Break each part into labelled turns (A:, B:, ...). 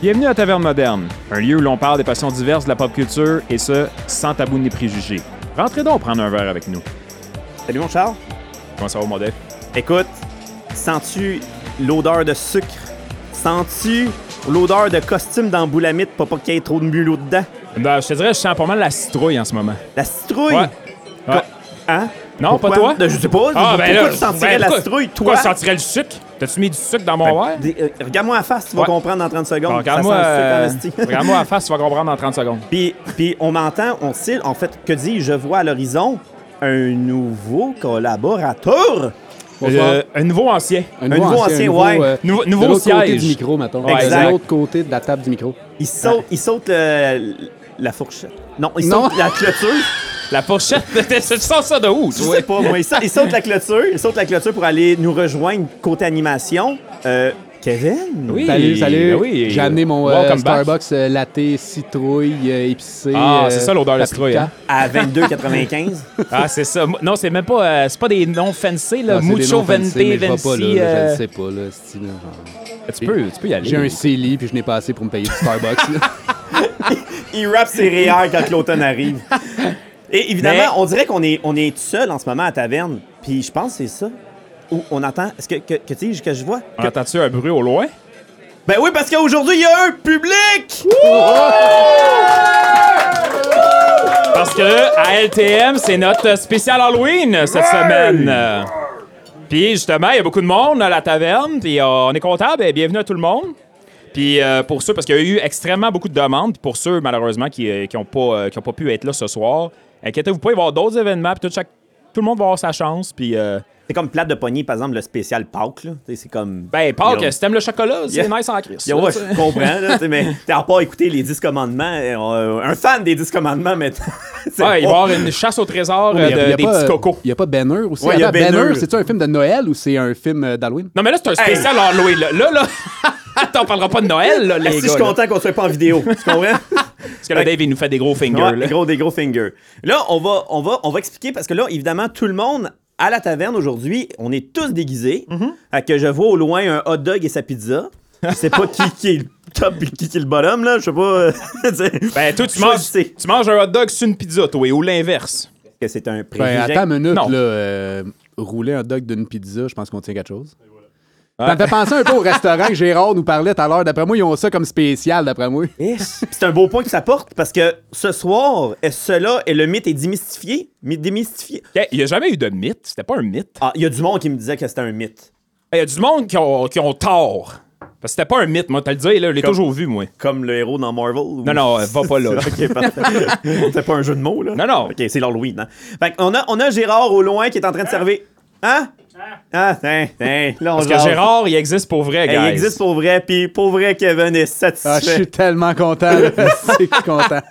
A: Bienvenue à Taverne Moderne, un lieu où l'on parle des passions diverses de la pop culture et ce, sans tabou ni préjugés. Rentrez donc prendre un verre avec nous.
B: Salut mon Charles.
A: Comment ça va, mon Dave?
B: Écoute, sens-tu l'odeur de sucre? Sens-tu l'odeur de costume d'emboulamite pour pas qu'il y ait trop de mulot dedans?
A: Ben, je te dirais, je sens pas mal la citrouille en ce moment.
B: La citrouille!
A: Ouais.
B: Co-
A: Ouais.
B: Hein?
A: Non,
B: Pourquoi?
A: pas toi? Ah,
B: Ben, Je sais pas. pourquoi tu sentirais la citrouille, toi?
A: ben, Pourquoi je sentirais le sucre? T'as-tu mis du sucre dans mon verre?
B: Des- euh, Regarde-moi la face, tu vas
A: Ouais.
B: comprendre dans 30 secondes.
A: Bon, Regarde-moi
B: Ça sent le sucre en
A: euh,
B: esti.
A: regarde-moi la face, tu vas comprendre dans 30 secondes.
B: Puis, puis on m'entend, on cille, en fait, que dis-je, je vois à l'horizon un nouveau collaborateur.
C: Bonsoir.
A: Euh, un nouveau ancien.
C: Un
B: nouveau ancien, ouais.
A: Nouveau-
C: de
A: nouveau
C: l'autre côté
A: siège.
C: du micro, mettons.
B: Ouais,
C: de
B: exact.
C: l'autre côté de la table du micro.
B: Il saute, il saute le- la fourchette. Non, il
C: Non.
B: saute la clôture.
A: La fourchette, tu sens ça de où?
B: Je sais pas, moi, il sa- il saute la clôture. Il saute la clôture pour aller nous rejoindre côté animation. Euh, Kevin?
A: Oui.
C: Salut, salut.
A: ben oui.
C: J'ai amené mon euh,
A: Welcome back.
C: Starbucks euh, latte citrouille euh, épicé. euh,
A: Ah, c'est ça l'odeur de citrouille, hein.
B: À 22,95.
A: Ah, c'est ça. Mou- Non, c'est même pas. euh, c'est pas des noms fancy,
B: Ah,
A: là. Mucho
C: Mucho
A: Vente,
C: Je vois pas,
A: Vinci.
C: là, je
A: euh,
C: le sais pas, là, c'est-tu, là, genre.
A: Tu peux, tu peux y aller.
C: J'ai un CELI, puis je n'ai pas assez pour me payer du Starbucks. là.
B: il rappe ses rires quand l'automne arrive. Et évidemment,
A: Mais-
B: on dirait qu'on est, on est tout seul en ce moment à la taverne. Puis je pense que c'est ça. Où on entend. Est-ce que, que, que tu sais, que je vois? Que-
A: Entends-tu un bruit au loin?
B: Ben oui, parce qu'aujourd'hui, il y a un public!
A: Parce que à LTM, c'est notre spécial Halloween euh, cette semaine. Euh, Puis justement, il y a beaucoup de monde à la taverne, puis euh, on est content, ben, bienvenue à tout le monde. Puis euh, pour ceux, parce qu'il y a eu extrêmement beaucoup de demandes, puis pour ceux malheureusement qui n'ont pas, euh, qui ont pas pu être là ce soir, inquiétez-vous pas, il va y avoir d'autres événements, puis tout, chaque- tout le monde va avoir sa chance. Puis euh,
B: C'est comme plate de poignée, par exemple, le spécial Pâques, là. Tu sais, C'est comme.
A: ben, Pâques,
B: Yo.
A: si t'aimes le chocolat, c'est
B: Yeah.
A: nice en crise.
B: Yeah, ouais, je comprends, là, tu sais, mais t'as pas écouté les 10 commandements. euh, un fan des 10 commandements, mais. c'est
A: Ouais, il va y
B: pas-
A: avoir une chasse au trésor euh,
C: Il y a- il y
A: de-
C: a
A: des
C: pas,
A: petits
C: euh,
A: cocos.
C: Il n'y a pas Ben Hur aussi.
B: Ouais, il y a
C: Attends,
B: Ben
C: Ben Hur,
B: Hur.
C: c'est-tu un film de Noël ou c'est un film euh, d'Halloween?
A: Non, mais là, c'est un spécial Halloween. Là, là, là... Attends, on parlera pas de Noël, là, les
B: si je
A: gars.
B: suis
A: là.
B: content qu'on soit pas en vidéo, tu comprends?
A: Parce que là, Dave, il nous fait des gros fingers.
B: Ouais,
A: là.
B: des gros, des gros fingers. Là, on va, on, va, on va expliquer parce que là, évidemment, tout le monde à la taverne aujourd'hui, on est tous déguisés.
A: Mm-hmm.
B: Fait que je vois au loin un hot dog et sa pizza. Je sais pas qui, qui est le top et qui, qui est le bottom, là. Je sais pas. tu sais.
A: Ben, toi, tu manges,
B: Choisissez.
A: tu manges un hot dog sur une pizza, toi, ou l'inverse.
B: Parce que c'est un préjugé.
C: Ben, attends une minute,
A: Non.
C: là. euh, rouler un dog d'une pizza, je pense qu'on tient quelque chose. Ça me fait penser un peu au restaurant que Gérard nous parlait tout à l'heure. D'après moi, ils ont ça comme spécial, d'après moi.
B: Yes. C'est un beau point que ça porte parce que ce soir, est cela et le mythe est démystifié. Mi- Démystifié.
A: Ok, Il n'y a jamais eu de mythe. C'était pas un mythe. Ah,
B: Ah, il y a du monde qui me disait que c'était un mythe.
A: Il y a du monde qui ont, qui ont tort. Parce que c'était pas un mythe, moi, t'as le dit, là, je l'ai
B: Comme-
A: toujours vu, moi.
B: Comme le héros dans Marvel. ou-
A: Non, non, euh, va pas là.
B: ok, parfait. C'était pas un jeu de mots, là?
A: Non, non.
B: Ok, c'est l'Halloween, hein. Fait qu'on a, on a Gérard au loin qui est en train de servir. Hein? Ah, tiens, tiens. Là, on
A: Parce que
B: jase.
A: Gérard, il existe pour vrai,
B: Hey,
A: guys.
B: Eh, il existe pour vrai, puis pour vrai, Kevin est
C: Ah, je suis
B: satisfait.
C: tellement content. là. C'est content.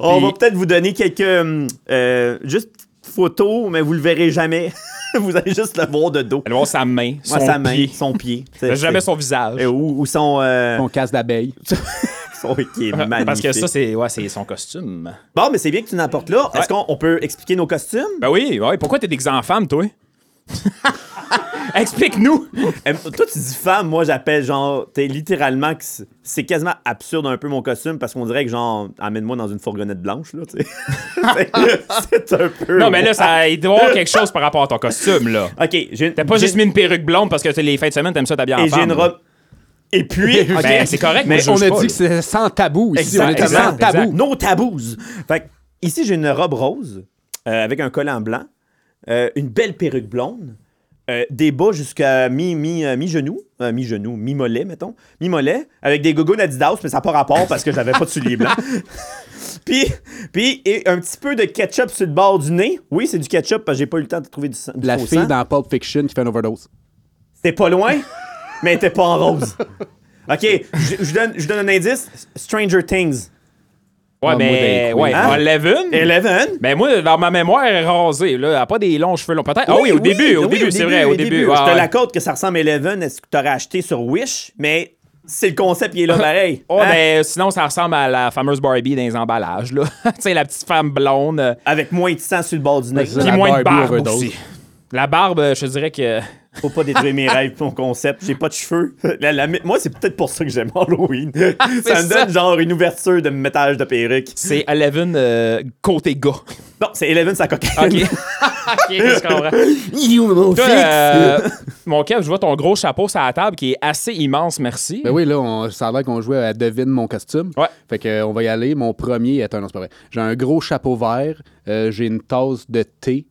B: on va
A: puis-
B: peut-être vous donner quelques. hum, euh, juste photos, mais vous le verrez jamais. vous allez juste le voir de dos.
A: Allez voir sa main, son
B: Moi, sa main,
A: pied.
B: son pied.
A: Jamais
B: C'est-
A: son visage.
B: Euh, Ou, ou son. euh,
C: Mon casse d'abeille.
B: son qui est magnifique.
A: Ah, Parce que ça, c'est ouais, c'est son costume.
B: Bon, mais c'est bien que tu n'apportes là. Est-ce qu'on on peut expliquer nos costumes?
A: Ben oui, ouais, pourquoi t'es déguisé en femme, toi? Explique-nous!
B: Euh, toi, tu dis femme, moi j'appelle genre, t'es littéralement que c'est- c'est quasiment absurde un peu mon costume parce qu'on dirait que genre, amène-moi dans une fourgonnette blanche là, tu sais. c'est un peu.
A: Non, mais là, ça, il doit y avoir quelque chose par rapport à ton costume, là.
B: Ok, j'ai
A: T'as pas
B: j'ai-
A: juste mis une perruque blonde parce que t'sais, les fins de semaine, t'aimes ça, t'as bien
B: et j'ai une robe. Et puis,
C: Ben,
B: ok,
A: c'est correct, mais
C: On
A: juge
C: a
A: pas,
C: dit
A: là.
C: que c'est sans tabou ici.
B: Exact,
C: on était sans
A: exact,
C: tabou.
A: exact.
B: No taboos. Fait que, ici, j'ai une robe rose euh, avec un collant blanc, euh, une belle perruque blonde, euh, des bas jusqu'à mi, mi, euh, mi-genou, euh, mi-genou, mi-mollet, mettons, mi-mollet, avec des gogo Adidas, mais ça n'a pas rapport parce que j'avais pas de souliers blancs. puis, puis et un petit peu de ketchup sur le bord du nez. Oui, c'est du ketchup parce que j'ai pas eu le temps de trouver du, sang- du
C: La
B: faux
C: fille
B: sang.
C: dans Pulp Fiction qui fait une overdose.
B: T'es pas loin, mais t'es pas en rose. OK, je je donne, je donne un indice. Stranger Things.
A: Ouais,
C: Ah,
A: mais
C: moi,
A: ouais,
B: Hein?
A: on lève une.
B: Eleven.
A: Mais moi, dans ma mémoire, elle est rasée. Là. Elle a pas des longs cheveux longs. Peut-être. ah oui, au
B: Oui,
A: début, au
B: oui,
A: début, c'est vrai, au début. Ouais,
B: je te
A: ouais.
B: l'accorde que ça ressemble à Eleven, est-ce que tu aurais acheté sur Wish, mais c'est le concept, il est là pareil.
A: Ouais,
B: Hein?
A: mais Ah, ben, sinon, ça ressemble à la fameuse Barbie dans les emballages. Là. tu sais, la petite femme blonde. euh,
B: Avec moins de sang sur le bord du nez.
C: C'est ça.
A: Puis
C: La
A: moins de
C: Barbie
A: barbe
C: overdose.
A: aussi. La barbe, euh, je te dirais que.
B: Faut pas détruire mes rêves, mon concept. J'ai pas de cheveux. La- la- moi, c'est peut-être pour ça que j'aime Halloween. ça me
A: Ah, ça.
B: donne genre une ouverture de métage de perruque.
A: C'est Eleven euh, côté gars. OK.
B: Non, c'est Eleven sa coquille.
A: OK, je comprends. Toi, euh, mon Kev, je vois ton gros chapeau sur la table qui est assez immense, merci.
C: Ben oui, là, on, ça a l'air qu'on jouait à Devine mon costume.
A: Ouais.
C: Fait que, euh, on va y aller. Mon premier. Attends, non, c'est pas vrai. J'ai un gros chapeau vert. euh, j'ai une tasse de thé.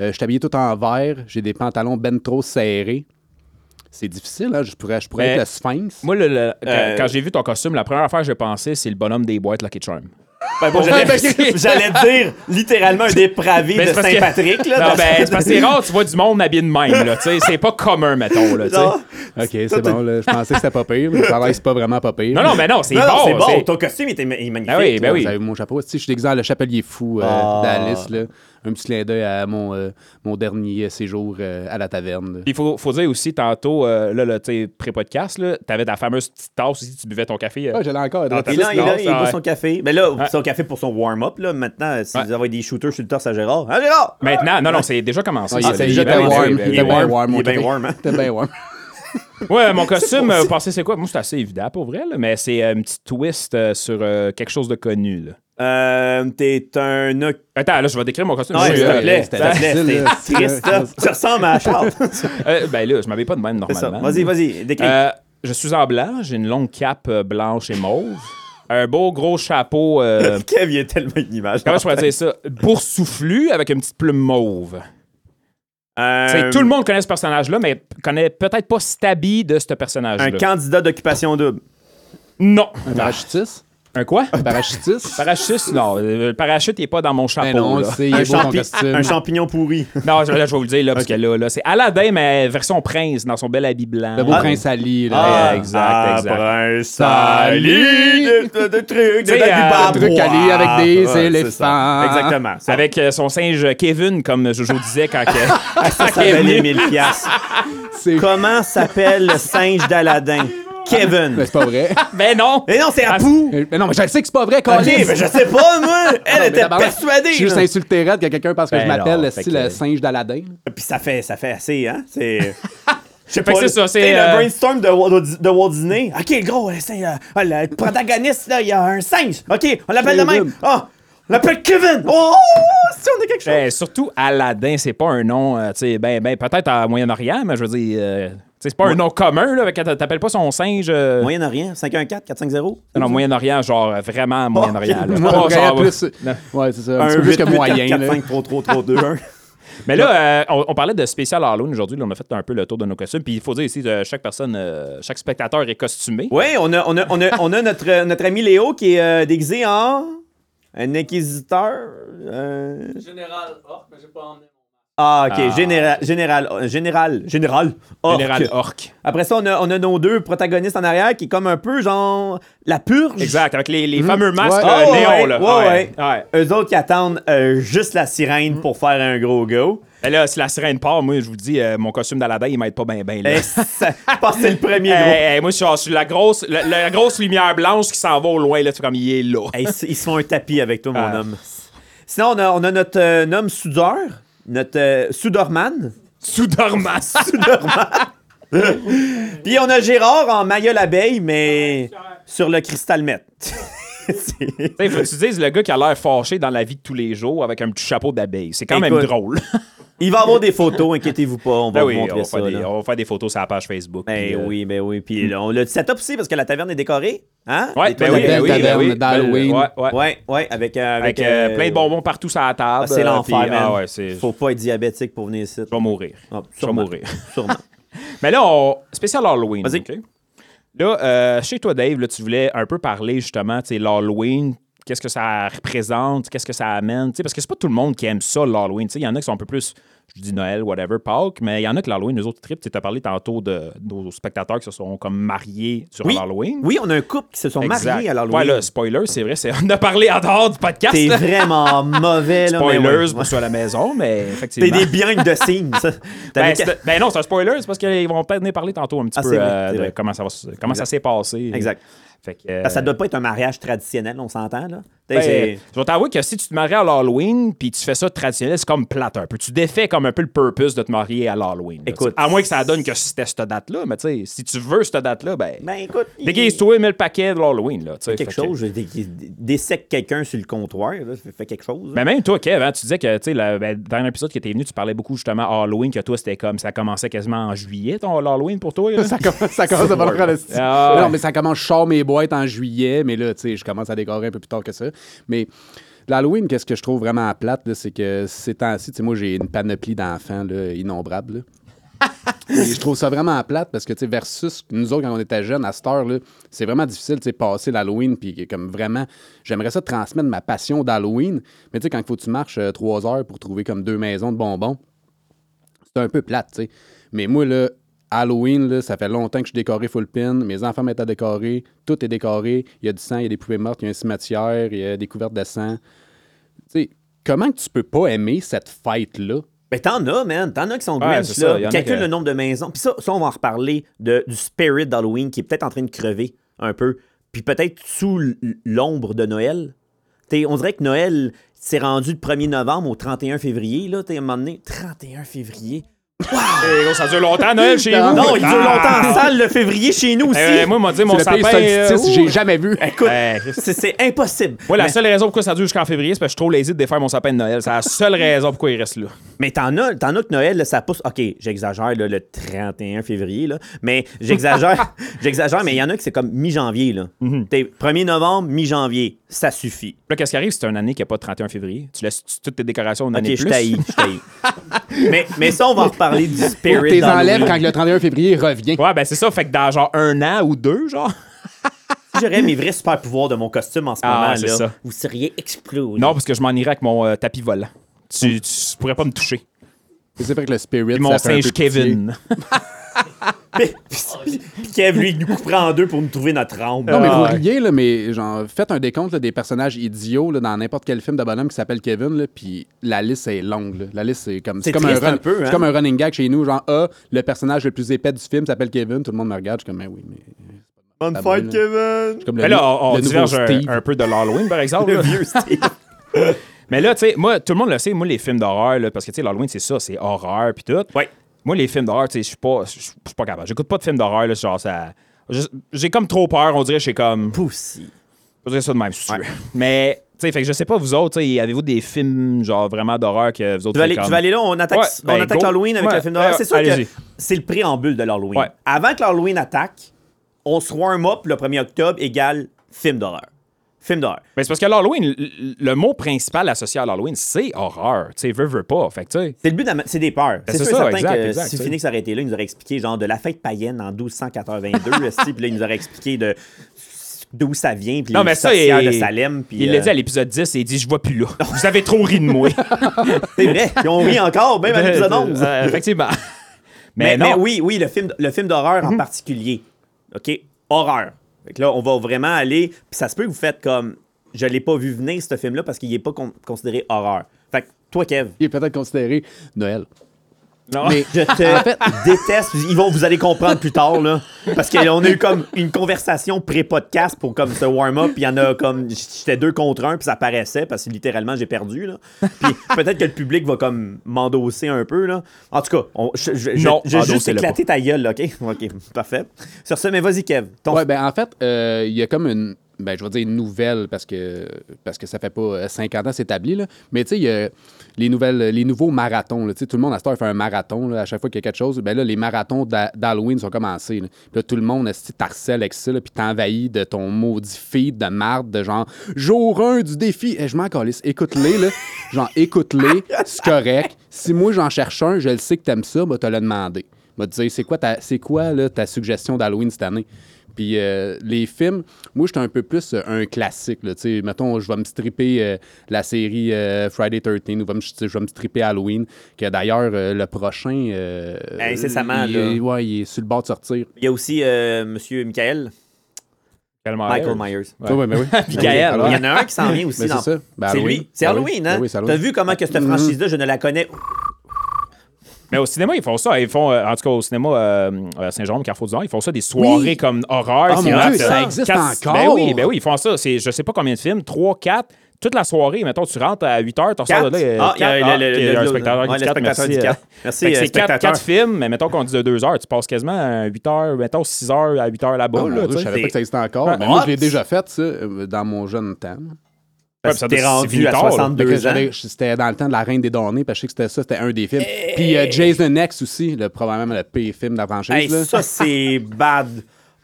C: euh, je suis habillé tout en vert. J'ai des pantalons ben trop serrés. C'est difficile, hein? Je pourrais, je pourrais
A: Mais-
C: être le sphinx.
A: Moi, le- le- quand,
B: Euh,
A: quand j'ai vu ton costume, la première affaire que j'ai pensé, c'est le bonhomme des boîtes Lucky Charm.
B: Ben, bon,
A: Ouais,
B: j'allais,
A: ben-
B: j'allais dire littéralement un dépravé
A: Ben,
B: de
A: c'est parce que-
B: Saint-Patrick. là.
A: Non, ben, c'est parce que c'est rare, tu vois du monde habillé de même, là. tu sais, C'est pas commun, mettons, là. tu sais.
B: Non.
C: OK, c'est bon. Là, je pensais que c'était pas pire. mais Ça a l'air que c'est pas vraiment pas pire.
A: Non, non, mais non, c'est
B: Non, non, c'est
A: bon.
B: bon.
A: c'est-
B: Ton costume était ma- est magnifique.
A: Ah oui, ben
B: là.
A: oui.
C: Vous avez mon chapeau. Si je suis déguisé en le chapelier fou euh,
B: Ah.
C: d'Alice, là. un petit clin d'œil à mon, euh, mon dernier séjour euh, à la taverne. là.
A: Il faut, faut dire aussi, tantôt, euh, là, là, tu sais, pré-podcast, là, t'avais ta fameuse petite tasse aussi, tu buvais ton café. euh.
C: Ah, je l'ai encore.
A: Ah,
B: Et
A: t'as-
B: là, il,
A: Non,
B: là, il
A: ça,
B: boit
A: ouais.
B: son café. Mais là,
A: Ouais.
B: son café pour son warm-up. Là. Maintenant, si
A: Ouais.
B: vous avez des shooters sur le torse à Gérard. Hein, Gérard?
A: Maintenant, non, non, c'est déjà commencé.
C: Ah, il
A: ça,
C: était-
A: là.
C: il était
A: Ben oui,
C: warm,
A: ben
C: il
A: oui,
C: était
A: ben oui.
C: bien warm,
B: Il
C: mon
B: est bien
C: café.
B: warm. hein?
C: C'était bien warm.
A: Ouais, mon costume, vous pensez c'est quoi? Moi, c'est assez évident pour vrai, là, mais c'est euh, un petit twist euh, sur euh, quelque chose de connu. Là.
B: Euh, T'es un. oc-
A: Attends, là, je vais décrire mon costume.
B: Non,
A: Je-
B: s'il
A: euh,
B: te plaît, s'il
C: c'était
B: te plaît,
C: facile, là.
B: t'es triste, là. Tu ressembles à Charles.
A: euh, ben là, je m'habille pas de même
B: C'est ça.
A: normalement.
B: Vas-y, vas-y, décris.
A: Euh, je suis en blanc, j'ai une longue cape euh, blanche et mauve, un beau gros chapeau, euh,
B: Kev, il y a tellement une image.
A: comment je pourrais dire ça, boursouflu avec une petite plume mauve.
B: Euh,
A: C'est- tout le monde connaît ce personnage-là, mais connaît peut-être pas Stabby de ce personnage-là.
B: Un candidat d'occupation double.
A: Non.
C: Un parachutiste?
A: Un quoi?
C: Parachutiste?
A: Parachutiste? Non, euh, le parachute n'est pas dans mon chapeau.
C: Ben non, on le
A: là.
C: sait, il
B: Un,
C: est beau ton
B: champi-
C: costume.
B: un champignon pourri.
A: Non, je, là, je vais vous le dire, là, parce que là, là c'est Aladdin, mais version prince, dans son bel habit blanc.
C: Le beau
A: Ah,
C: prince Ali,
A: Ah,
C: là.
A: exact, exact.
B: prince Ali, de, de, de trucs, de
A: T'sais, euh,
B: la
A: le
C: truc Ali avec des éléphants.
B: Exactement. Ça,
A: Avec
B: avec
A: euh, son singe Kevin, comme Jojo disait quand, que- quand
B: ça,
A: il est
B: valait
A: venu.
B: 1000 piastres.
C: C'est
B: Comment s'appelle le singe d'Aladin?
C: Mais
B: Kevin.
C: c'est pas vrai.
A: Mais Ben non!
B: Mais non, c'est Apu.
C: Mais non, mais je le sais que c'est pas vrai,
B: Ok,
C: Colin.
B: mais je sais pas, moi. Elle était
C: Je
B: persuadée.
C: suis juste
B: là.
C: insulté raide que quelqu'un parce que
A: Ben
C: je m'appelle
A: non,
C: le
A: fait
C: style
A: que-
C: le singe d'Aladin.
B: Puis ça fait, ça fait assez, hein? C'est. Je sais
A: que c'est ça, c'est,
B: t'sais,
A: euh,
B: le brainstorm de, Walt- de Walt Disney. Ok, le gros, le, singe, euh, ah, le protagoniste, là, il y a un singe. Ok, on l'appelle de
C: Kevin.
B: même. Ah, on l'appelle Kevin. Oh, si on a quelque chose.
A: Ben, surtout Aladdin, c'est pas un nom, euh, tu sais, ben, ben, peut-être à Moyen-Orient, mais je veux dire, euh, tu sais, c'est pas un nom commun, là, quand t'appelles pas son singe. euh,
B: Moyen-Orient, 514, 450.
A: Non, Moyen-Orient, genre euh, vraiment Moyen-Orient. là.
C: Moi,
A: Pas
C: on
A: genre-
C: plus. Ouais, c'est ça. Un, petit peu plus que moyen. là.
B: 4, 5, 3, 3, 3, 2, 1.
A: Mais là, euh, on, on parlait de spécial Halloween aujourd'hui. là, on a fait un peu le tour de nos costumes. Puis il faut dire ici, euh, chaque personne, euh, chaque spectateur est costumé.
B: Oui, on a, on a, on a, on a notre, euh, notre ami Léo qui est euh, déguisé en. Un inquisiteur. euh,
D: Général Orc, mais j'ai pas emmené
B: Ah, ok.
A: Ah.
B: Général, général, euh, général, général. orc.
A: Général Orc.
B: Après ça, on a, on a nos deux protagonistes en arrière qui est comme un peu genre la purge.
A: Exact, avec les, les fameux masques
C: Ouais.
A: euh,
B: Oh,
A: néons.
B: ouais,
A: là.
B: ouais,
A: ouais.
B: Eux autres qui attendent euh, juste la
A: Mm.
B: sirène pour faire un gros go.
A: Mais Ben là, si la sirène part, moi, je vous dis, euh, mon costume d'Aladin, il m'aide pas ben, bien, bien.
B: Et ça- Je pense que Ben, c'est le premier gros.
A: moi, je suis, genre- je suis la, grosse, la, la grosse lumière blanche qui s'en va au loin. Là, tu fais comme il est là.
B: Hey, ils se font un tapis avec toi, mon
A: Ah.
B: homme. Sinon, on a, on a notre euh, homme soudeur, notre euh, soudorman.
A: Sous dormasse.
B: Puis on a Gérard en maillot l'abeille, mais sur le cristal mètre. C'est-
A: Faut que tu dises le gars qui a l'air fâché dans la vie de tous les jours avec un petit chapeau d'abeille. C'est quand même
B: Écoute.
A: drôle.
B: Il va avoir des photos, inquiétez-vous pas, on va
A: Ben
B: vous
A: oui, on
B: montrer
A: va,
B: ça.
A: faire des,
B: là.
A: on va faire des photos sur la page Facebook.
B: Ben
A: puis, euh,
B: oui, ben oui. Puis là, on l'a dit setup aussi parce que la taverne est décorée. Hein?
A: Ouais,
B: Des
A: ben
B: toiles
A: oui,
B: de-
A: ben oui, ben
C: taverne
A: oui.
C: d'Halloween.
A: Ouais, ouais.
B: Ouais, ouais, avec, euh,
A: Avec
B: avec,
A: euh,
B: euh,
A: plein de bonbons partout sur la table.
B: Ah, c'est
A: euh,
B: l'enfer,
A: puis-
B: man.
A: Ah ouais, c'est.
B: Faut pas être diabétique pour venir ici.
A: Je vais mourir.
B: Ah,
A: Je vais
B: sûrement.
A: mourir.
B: Sûrement.
A: Mais là, on... spécial Halloween.
B: Vas-y.
A: OK? Là, euh, chez toi, Dave, là, tu voulais un peu parler justement, tu sais, l'Halloween. Qu'est-ce que ça représente? Qu'est-ce que ça amène? Tu sais, parce que c'est pas tout le monde qui aime ça, l'Halloween. Tu sais, Il y en a qui sont un peu plus, je dis Noël, whatever, Pâques, mais il y en a que l'Halloween, les autres tripes. Tu as parlé tantôt de nos spectateurs qui se sont comme mariés sur
B: Oui,
A: l'Halloween.
B: oui, on a un couple qui se sont
A: Exact.
B: mariés à
A: Ouais,
B: l'Halloween.
A: là, spoiler, c'est vrai, c'est... on a parlé en dehors du podcast.
B: T'es
A: là.
B: vraiment mauvais, là. mais ouais.
A: Spoilers pour ceux à la maison, mais
B: T'es
A: effectivement.
B: des biens de signes, ça.
A: Ben,
B: T'avais
A: c'est-
B: qu'à-
A: ben non, c'est un spoiler, c'est parce qu'ils vont venir parler tantôt un petit
B: Ah,
A: peu
B: c'est vrai,
A: euh,
B: c'est
A: de
B: vrai.
A: comment ça, va se- comment ça s'est passé.
B: Exact.
A: Fait que, euh,
B: Ça doit pas être un mariage traditionnel, on s'entend, là.
A: Ben,
B: c'est-
A: je vais t'avouer que si tu te maries à l'Halloween puis tu fais ça traditionnel, c'est comme plate un peu. Tu défais comme un peu le purpose de te marier à l'Halloween. là,
B: Écoute.
A: tu sais. À moins que ça donne que c'était cette date-là, mais tu sais, si tu veux cette date-là, ben.
B: Ben, écoute, il-
A: Déguise-toi, mets le paquet de l'Halloween, là. tu sais.
B: quelque
A: Fait que-
B: chose, je dé- désèque quelqu'un sur le comptoir, là, fait fait quelque chose. là.
A: Mais même toi, Kev, hein, tu disais que, tu sais, le- ben, dans l'épisode que t'es venu, tu parlais beaucoup justement Halloween, que toi, c'était comme, ça commençait quasiment en juillet, ton Halloween pour toi. là.
C: Ça commence, ça commence à valoir le style.
A: Ah ouais.
C: Non, mais ça commence, je sors mes boîtes en juillet, mais là, tu sais, je commence à décorer un peu plus tard que ça. Mais l'Halloween, qu'est-ce que je trouve vraiment plate, là, c'est que ces temps-ci, tu sais, moi, j'ai une panoplie d'enfants là, innombrables. là. Et je trouve ça vraiment plate parce que, tu sais, versus nous autres, quand on était jeunes, à cette heure-là, c'est vraiment difficile, tu sais, passer l'Halloween, puis comme vraiment, j'aimerais ça transmettre ma passion d'Halloween, mais tu sais, quand il faut que tu marches euh, trois heures pour trouver comme deux maisons de bonbons, c'est un peu plate, tu sais. Mais moi, là, Halloween, là, ça fait longtemps que je suis décoré full pin. Mes enfants m'étaient décorés. Tout est décoré. Il y a du sang, il y a des poupées mortes, il y a un cimetière, il y a des couvertes de sang. Tu sais, comment que tu peux pas aimer cette fête-là?
B: Ben, t'en as, man. T'en as qui sont
A: Ouais,
B: Grinch,
A: c'est ça, y en
B: là.
A: a
B: Calcule
A: que-
B: le nombre de maisons. Puis ça, ça, on va en reparler de, du spirit d'Halloween qui est peut-être en train de crever un peu. Puis peut-être sous l- l'ombre de Noël. T'sais, on dirait que Noël s'est rendu le 1er novembre au 31 février, là. T'es à un moment donné, 31 février.
A: Eh, gros, ça dure longtemps, Noël, chez
C: Non,
A: vous.
B: Non, il dure
A: Ah!
B: longtemps en salle le février chez nous aussi.
A: Eh, moi, m'a dit, mon
C: c'est le
A: sapin.
C: pays solstice,
A: euh,
C: j'ai jamais vu.
B: Écoute,
A: Eh,
B: c'est- c'est impossible.
A: Moi, la
B: Mais-
A: seule raison pourquoi ça dure jusqu'en février, c'est parce que je suis trop lazy de défaire mon sapin de Noël. C'est la seule raison pourquoi il reste là.
B: Mais t'en as, t'en as que Noël, là, ça pousse. OK, j'exagère là, le 31 février, là, mais j'exagère, j'exagère, mais il y en a que c'est comme mi-janvier. Là.
C: Mhm.
B: T'es 1er novembre, mi-janvier, ça suffit.
A: Là, qu'est-ce qui arrive si c'est une année qui n'a pas de 31 février? Tu laisses toutes tes décorations une
B: OK,
A: année
B: je
A: plus?
B: taillis, je taillis. mais, mais ça, on va en reparler du
C: Pour
B: spirit
C: tes enlèves quand
B: d'Halloween.
C: le 31 février revient.
A: Ouais, ben c'est ça. Fait que dans genre un an ou deux, genre.
B: J'aurais mes vrais super pouvoirs de mon costume en ce
A: Ah,
B: moment.
A: c'est
B: là,
A: ça.
B: Vous seriez explosé.
A: Non, parce que je m'en irais avec mon euh, tapis volant. Tu, tu pourrais pas me toucher.
C: C'est vrai que le spirit,
A: Et mon
C: ça Mm. fait un peu
A: singe Kevin.
B: Puis Kev, lui, il nous couperait en deux pour nous trouver notre âme.
C: Non, mais vous
A: Ah ouais.
C: riez, là, mais genre, faites un décompte là, des personnages idiots là, dans n'importe quel film de bonhomme qui s'appelle Kevin, là, puis la liste est longue. là. La liste, c'est comme,
B: C'est
C: comme,
B: triste
C: run-
B: un peu, hein?
C: c'est comme un running gag chez nous. Genre, ah, le personnage le plus épais du film s'appelle Kevin. Tout le monde me regarde. Je suis comme, mais oui, mais.
B: Bonne
C: Ah, fête, bon, là.
B: Kevin!
C: c'est Comme le,
A: Mais Ben là,
C: nou-
A: on, on
C: le nouveau
A: diverge un,
C: Steve.
A: un peu de l'Halloween, par exemple.
B: Le
A: là.
B: vieux Steve.
A: Mais là, tu sais, moi, tout le monde le sait, moi, les films d'horreur, là, parce que, tu sais, l'Halloween, c'est ça, c'est horreur, puis tout.
B: Ouais.
A: Moi, les films d'horreur, tu sais, je suis pas, je suis pas capable. J'écoute pas de films d'horreur, là, genre, ça. je- J'ai comme trop peur, on dirait, j'ai comme.
B: Poussy.
A: Je dirais ça de même, si tu veux. Mais, tu sais, fait que je sais pas, vous autres, tu sais, avez-vous des films, genre, vraiment d'horreur que vous autres
B: Tu vas, aller,
A: faites
B: tu
A: comme-
B: vas aller là, on attaque,
A: Ouais,
B: on
A: ben,
B: attaque
A: go.
B: l'Halloween avec
A: Ouais,
B: le film d'horreur.
A: euh,
B: C'est sûr
A: allez-y.
B: que c'est le préambule de l'Halloween.
A: Ouais.
B: Avant que l'Halloween attaque, on se rend un mop le 1er octobre égale film d'horreur. Film d'horreur.
A: Ben, c'est parce que l'Halloween, le, le mot principal associé à l'Halloween, c'est horreur. Tu sais, veux, veux pas. Fait que, tu sais.
B: C'est le but, de la- c'est des peurs. c'est
A: Ben, c'est
B: sûr
A: ça,
B: certain
A: exact,
B: que
A: exact,
B: si
A: c'est-
B: Phoenix aurait été là, il nous aurait expliqué genre de la fête païenne en 1282, esti, puis là, il nous aurait expliqué de d'où ça vient, puis
A: Non,
B: les
A: mais ça,
B: sorcières
A: il,
B: de Salem. Puis,
A: il l'a dit à
B: euh,
A: l'épisode 10 et il dit Je vois plus là. Vous avez trop ri de moi.
B: C'est vrai, puis on rit encore, même à l'épisode 11.
A: Euh, effectivement. Mais,
B: Mais,
A: non. Mhm.
B: mais oui, oui, le film, le film d'horreur en particulier. OK? Horreur. Fait que là, on va vraiment aller. Puis ça se peut que vous faites comme. Je l'ai pas vu venir, ce film-là, parce qu'il n'est pas con- considéré horreur. Fait que toi, Kev,
C: Il est peut-être considéré Noël.
A: Non.
C: Mais
B: je te déteste. Ils vont, vous allez comprendre plus tard, là. Parce qu'on a eu comme une conversation pré-podcast pour comme ce warm-up. Puis il y en a comme. J'étais deux contre un, puis ça paraissait, parce que littéralement, j'ai perdu, là. Puis peut-être que le public va comme m'endosser un peu, là. En tout cas, on- je, je, je-
A: Non,
B: je vais juste
A: endossez-le
B: éclater ta gueule, là, OK? OK, parfait. Sur ce, mais vas-y, Kev. Ton
C: Ouais, ben en fait, euh, il y a comme une. Ben, je vais dire une nouvelle parce que, parce que ça fait pas euh, 50 ans s'établit, là. Mais tu sais, il y a les, nouvelles, les nouveaux marathons. là. Tu sais, tout le monde à cette heure fait un marathon. là. à chaque fois qu'il y a quelque chose, ben là, les marathons d'Ha- d'Halloween sont commencés. Là, Puis là, tout le monde esti, t'harcèle avec ça, là, puis t'envahit de ton maudit feed de marde, de genre jour 1 du défi. Eh, je m'en calisse. Écoute-les, là. genre, écoute-les. C'est correct. Si moi, j'en cherche un, je le sais que t'aimes ça, ben, te le demander. M'a dit, c'est quoi, ta, c'est quoi là, ta suggestion d'Halloween cette année? Puis euh, les films, moi, j'étais un peu plus euh, un classique. Là, tu sais, mettons, je vais me stripper euh, la série euh, Friday 13 ou va me- tu sais, je vais me stripper Halloween, que d'ailleurs, euh, le prochain. euh,
B: Ben, Incessamment,
C: il,
B: là.
C: est- ouais, il est sur le bord de sortir.
B: Il y a aussi euh, Monsieur Michael,
A: Tellement
B: Michael
A: rare.
B: Myers.
A: Ouais.
C: Ouais, ben oui.
A: Michael,
C: Alors,
B: Il y en a un qui s'en vient aussi.
C: Ben, c'est
B: dans-
C: ça. Ben,
B: c'est
C: Halloween.
B: lui. C'est
C: Ben oui.
B: Halloween, hein?
C: Ben oui, c'est
B: T'as
C: Halloween.
B: vu comment que cette franchise-là, je ne la connais
A: Mais au cinéma, ils font ça. Ils font, euh, en tout cas, au cinéma euh, à Saint-Jean, Carrefour du Nord, ils font ça des soirées
C: Oui.
A: comme horreur.
C: Ah,
A: qui
C: mon
A: mettent,
C: Dieu,
A: euh,
C: ça existe encore?
A: Ben oui, ben oui, ils font ça. C'est, je sais pas combien de films, 3, 4, toute la soirée. Mettons, tu rentres à 8 h, tu ressors de là. euh,
B: Ah, il y a
A: quatre,
B: le-
A: ah,
B: le-
A: il y a
B: le-
A: un
B: le-
A: spectateur qui
B: ouais,
A: dit
B: le
A: quatre,
B: spectateur
A: merci,
B: dit
A: euh.
B: quatre.
A: Fait
B: Merci,
A: que
B: euh,
A: c'est 4,
B: spectateur.
A: films, mais mettons qu'on dit de 2 heures. Tu passes quasiment à 8 h, mettons 6 h à 8 h là-bas.
C: Oh,
A: là,
C: mon Dieu,
A: tu
C: je
A: sais.
C: savais pas que ça existait encore.
A: Ouais.
C: Mais moi,
B: What?
C: je l'ai déjà fait, ça, euh, dans mon jeune temps.
B: Parce que
A: Ouais, puis
B: t'es
A: ça doit- c'est
B: rendu
A: fini
B: à
A: tard, là.
B: 62
C: Fait que
B: ans.
C: j'allais- C'était dans le temps de La Reine des Données, parce que je sais que c'était ça, c'était un des films. Puis euh, Jason X aussi, le, probablement le pire film de la franchise.
B: Hey,
C: là.
B: ça, c'est bad.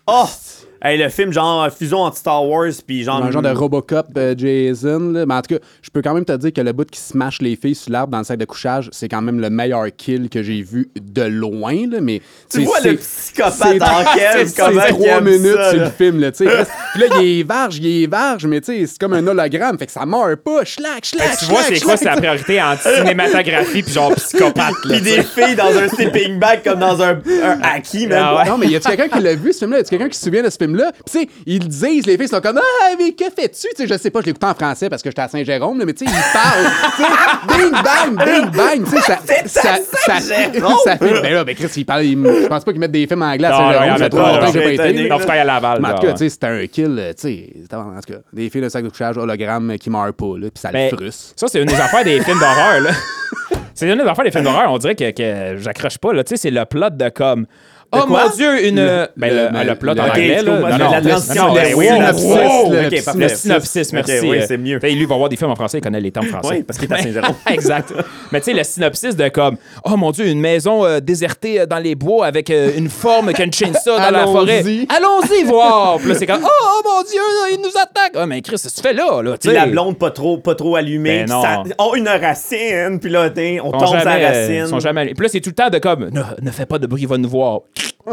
B: Oh! Hey, le film, genre, fusion anti-Star Wars, puis genre...
C: Un genre de Robocop euh, Jason. là. Mais en tout cas, je peux quand même te dire que le bout qui smash les filles sur l'arbre dans le sac de couchage, c'est quand même le meilleur kill que j'ai vu de loin. là, mais,
B: Tu vois le psychopathe
C: c'est-
B: en quel,
C: C'est
B: comment il
C: trois
B: aime
C: minutes
B: ça,
C: sur le
B: là.
C: film. Là, tu sais. Puis là, il est varge, il est varge, mais tu sais, c'est comme un hologramme. Fait que ça meurt pas. Schlac,
B: Ben,
C: schlac,
A: Tu vois, c'est quoi, c'est la priorité en cinématographie puis genre psychopathe. là,
B: Puis des filles dans un sleeping bag comme dans un, un haki, même.
A: Ah ouais.
C: Non, mais y a-tu quelqu'un qui l'a vu, ce film-là? Y a-tu quelqu'un qui se souvient de ce film-là? Puis, tu sais, ils le disent, les filles sont comme Ah, mais que fais-tu? Tu sais, je sais pas, je l'écoute en français parce que j'étais à Saint-Jérôme, là, mais tu sais, ils parlent. tu sais, bing, bang, bing, bang. Tu sais, ça. ça, ça,
B: Saint-Jérôme!
C: ça fait. Ben là, ben Chris, ils parlent. ils- Je pense pas qu'ils mettent des films en anglais à
A: Non, non, y en
C: Saint-Jérôme.
A: a
C: Ça fait
A: pas,
C: trop longtemps que j'ai
B: non.
C: pas été.
B: J'ai
C: là.
B: été
A: En tout cas, à Laval.
C: Mais en
A: là,
C: tout cas,
A: ouais.
C: tu sais, c'était un kill, euh, tu sais, c'était- en tout cas, des filles d'un sac de couchage hologramme qui meurent pas, là, pis ça
A: Ben,
C: le frusse.
A: Ça, c'est une des affaires des films d'horreur, là. C'est une des affaires des films d'horreur, on dirait que, que j'accroche pas, là. Tu sais, c'est le plot de comme. Oh
B: quoi?
A: mon Dieu, une. ben, le,
C: le-
A: ah, le plot
C: le-
A: en
C: Ok,
A: anglais,
B: excuse-moi,
A: là.
B: la transition,
A: ben
B: le
A: oui, le
B: synopsis,
A: wow!
B: le-
A: Ok, parfait. Le synopsis, merci.
B: Ok, oui, c'est mieux.
A: Fait, Lui, il va voir des films en français, il connaît les termes français.
B: Oui, parce qu'il est à Saint-Jérôme.
A: exact. Mais tu sais, le synopsis de comme, oh mon Dieu, une maison euh, désertée euh, dans les bois avec euh, une forme qui a une chainsaw dans la
C: Allons-y.
A: forêt. Allons-y voir. Puis là, c'est comme, oh, oh mon Dieu, il nous attaque. Ah, mais Chris, qu'est-ce que tu fais là? là tu
B: Puis la
A: sais?
B: blonde pas trop, pas trop allumée.
A: Ben non.
B: ça- oh, une racine! Puis là, t'es- on
A: Ils
B: tombe
A: sont
B: sa
A: jamais, euh,
B: racine.
A: ils sont jamais allés. Puis là, c'est tout le temps de comme, ne, ne fais pas de bruit, il va nous voir.
C: Il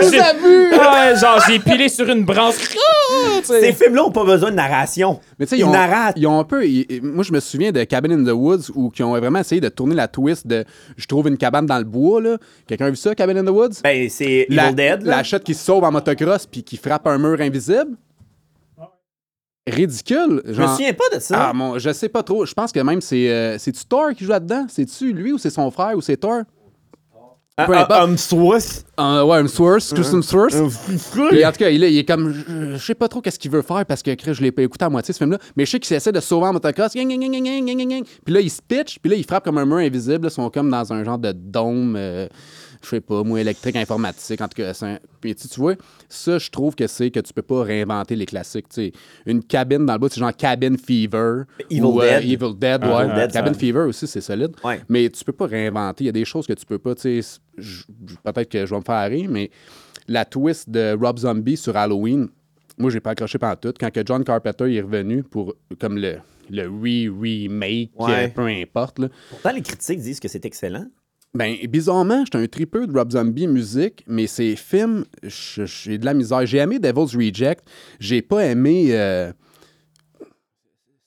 C: nous
A: j'ai-
C: a vu!
A: Ouais, genre, j'ai pilé sur une branche. Ah, tu sais.
B: Ces films-là ont pas besoin de narration.
C: Mais tu sais,
B: ils
C: ils, ont-
B: narratent.
C: ils ont un peu. ils- ils- moi, je me souviens de Cabin in the Woods où ils ont vraiment essayé de tourner la twist de je trouve une cabane dans le bois. là. Quelqu'un a vu ça, Cabin in the Woods?
B: Ben, c'est
C: la,
B: Evil Dead. là.
C: la chatte qui se sauve en motocross puis qui frappe un mur invisible. Ridicule.
B: Je me
C: Genre,
B: souviens pas de ça.
C: ah, mon, je sais pas trop. Je pense que même c'est. euh, c'est-tu Thor qui joue là-dedans? C'est-tu lui ou c'est son frère ou c'est Thor?
B: Un-
C: peu
B: un-
C: importe.
B: un Swiss.
C: Euh, ouais, Hemsworth, Chris Hemsworth.
B: Un
C: Puis en tout cas, il est, il est comme. je- Je sais pas trop qu'est-ce qu'il veut faire parce que Chris, je l'ai pas écouté à moitié ce film-là. Mais je sais qu'il essaie de sauver en motocross. Gang, gang, gang, gang, gang, gang, gang, gang. Puis là, il se pitch, puis là, il frappe comme un mur invisible. là. Ils sont comme dans un genre de dôme, euh, je sais pas, moi, électrique, informatique. En tout cas, c'est un- Puis tu, tu vois, ça, je trouve que c'est que tu peux pas réinventer les classiques. tu sais. Une cabine dans le bout, c'est genre Cabin Fever.
B: Evil
C: ou, euh,
B: Dead.
C: Evil Dead, ouais.
B: Evil Dead,
C: cabin
B: ça.
C: Fever aussi, c'est solide.
B: Ouais.
C: Mais tu peux pas réinventer. Il y a des choses que tu peux pas. Tu sais, je- je- peut-être que je vais me faire rire, mais la twist de Rob Zombie sur Halloween, moi, j'ai pas accroché pendant tout. Quand que John Carpenter est revenu pour comme le, le re-remake,
B: Ouais.
C: euh, peu importe, là,
B: Pourtant, les critiques disent que c'est excellent.
C: ben, bizarrement, j'étais un tripeux de Rob Zombie musique, mais ses films, je- j'ai de la misère. J'ai aimé Devil's Reject, j'ai pas aimé. euh,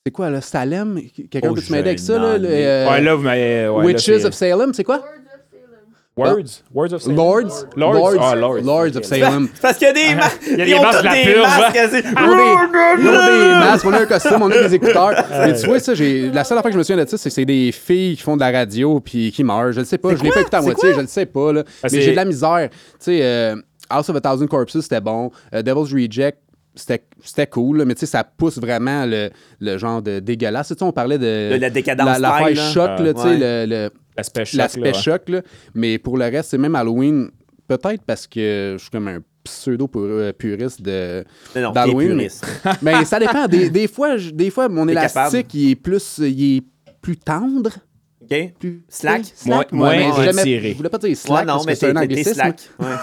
C: C'est quoi, là, Salem? Quelqu'un
B: Oh,
C: peut m'aider avec ça,
B: je
C: là? le,
B: n'en ai-
C: euh,
A: Ouais, là, vous m'avez- ouais, là,
C: Witches
A: c'est-
C: of Salem, c'est quoi?
A: Words. Words of Salem.
C: Lords.
A: Lords.
C: Lords,
A: Ah, Lords.
C: of Salem.
B: C'est Parce qu'il y a des, ma-
A: Ah, Il y a
B: ils
A: des
B: ont
A: masques
B: tous
A: de la
B: des
A: purge,
B: masques,
A: hein.
B: c'est-
C: On a des, on a des masques, on a un costume, on a des écouteurs. Mais tu vois, ça, j'ai, la seule affaire que je me souviens de ça, c'est que c'est des filles qui font de la radio puis qui meurent. Je le sais pas, je l'ai pas écouté à
B: C'est
C: moitié,
B: quoi?
C: je le sais pas. Là.
A: Ah, c'est-
C: Mais j'ai de la misère. Tu sais, euh, House of a Thousand Corpses, c'était bon. Euh, Devil's Reject, c'était, c'était cool, là. mais tu sais, ça pousse vraiment le, le genre de dégueulasse. Tu sais, on parlait de.
B: De la décadence
C: La, l'affaire
B: style, là.
C: choc,
A: Euh,
C: là, tu sais,
B: ouais.
C: le- le
A: L'aspect choc.
C: l'aspect
A: là, ouais.
C: choc, là. mais pour le reste, c'est même Halloween, peut-être parce que je suis comme un pseudo pu- euh, puriste de
B: Non, non, t'es
C: d'Halloween.
B: puriste.
C: mais ben, ça dépend. Des, des fois, je- des fois, mon
B: T'es
C: élastique
B: capable.
C: il est plus, il est plus tendre,
B: OK?
C: plus
B: Slack?
C: slack.
A: Moins-
C: ouais, mais
A: moins
C: j'ai jamais-
A: étiré.
C: Je voulais pas dire slack
B: Ouais, non,
C: parce que
B: mais
C: c'est
B: t'es t'es-
C: un
B: t'es
C: anglicisme.
B: slack. Ouais.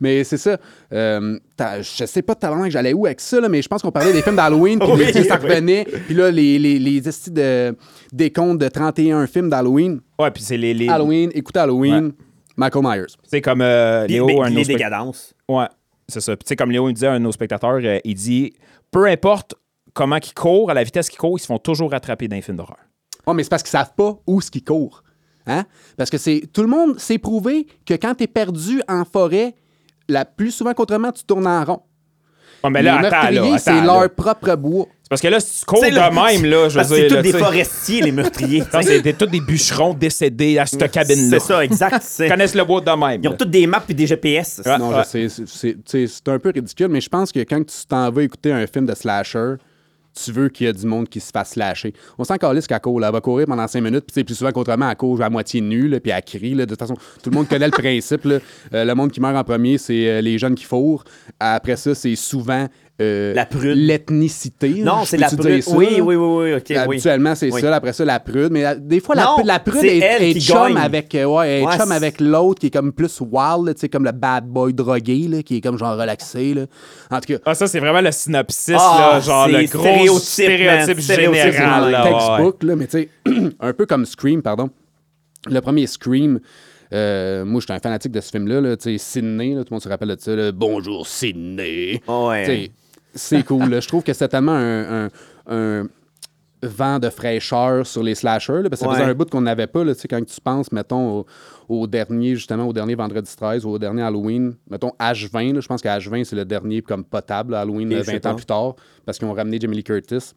C: Mais c'est ça. Euh, t'as- je sais pas talent que j'allais où avec ça, là, mais je pense qu'on parlait des films d'Halloween, puis
B: Oui,
C: les- ça
B: oui.
C: revenait. Puis là, les, les, les estis de, des comptes de 31 films d'Halloween.
A: Ouais, puis c'est les. les
C: Halloween, écoute Halloween, Michael Myers.
A: c'est comme euh,
B: Puis-
A: Léo,
B: mais-
A: un
B: puis
A: de nos
B: les
A: spect-
B: décadences.
A: Ouais, c'est ça. Puis tu sais, comme Léo nous disait, un de nos spectateurs, euh, il dit peu importe comment qu'ils courent, à la vitesse qu'ils courent, ils se font toujours rattraper dans les films d'horreur.
C: Oh, mais c'est parce qu'ils savent pas où ce qu'ils courent. Hein? Parce que c'est tout le monde s'est prouvé que quand tu es perdu en forêt, la plus souvent qu'autrement, tu tournes en rond.
A: Ouais, mais
C: les
A: Ben là, attends, là,
C: meurtriers,
A: attends,
C: c'est
A: là.
C: leur propre bois.
A: C'est parce que là, si tu cours Oh, de
B: C'est là-
A: même, là, je veux
B: Parce
A: dire.
B: que
A: là,
B: c'est tous des
A: tu sais.
B: forestiers, les meurtriers.
A: Non,
B: tu
A: c'est
B: sais.
A: des- tous des bûcherons décédés à cette cabine-là.
B: C'est ça, exact.
A: Ils
B: c'est-
A: connaissent le bois de même.
B: Ils ont toutes des maps et des GPS.
A: Ouais.
C: Non, je sais, c'est- c'est tu sais, c'est un peu ridicule, mais je pense que quand tu t'en vas écouter un film de slasher, tu veux qu'il y ait du monde qui se fasse slasher. On s'en calisse qu'elle court, là. elle va courir pendant 5 minutes, puis tu sais, plus souvent, contrairement, elle court à moitié nue, là, puis elle crie. là. de toute façon, tout le monde connaît le principe. là. Euh, le monde qui meurt en premier, c'est euh, les jeunes qui fourrent. Après ça, c'est souvent euh,
B: La prude.
C: l'ethnicité. là.
B: Non,
C: Je
B: c'est la
C: peux-tu
B: prude.
C: dire ça,
B: Oui,
C: là?
B: oui, oui, oui, ok. oui.
C: Habituellement, c'est
B: Oui.
C: ça. Après ça, la prude. Mais euh, des fois, la,
B: Non,
C: prude- la prude
B: c'est
C: est,
B: elle
C: est
B: qui
C: chum
B: gagne.
C: avec, euh, ouais, est
B: Ouais,
C: chum
B: c'est-
C: avec l'autre qui est comme plus wild, là, tu sais, comme le bad boy drogué, là, qui est comme genre relaxé. là. En tout cas,
A: Ah, ça, c'est vraiment le synopsis,
B: Ah,
A: là, genre
B: c'est
A: le gros
B: stéréotype, man.
A: stéréotype,
B: Stéréotype,
C: c'est dans
A: général.
C: le
A: là, ouais.
C: textbook, là, mais tu sais, un peu comme Scream, pardon. Le premier Scream, euh, moi, j'étais un fanatique de ce film-là. Là, tu sais, Sydney, là, tout le monde se rappelle de ça. là, Bonjour Sydney.
B: Ouais.
C: Tu sais, C'est cool. là. Je trouve que c'est tellement un, un- un vent de fraîcheur sur les slashers. là, parce que ça
B: Ouais.
C: faisait un bout qu'on n'avait pas. Là, tu sais, quand tu penses, mettons, au, au dernier, justement, au dernier vendredi 13 ou au dernier Halloween, mettons H20, là, je pense que H20, c'est le dernier comme potable, là, Halloween,
B: Et
C: là,
B: je sais
C: 20 ans
B: pas.
C: plus tard, parce qu'ils ont ramené Jamie Lee Curtis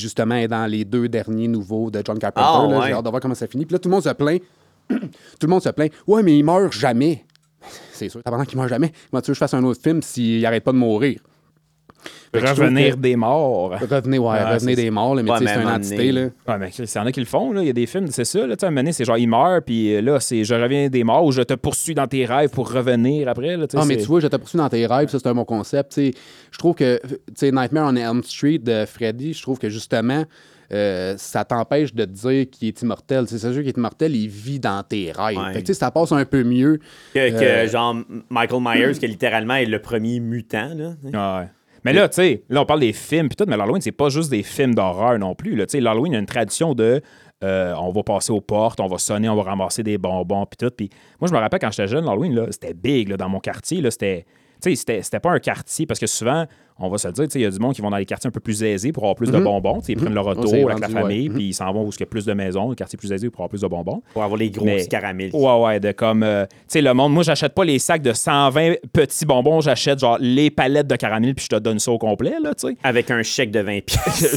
C: justement elle est dans les deux derniers nouveaux de John Carpenter.
B: Ah,
C: là.
B: ouais.
C: J'ai hâte de voir comment ça finit. Puis là, tout le monde se plaint. tout le monde se plaint. Ouais, mais il meurt jamais. C'est sûr, pendant qu'il meurt jamais. Comment tu veux que je fasse un autre film s'il arrête pas de mourir? Fait que je trouve
A: Revenir
C: que-
A: des morts.
C: Revenez, ouais,
A: Ouais,
C: revenez
A: c'est
C: des morts, là, mais
B: Ah, Ouais,
C: tu
B: mais
C: sais, c'est
B: à un
C: une
B: moment
C: entité.
B: donné-
C: Là.
A: Ouais, mais Chris, il y en a qui le font, là. Il y a des films, c'est ça, là. Tu sais, à un moment donné, c'est genre, il meurt, puis euh, là, c'est je reviens des morts ou je te poursuis dans tes rêves pour revenir après, là. sais,
C: Ah, mais
A: c'est-
C: tu vois, je te poursuis dans tes rêves, ça c'est un bon concept. tu sais. Je trouve que tu sais, Nightmare on Elm Street de Freddy, je trouve que justement, euh, ça t'empêche de te dire qu'il est immortel. Tu sais, C'est sûr qu'il est immortel, il vit dans tes rêves.
B: Ouais.
C: Fait que, tu sais, ça passe un peu mieux.
B: Que, que,
C: Euh,
B: genre Michael Myers, qui littéralement est le premier mutant. Là.
A: Ah Ouais. Mais là, tu sais, là, on parle des films, puis tout, mais l'Halloween, c'est pas juste des films d'horreur non plus. là. Tu sais, l'Halloween a une tradition de euh, on va passer aux portes, on va sonner, on va ramasser des bonbons, puis tout. Puis moi, je me rappelle quand j'étais jeune, l'Halloween, là, c'était big là, dans mon quartier. Là, c'était. Tu sais, c'était- c'était pas un quartier, parce que souvent, on va se le dire, tu sais, il y a du monde qui vont dans les quartiers un peu plus aisés pour avoir plus de bonbons. Tu sais, Ils prennent leur
C: Mm-hmm. On
A: auto
C: s'est
A: avec la
C: rendu,
A: famille,
C: ouais. Mm-hmm.
A: puis ils s'en vont où il y a plus de maisons, le quartier plus aisé pour avoir plus de bonbons.
B: Pour avoir les grosses
A: Mais-
B: caramels.
A: Ouais, ouais, de comme, euh, tu sais, le monde, moi, j'achète pas les sacs de 120 petits bonbons, j'achète genre les palettes de caramel, puis je te donne ça au complet, là, tu
B: Avec un chèque de 20 pièces.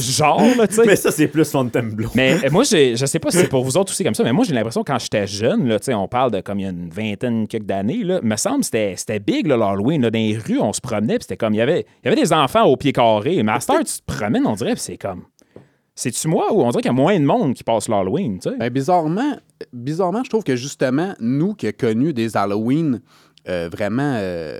A: sais. genre, là, tu sais.
B: Ah, Mais ça, c'est plus Fontainebleau.
A: Mais euh, moi, j'ai- je sais pas si c'est pour vous autres aussi comme ça, mais moi, j'ai l'impression quand j'étais jeune, là, tu sais, on parle de comme il y a une vingtaine, quelques d'années, là, me semble que c'était c'était big, là, l'Halloween. là, Dans les rues, on se promenait, puis c'était comme, il y avait- il y avait des enfants au pied carré. Mais à cette heure, tu te promènes, on dirait, puis c'est comme, c'est-tu moi ou on dirait qu'il y a moins de monde qui passe l'Halloween, tu sais?
C: Ben, bizarrement, bizarrement, je trouve que justement, nous qui avons connu des Halloween euh, vraiment, euh,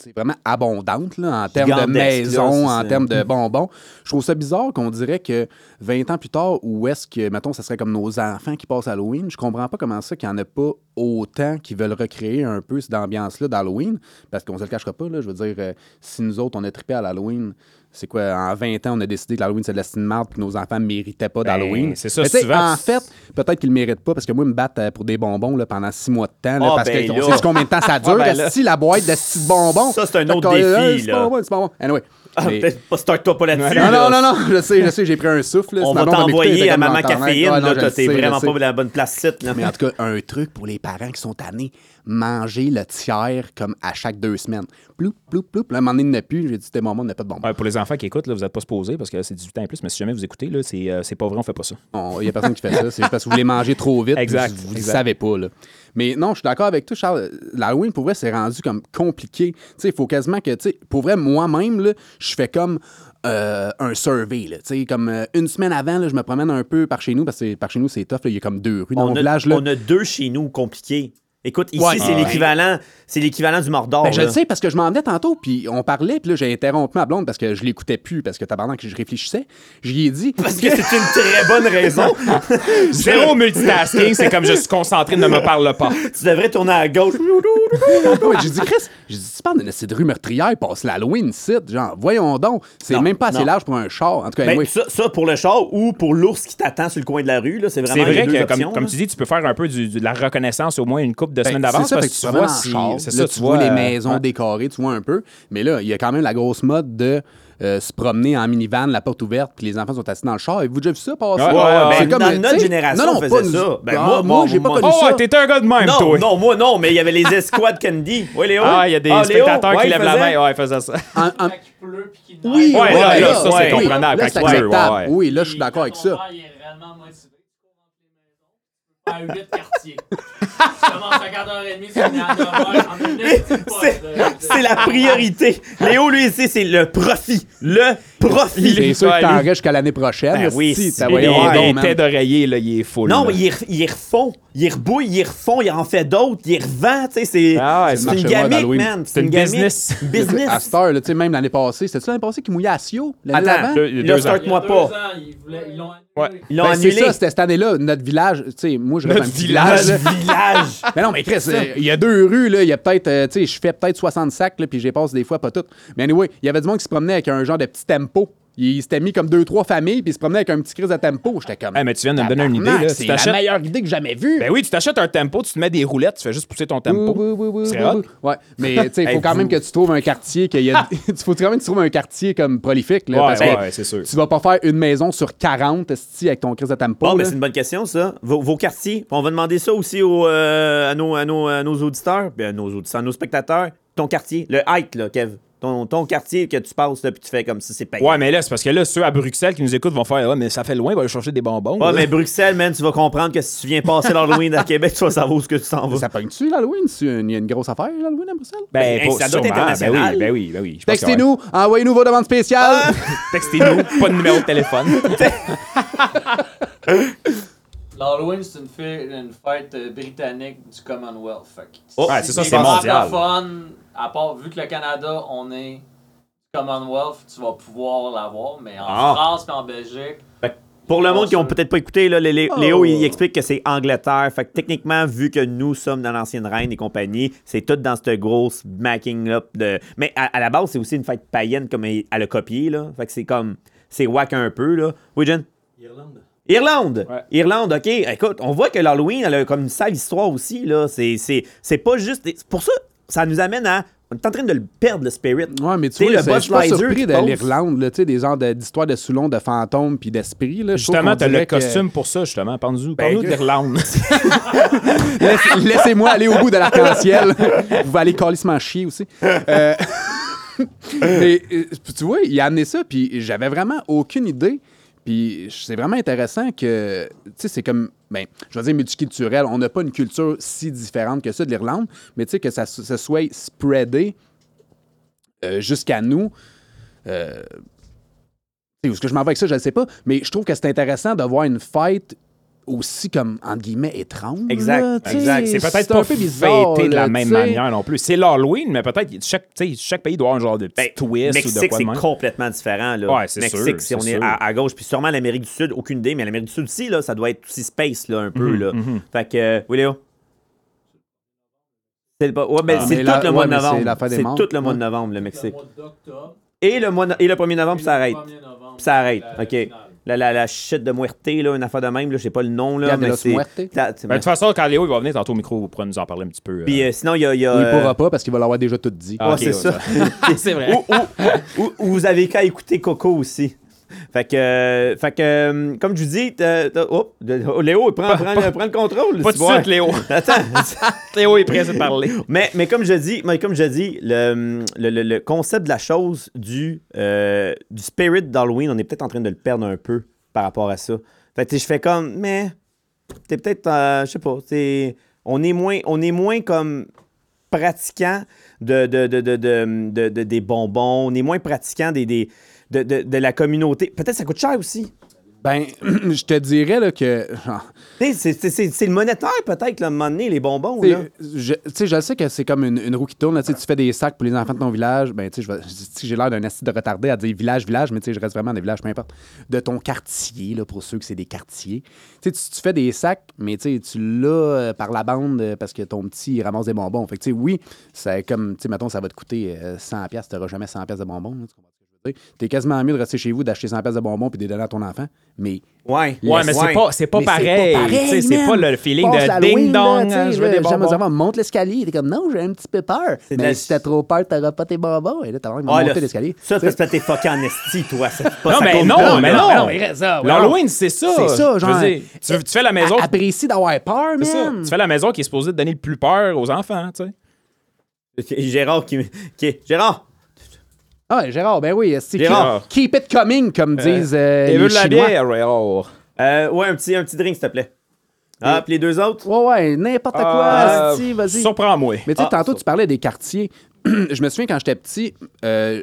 C: c'est vraiment abondantes là, en termes de
B: Gigantesques, là,
C: maisons,
B: c'est
C: en
B: ça. Mm.
C: termes de bonbons, je trouve ça bizarre qu'on dirait que 20 ans plus tard, où est-ce que, mettons, ça serait comme nos enfants qui passent Halloween, je comprends pas comment ça qu'il n'y en a pas autant qui veulent recréer un peu cette ambiance-là d'Halloween, parce qu'on se le cachera pas, là, je veux dire, euh, si nous autres, on est trippé à l'Halloween, c'est quoi, en 20 ans, on a décidé que l'Halloween, c'est de la cinéma marde, puis que nos enfants méritaient pas
B: Ben,
C: d'Halloween.
A: c'est ça,
C: Mais tu sais,
A: souvent,
C: En
A: tu-
C: fait, peut-être qu'ils le méritent pas parce que moi, ils me battent euh, pour des bonbons là, pendant six mois de temps. là,
B: Ah,
C: parce
B: ben
C: qu'on
B: là.
C: sait combien de temps ça dure.
B: Ah, ben là.
C: esti, la boîte de six bonbons.
B: Ça, c'est un
C: Fait
B: autre
C: qu'on- euh,
B: défi,
C: c'est
B: là.
C: pas bon, c'est pas bon. Anyway.
B: Ah,
C: Mais- Ah,
B: peut-être pas start-toi pas là-dessus.
C: Non,
B: là.
C: non, non, non, je sais, je sais, j'ai pris un souffle. là,
B: On
C: sinon
B: va
C: on m'écouter, elle
B: t'envoyer
C: était
B: à
C: comme
B: maman
C: en tabarnak.
B: caféine.
C: Ouais, Ah, non,
B: là,
C: je
B: toi,
C: le
B: T'es
C: sais, je
B: vraiment
C: le
B: pas
C: sais.
B: dans la bonne place site. là.
C: Mais en tout cas, un truc pour les parents qui sont tannés, manger le tiers comme à chaque deux semaines. Ploup, ploup, ploup. Là, à un moment donné, il n'y en a plus. J'ai dit, c'était moment, il n'y a pas de bonbons.
A: Ouais, pour les enfants qui écoutent, là, vous n'êtes pas supposés parce que c'est 18 ans et plus, mais si jamais vous écoutez, là, c'est, euh, c'est pas vrai, on fait pas ça.
C: Il n'y a personne qui fait ça. C'est juste parce que vous voulez manger trop vite.
A: Exact,
C: Vous ne
A: exact.
C: savez pas. Là. Mais non, je suis d'accord avec toi, Charles. L'Halloween, pour vrai, c'est rendu comme compliqué. Tu sais, il faut quasiment que. tu sais, Pour vrai, moi-même, là, je fais comme. euh, un survey, là, tu sais, comme euh, une semaine avant, là, je me promène un peu par chez nous, parce que par chez nous, c'est tough, là, il y a comme deux rues dans
B: On
C: mon
B: a,
C: village. Là.
B: on a deux chez nous compliqués. Écoute, ici,
C: Ouais.
B: c'est
C: Ah, ouais.
B: l'équivalent c'est l'équivalent du Mordor.
C: Ben, je
B: là.
C: le sais parce que je m'en venais tantôt, puis on parlait, puis là, j'ai interrompu ma blonde parce que je l'écoutais plus, parce que tabarnak, je réfléchissais. J'y ai dit.
B: Parce que c'est une très bonne raison.
A: Zéro multitasking, c'est comme je suis concentré, ne me parle pas.
B: tu devrais tourner à gauche.
C: Ouais, j'ai
A: Ah.
C: dit, Chris, j'ai dit, tu parles d'une petite rue meurtrière, passe l'Halloween site. Genre, voyons donc, c'est
B: Non,
C: même pas assez
B: non.
C: large pour un char. En tout cas,
B: Ben,
C: anyway.
B: ça, ça, pour le char ou pour l'ours qui t'attend sur le coin de la rue, là, c'est
A: C'est
B: vraiment les
A: vrai
B: deux
A: que,
B: options,
A: comme, comme
B: là.
A: tu dis, tu peux faire un peu du- du- de la reconnaissance au moins une couple de
C: Ben,
A: semaines d'avance
C: c'est ça,
A: parce
C: fait
A: que
C: que
A: tu
C: te
A: vois
C: promènes en
A: si.
C: char,
A: C'est
C: là,
A: ça,
C: tu vois les
A: euh,
C: maisons
A: ouais.
C: décorées, tu vois un peu. Mais là, il y a quand même la grosse mode de euh, se promener en minivan, la porte ouverte, puis les enfants sont assis dans le char. Et vous avez vu ça passer?
A: Ouais, ouais, ouais.
C: C'est
B: Ben, dans
C: euh,
B: notre
C: tu sais,
B: génération, on faisait
C: pas nous-
B: ça. Ben,
C: Ah,
B: moi-
C: moi,
B: moi,
C: j'ai pas
B: moi-
C: connu
A: Oh, ouais,
C: ça.
A: t'étais un gars de même,
B: non,
A: toi.
B: non, moi non, mais il y avait les escouades Candy. Oui, Léo.
A: Ah, il y a des
B: Ah, Léo,
A: spectateurs
B: ouais,
A: qui
B: il
A: lèvent la
B: faisait.
A: main. Ouais, ils faisaient ça.
C: En- en-
D: Quand il pleut puis qu'il
C: Oui,
A: Ouais,
C: ouais,
A: là,
C: ouais,
A: là, ça, c'est
C: ouais.
A: comprenable, quand
C: Là, c'est
A: il pleut,
C: acceptable.
A: ouais, ouais.
C: Oui, là, je suis d'accord avec
D: Ton
C: ça.
D: père, il est réellement motivé. Tu cours entre les maisons, tu peux faire huit quartiers. Tu commences à 4h30, tu finis à 9h, en une petite poche de- de-
B: C'est la priorité. Léo, lui, ici, c'est le profit. Le profit.
A: Il-
C: C'est sûr
A: Ouais,
C: que t'en
A: lui-
C: restes jusqu'à l'année prochaine.
B: Ben oui,
C: si,
B: si.
C: t'as-
A: Il
C: voyons
B: ouais,
A: est
C: donc,
A: des
C: man.
A: têtes d'oreiller, là, il est full.
B: Non,
A: là.
B: ils re- ils refont. Ils rebouillent, ils refont, ils en fait d'autres, ils revendent. tu sais, C'est
A: Ah ouais,
B: c'est
A: c'est
C: le
B: une
C: marché noir
B: gamique,
C: d'Halloween.
B: man.
A: C'est une
B: gamique.
A: business.
C: À
B: Business.
C: cette heure, là, tu sais, même l'année passée, c'était-tu l'année passée qui mouillait à Sio? L'année
B: Attends,
C: avant?
A: Deux- il y a
B: Là,
A: deux ans.
D: Il y a
B: start-moi
D: deux
B: pas.
D: ans, ils voulaient- ils l'ont annulé.
A: Ouais.
B: Ils l'ont
C: Ben, c'est
B: annulé.
C: ça, c'était cette année-là, notre village. Tu sais, moi, je reste
A: Notre
C: un petit
A: village.
C: là.
B: Village.
C: Mais non, mais Chris, euh, il y a deux rues, là. Il y a peut-être, euh, tu sais, je fais peut-être 60 sacs, là, puis j'ai passe des fois pas toutes. Mais anyway, il y avait du monde qui se promenait avec un genre de petit tempo. Il, il s'était mis comme deux, trois familles, puis il se promenait avec un petit crise de tempo. J'étais comme.
A: Hey, mais tu viens de me donner une idée. Là.
C: Tabarnak,
A: Tu
C: C'est la
A: t'achètes-
C: meilleure idée que j'ai jamais vue.
A: Ben oui, tu t'achètes un tempo, tu te mets des roulettes, tu fais juste pousser ton tempo.
C: Oui, oui, oui,
A: C'est
C: oui,
A: hot.
C: oui. Ouais, mais tu sais, il
B: Hey,
C: faut quand même que tu trouves un quartier qu'il y a il faut quand même que tu trouves un quartier comme prolifique là,
A: Ouais,
C: parce
A: ouais,
C: que
A: ouais, c'est sûr.
C: Tu vas pas faire une maison sur 40 esti, avec ton crise de tempo.
B: Bon,
A: Ah,
C: là.
B: ben, c'est une bonne question, ça. Vos, vos quartiers. On va demander ça aussi aux, euh, à, nos, à nos- à nos auditeurs, puis à nos auditeurs, à nos spectateurs. Ton quartier, le height, là, Kev. Ton, ton quartier que tu passes, là, puis tu fais comme ça, c'est payant.
A: Ouais, mais là, c'est parce que là, ceux à Bruxelles qui nous écoutent vont faire Ouais, mais ça fait loin, on va aller chercher des bonbons.
B: Ouais,
A: là.
B: mais Bruxelles, man, tu vas comprendre que si tu viens passer l'Halloween à Québec, tu vas savoir où ce que tu t'en vas.
C: Ça pogne-tu l'Halloween? Tu- Il y a une grosse affaire l'Halloween à Bruxelles?
A: Ben,
B: Hey,
A: pas
B: ça doit être
A: sûrement.
B: international.
A: Ben oui, ben oui, ben oui. Je pense que ouais.
C: Textez-nous, envoyez-nous vos demandes
A: Ah!
C: spéciales.
A: Textez-nous, pas de numéro de téléphone.
D: L'Halloween, c'est une, fête- une fête euh, britannique du Commonwealth. Fait que-
A: ouais, Oh, c'est ça,
D: Les
A: c'est mondial.
D: francophones, à part, vu que le Canada, on est Commonwealth, tu vas pouvoir l'avoir, mais en
A: Ah.
D: France et en Belgique,
B: Pour le
D: Oh,
B: monde qui ont
D: ça.
B: peut-être pas écouté, là, Lé- Lé-
C: Oh.
B: Léo, il explique que c'est Angleterre. Fait que techniquement, vu que nous sommes dans l'ancienne reine et compagnie, c'est tout dans cette grosse macking up de. Mais à, à la base, c'est aussi une fête païenne comme elle elle a copié, là. Fait que c'est comme. C'est wack un peu, là. Oui, Jen?
D: Irlande.
B: Irlande!
A: Ouais.
B: Irlande, OK. Écoute, on voit que l'Halloween, elle a comme une sale histoire aussi, là. C'est- C'est c'est pas juste. c'est Pour ça, ça nous amène à. On est en train de le perdre, le spirit.
C: Ouais, mais tu
B: T'sais,
C: vois,
B: le
C: c'est- je suis pas
B: Budweiser qui
C: surpris de
B: passe.
C: l'Irlande, là, tu sais, des genres de- d'histoires de Soulon, de fantômes puis d'esprits. là. Je trouve
A: Justement,
C: qu'on
A: t'as le
C: dirait que-
A: costume pour ça, justement. Parle-nous parle-nous
B: gars.
A: d'Irlande.
C: Laisse- Laissez-moi aller au bout de l'arc-en-ciel. Vous allez calissement chier aussi. Euh, mais euh, tu vois, il a amené ça, puis j'avais vraiment aucune idée. Puis c'est vraiment intéressant que, tu sais, c'est comme, ben, je veux dire multiculturel. On n'a pas une culture si différente que ça de l'Irlande, mais tu sais, que ça se se soit spreadé euh, jusqu'à nous. euh, tu sais, où est-ce que je m'en vais avec ça, je ne sais pas, mais je trouve que c'est intéressant d'avoir une fête aussi comme, entre guillemets, étrange.
B: Exact,
C: là, tu sais.
A: Exact. C'est peut-être
C: un
A: pas
C: peu bizarre,
A: fêté de la
C: là,
A: même
C: tu sais.
A: manière non plus. C'est l'Halloween, mais peut-être que chaque, tu sais, chaque pays doit avoir un genre de petit twist ou de
B: Ben, Mexique,
A: quoi de
B: c'est
A: même.
B: complètement différent. Là.
A: Ouais, c'est sûr,
B: Mexique, si on
A: c'est
B: est
A: sûr.
B: à, à gauche, puis sûrement l'Amérique du Sud, aucune idée, mais l'Amérique du Sud aussi, là, ça doit être aussi space là, un peu.
A: Mhm,
B: là. Fait que, euh, oui, Léo? C'est le, ouais, mais
C: Ah,
B: c'est
C: mais
B: tout
C: la-
B: le mois
C: ouais,
B: de
C: mais c'est la
B: novembre.
C: fin des
B: C'est
C: morts.
B: tout le mois de
C: Ouais.
B: novembre, le
D: le
B: Mexique.
D: mois d'octobre.
B: Et le, mois no- et le 1er novembre,
D: et
B: ça
D: le
B: arrête.
D: 1er novembre,
B: Puis ça arrête,
D: la- la
B: OK.
D: finale.
B: La, la, la shit de Muerte, là, une affaire de même, là, je sais pas le nom. Là,
C: Dia de
B: mais
C: los
B: c'est-
C: Muertes.
B: Ta- tu-
A: Ben, de toute façon, quand Léo il va venir tantôt au micro, vous pourrez nous en parler un petit peu. euh.
B: Puis euh, sinon, il y a... il y a,
C: Ou il
B: euh,
C: pourra pas parce qu'il va l'avoir déjà tout dit.
A: Ah,
B: ouais,
A: ok,
B: c'est
A: ouais,
B: ça.
A: c'est vrai.
B: ou, ou- ou- ou vous avez qu'à écouter Coco aussi. Fait que, euh, fait que euh, comme je vous dis, t'as- t'as- oh, de- oh, Léo, prends, prends, le- prends le contrôle.
A: Pas de
B: si tu vois.
A: suite, Léo.
B: Attends.
A: Léo est prêt à se parler.
B: mais, mais comme je dis, mais comme je dis le, le, le- le concept de la chose du, euh, du spirit d'Halloween, on est peut-être en train de le perdre un peu par rapport à ça. Fait que tu sais, je fais comme, mais t'es peut-être, euh, je sais pas, t'es- on est moins, on est moins comme pratiquant de, de, de, de, de- de- de- des bonbons, on est moins pratiquant des, des, de, de- de la communauté. Peut-être que ça coûte cher aussi.
C: Ben, je te dirais là, que. ah, genre,
B: Tu sais, C'est c'est- c'est- c'est le monétaire peut-être, là, à un moment donné, les bonbons.
C: tu
B: Là.
C: sais, je, tu sais, je sais que c'est comme une, une roue qui tourne. Là, tu sais, tu fais des sacs pour les enfants de ton village. Ben, tu sais, je vais- tu sais, j'ai l'air d'un assis de retardé à dire village, village, mais tu sais, je reste vraiment des villages, peu importe. De ton quartier, là, pour ceux que c'est des quartiers. Tu, sais, tu, tu fais des sacs, mais tu sais, tu l'as euh, par la bande euh, parce que ton petit il ramasse des bonbons. Fait que, tu sais, oui, c'est comme, tu sais, mettons, ça va te coûter euh, 100$, tu n'auras jamais 100$ piastres de bonbons. là, tu comprends ce que je veux dire? Tu es quasiment mieux de rester chez vous, d'acheter 100 pièces de bonbons puis de les donner à ton enfant. Mais
B: Ouais.
A: Ouais, mais c'est pas, c'est pas
C: Mais c'est
A: pareil.
C: pas pareil,
A: Tu sais, C'est
C: man.
A: pas le feeling
C: Passe
A: de
C: l'Halloween,
A: ding-dong.
C: là, tu sais,
A: hein, Je veux
C: là,
A: des
C: jamais aux
A: bonbons.
C: enfants, monte l'escalier. T'es comme, non, j'ai un petit peu peur.
B: de la-
C: Mais si t'as trop peur, t'auras pas tes bonbons. Et là, t'as envie de
B: Ah, là,
C: monter l'escalier.
B: Ça, c'est parce que t'es fucké en esti, toi. Ça, c'est pas
A: Non,
B: ça
A: mais
B: compte
A: non,
B: pas,
A: mais
B: là.
A: non.
C: mais non, mais reste ça, ouais,
A: L'Halloween, c'est ça.
C: C'est ça,
A: Je veux
C: genre,
A: dire, tu, tu fais la maison.
C: A- Apprécie d'avoir peur,
A: c'est ça.
C: man.
A: Tu fais la maison qui est supposée te donner le plus peur aux enfants, tu sais.
B: Ok, Gérard qui. ok, Gérard!
C: Ah, Gérard, ben oui, c'est
B: Gérard.
C: keep it coming, comme disent euh,
A: Il veut
C: les
A: de la
C: Chinois.
A: bière, Rayor.
B: Euh, ouais, un petit, un petit drink, s'il te plaît. Ah, puis les deux autres?
C: Ouais, ouais, n'importe
A: Euh,
C: quoi, esti, vas-y.
A: Surprends-moi.
C: Mais tu sais,
B: Ah,
C: tantôt,
B: ça.
C: tu parlais des quartiers. je me souviens quand j'étais petit. euh,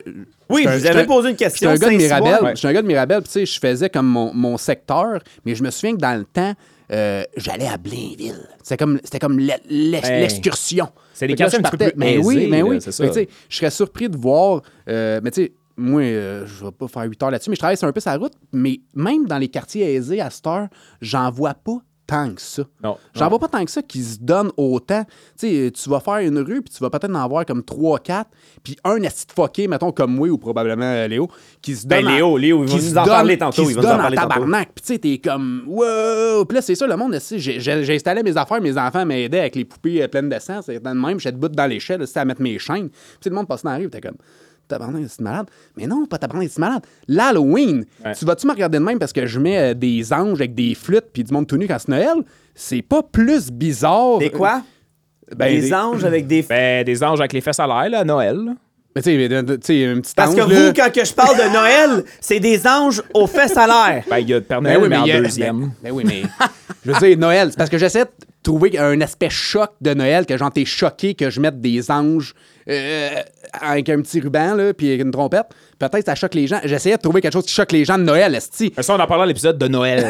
B: Oui,
C: j'étais
B: je
C: un-
B: vous
C: j'étais
B: avais
C: un-
B: posé une question.
C: J'étais un gars de
B: Saint-Cyboire.
C: Mirabel.
B: Ouais.
C: J'étais un gars de Mirabel, puis tu sais, je faisais comme mon, mon secteur, mais je me souviens que dans le temps, euh, j'allais à Blainville. C'était comme, c'était comme l'e- l'e-
A: Hey.
C: l'excursion.
A: C'est des
C: Fait que là,
A: quartiers
C: je
A: un petit peu
C: partais-
A: plus
C: Mais
A: aisés,
C: oui, mais
A: là,
C: oui.
A: c'est ça.
C: Fait que, tu sais, je serais surpris de voir. euh, mais tu sais, moi, euh, je vais pas faire 8 heures là-dessus, mais je travaille sur un peu sa route. Mais même dans les quartiers aisés à cette heure, j'en vois pas tant que ça.
A: Non,
C: J'en vois pas tant que ça qui se donnent autant. Tu sais, tu vas faire une rue, puis tu vas peut-être en voir comme 3-4, puis un assis de fucké, mettons, comme moi ou probablement euh, Léo, qui se
B: Ben,
C: donne. en-
B: Léo, Léo, il va
C: qui
B: nous
C: se
B: en
C: donne-
B: parler tantôt,
C: qui
B: il
C: se
B: va nous en
C: donne
B: parler tantôt.
C: tabarnak. Puis tu sais, t'es comme, wow! Puis là, c'est ça, le monde, assis. J'ai- j'ai- j'installais mes affaires, mes enfants m'aidaient avec les poupées euh, pleines de sang, c'est dans le même, j'étais debout dans l'échelle, c'était à mettre mes chaînes. Puis tu sais, le monde passait dans la rue, puis t'es comme, tabarnak, c'est malade. Mais non, pas tabarnak, c'est malade. L'Halloween, tu vas-tu me regarder de même parce que je mets euh, des anges avec des flûtes puis du monde tout nu quand c'est Noël? C'est pas plus bizarre.
B: Des quoi?
C: euh, Ben,
B: des,
C: des-
B: anges avec des.
A: Ben, des anges avec les fesses à l'air, là, à Noël. là.
C: Mais tu sais, mais, euh, tu sais, un petit
B: Parce que
C: ange, là.
B: vous, quand que je parle de Noël, c'est des anges aux fesses à l'air.
A: Ben, il y a le Père
C: Ben
A: Noël,
C: oui,
A: mais,
C: mais il y
A: en
C: a-
A: deuxième.
C: Ben, ben oui, mais. je veux dire, Noël, c'est parce que j'essaie de trouver un aspect choc de Noël, que genre, t'es choqué que je mette des anges euh, avec un petit ruban, là, puis avec une trompette. Peut-être que ça choque les gens. J'essayais de trouver quelque chose qui choque les gens de Noël, Esti.
A: Mais ça, on en parlé à l'épisode de Noël.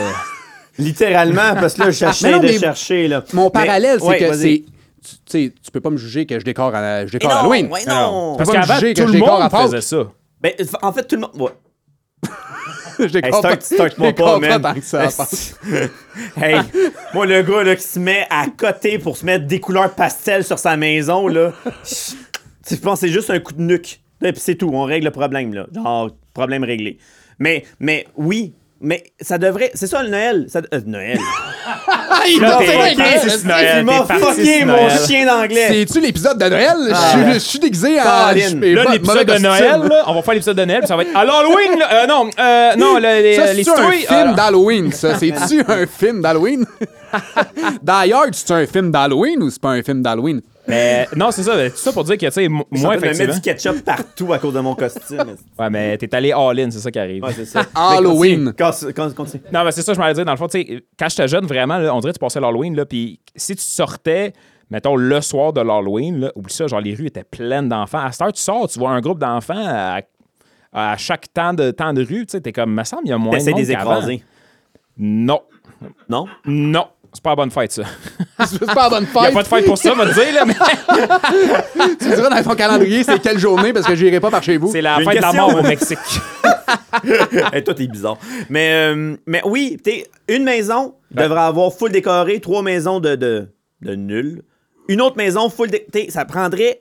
B: Littéralement, parce que là, je cherchais
C: Mais non,
B: de
C: mais
B: chercher. Là.
C: Mon
B: Mais-
C: parallèle, c'est
B: ouais,
C: que
B: vas-y.
C: c'est. Tu tu sais, tu peux pas me juger que je décore, à, je décore
B: Eh non,
C: Halloween.
B: ouais,
C: Alors,
B: non.
C: tu peux
A: Parce
C: pas me
A: qu'avant,
C: juger que
A: tout
C: je
A: le
C: décore à
A: monde
C: Pâques.
A: faisait ça.
B: Ben, en fait, tout le monde. ouais.
C: Je
B: Hey,
C: décore
B: start,
C: pas- je
B: start-moi pas,
C: décore pas
B: man.
C: tant que ça à Pâques.
B: hey, moi, le gars là, qui se met à côté pour se mettre des couleurs pastel sur sa maison, là, tu penses que c'est juste un coup de nuque. Et puis c'est tout, on règle le problème, là. Genre, problème réglé. Mais, mais oui, mais ça devrait. C'est ça le Noël. Ça, euh, Noël.
C: Il
A: Là,
C: m'a
A: t'es
C: fucké,
A: parti
C: Esti.
A: sur Noël,
B: Il m'a
A: t'es parti
B: fucké
A: sur
B: mon
A: Noël.
B: chien d'anglais.
C: C'est-tu l'épisode de Noël? Je-
B: ouais.
C: je suis déguisé en.
B: Caroline.
C: je-
A: Là,
C: mo-
A: l'épisode de
C: mauvais
A: Noël,
C: costume.
A: là, on va faire l'épisode de Noël, puis ça va être. Alors, Halloween, là, euh, non, euh, non, le- les,
C: Ça,
A: les
C: c'est un
A: citrouilles,
C: film
A: euh,
C: d'Halloween, ça. C'est-tu un film d'Halloween? D'ailleurs, c'est un film d'Halloween ou c'est pas un film d'Halloween?
A: mais- ben, non, c'est ça, mais tout ça pour dire que, tu sais, m-
B: Je suis en
A: moi,
B: train de me
A: effectivement.
B: mettre du ketchup partout à cause de mon costume.
A: Ouais, mais t'es allé all-in, c'est ça qui arrive.
B: Ouais, c'est ça.
C: Halloween.
B: Mais Continue. Cons- cons- continue.
A: Non, mais c'est ça, je m'allais dire. Dans le fond, tu sais, quand j'étais jeune, vraiment, là, on dirait que tu passais l'Halloween, là, puis si tu sortais, mettons, le soir de l'Halloween, là, oublie ça, genre, les rues étaient pleines d'enfants. À cette heure, tu sors, tu vois un groupe d'enfants à, à chaque temps de, temps de rue, tu sais, t'es comme, me semble, il y a moins de
B: Essaye de
A: monde
B: les
A: qu'avant.
B: écraser.
A: Non,
B: Non?
A: non. C'est pas la bonne fête, ça.
C: C'est pas la bonne
A: Il
C: fête.
A: a pas de fête pour ça, on va te dire, là, mais
C: Tu diras dans ton calendrier c'est quelle journée parce que j'irai pas par chez vous.
A: c'est la
B: J'ai une
A: fête de la
B: question.
A: mort au Mexique.
B: Hey, toi, t'es bizarre. Mais, euh, mais oui, t'es- une maison devrait avoir full décoré, trois maisons de, de, de nul. Une autre maison full dé- t'sais, Ça prendrait.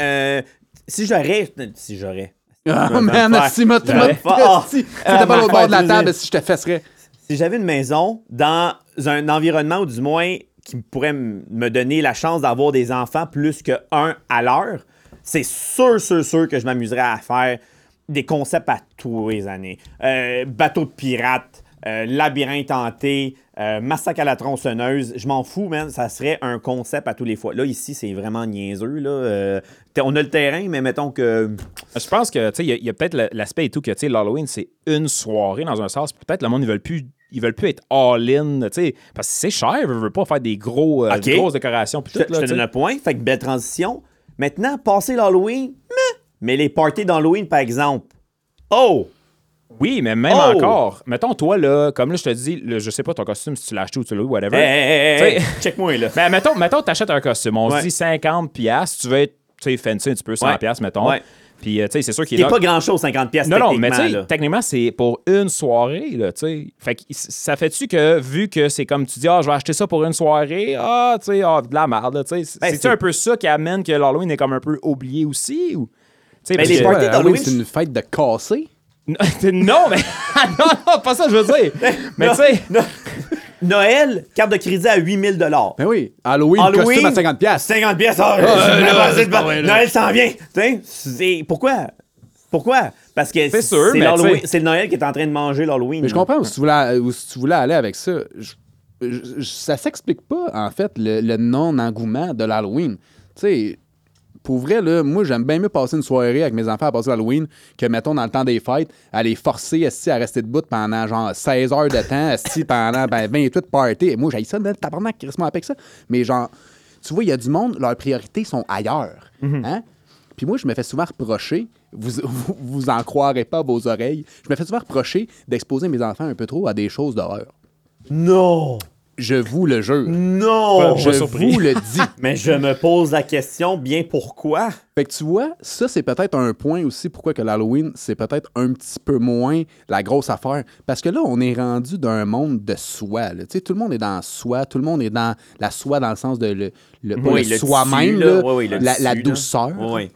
B: euh, si j'aurais. Si j'aurais.
C: Oh man,
B: J'aurais-
C: si m'a tu m'as-
B: j'aurais pas-
C: si- si
B: Ah,
C: t'étais pas l'autre
B: ma
C: bord de la
B: fête,
C: table,
B: je-
C: si je te fesserais.
B: Si j'avais une maison dans un environnement, ou du moins qui pourrait m- me donner la chance d'avoir des enfants plus que un à l'heure, c'est sûr, sûr, sûr que je m'amuserais à faire des concepts à tous les années. Euh, bateau de pirates, euh, labyrinthe hanté, euh, massacre à la tronçonneuse, je m'en fous, man. Ça serait un concept à tous les fois. Là, ici, c'est vraiment niaiseux. Là. Euh, t- on a le terrain, mais mettons que.
A: Je pense que, tu sais, il y a- il y a, peut-être la- l'aspect et tout que, tu sais, l'Halloween, c'est une soirée dans un sens. puis Peut-être le monde, ils veulent plus. Ils veulent plus être all-in, tu sais, parce que c'est cher, ils veulent pas faire des gros, euh,
B: Ok.
A: des grosses décorations. puis
B: Je
A: tout,
B: te,
A: là,
B: je te
A: tu sais.
B: donne un point. Fait que belle transition. Maintenant, passer l'Halloween, meh. mais les parties d'Halloween, par exemple. Oh!
A: Oui, mais même
B: Oh!
A: encore. Mettons, toi, là, comme là, je te dis, là, je sais pas ton costume, si tu l'as acheté ou tu l'as eu, whatever.
B: Hey, hey, hey, hey,
A: Tu sais-
B: Check-moi, là.
A: Ben, mettons, mettons, t'achètes un costume. On
B: Eh, Ouais.
A: se dit 50 piastres, tu veux être, tu sais, fancy un petit peu, 100
B: Ouais.
A: piastres, mettons.
B: Ouais.
A: Puis, euh, tu sais, c'est sûr qu'il
B: C'est
A: est là-
B: pas grand-chose, 50 pièces
A: Non, non, mais tu
B: techniquement,
A: sais,
B: là.
A: techniquement, c'est pour une soirée, là, tu sais. Fait que c- ça fait-tu que, vu que c'est comme tu dis, ah, je vais acheter ça pour une soirée, ah, tu sais, ah, de la merde, là, tu sais.
B: Ben,
A: C'est-tu
B: c'est-
A: un peu ça qui amène que l'Halloween est comme un peu oublié aussi, ou... sais,
B: Mais
A: parce
B: les
A: que-
B: parties
C: Ouais,
B: d'Halloween,
C: Halloween, c'est une fête de cassé.
A: non, mais. non, non, pas ça, que je veux dire. Mais tu sais.
B: No- Noël, carte de crédit à 8000 dollars.
C: Ben oui, Halloween, costume à 50 pièces.
B: 50 pièces. ah, je me passe le pas- Noël s'en vient. Tu sais, c'est- pourquoi? Pourquoi? Parce que c'est
A: sûr, mais
B: l'Halloween-
A: tu sais-
B: c'est le Noël qui est en train de manger l'Halloween.
C: Mais je comprends où si tu voulais, où si tu voulais aller avec ça. Je- je- je- ça s'explique pas, en fait, le, le non-engouement de l'Halloween. Tu sais, pour vrai, là, moi, j'aime bien mieux passer une soirée avec mes enfants à passer l'Halloween que, mettons, dans le temps des fêtes, à les forcer esti, à rester debout pendant genre 16 heures de temps, esti, pendant ben, 28 parties. Et moi, j'ai ça, le tabarnak, Christmas avec ça. Mais genre, tu vois, il y a du monde, leurs priorités sont ailleurs. hein? Puis moi, je me fais souvent reprocher, vous, vous, vous en croirez pas à vos oreilles, je me fais souvent reprocher d'exposer mes enfants un peu trop à des choses d'horreur.
B: Non!
C: Je vous le jure.
B: Non!
A: Je-
C: Je
A: suis surpris.
C: vous le dis.
B: Mais je me pose la question, bien pourquoi?
C: Fait que tu vois, ça, c'est peut-être un point aussi pourquoi que l'Halloween, c'est peut-être un petit peu moins la grosse affaire. Parce que là, on est rendu d'un monde de soi. là. Tu sais, tout le monde est dans soi, tout le monde est dans la soi dans le sens de le, le, pas
B: Oui,
C: le
B: le
C: soi-même,
B: tissu, là.
C: là,
B: Oui, oui, le
C: la, la
B: tissu, là.
C: douceur.
B: Oui.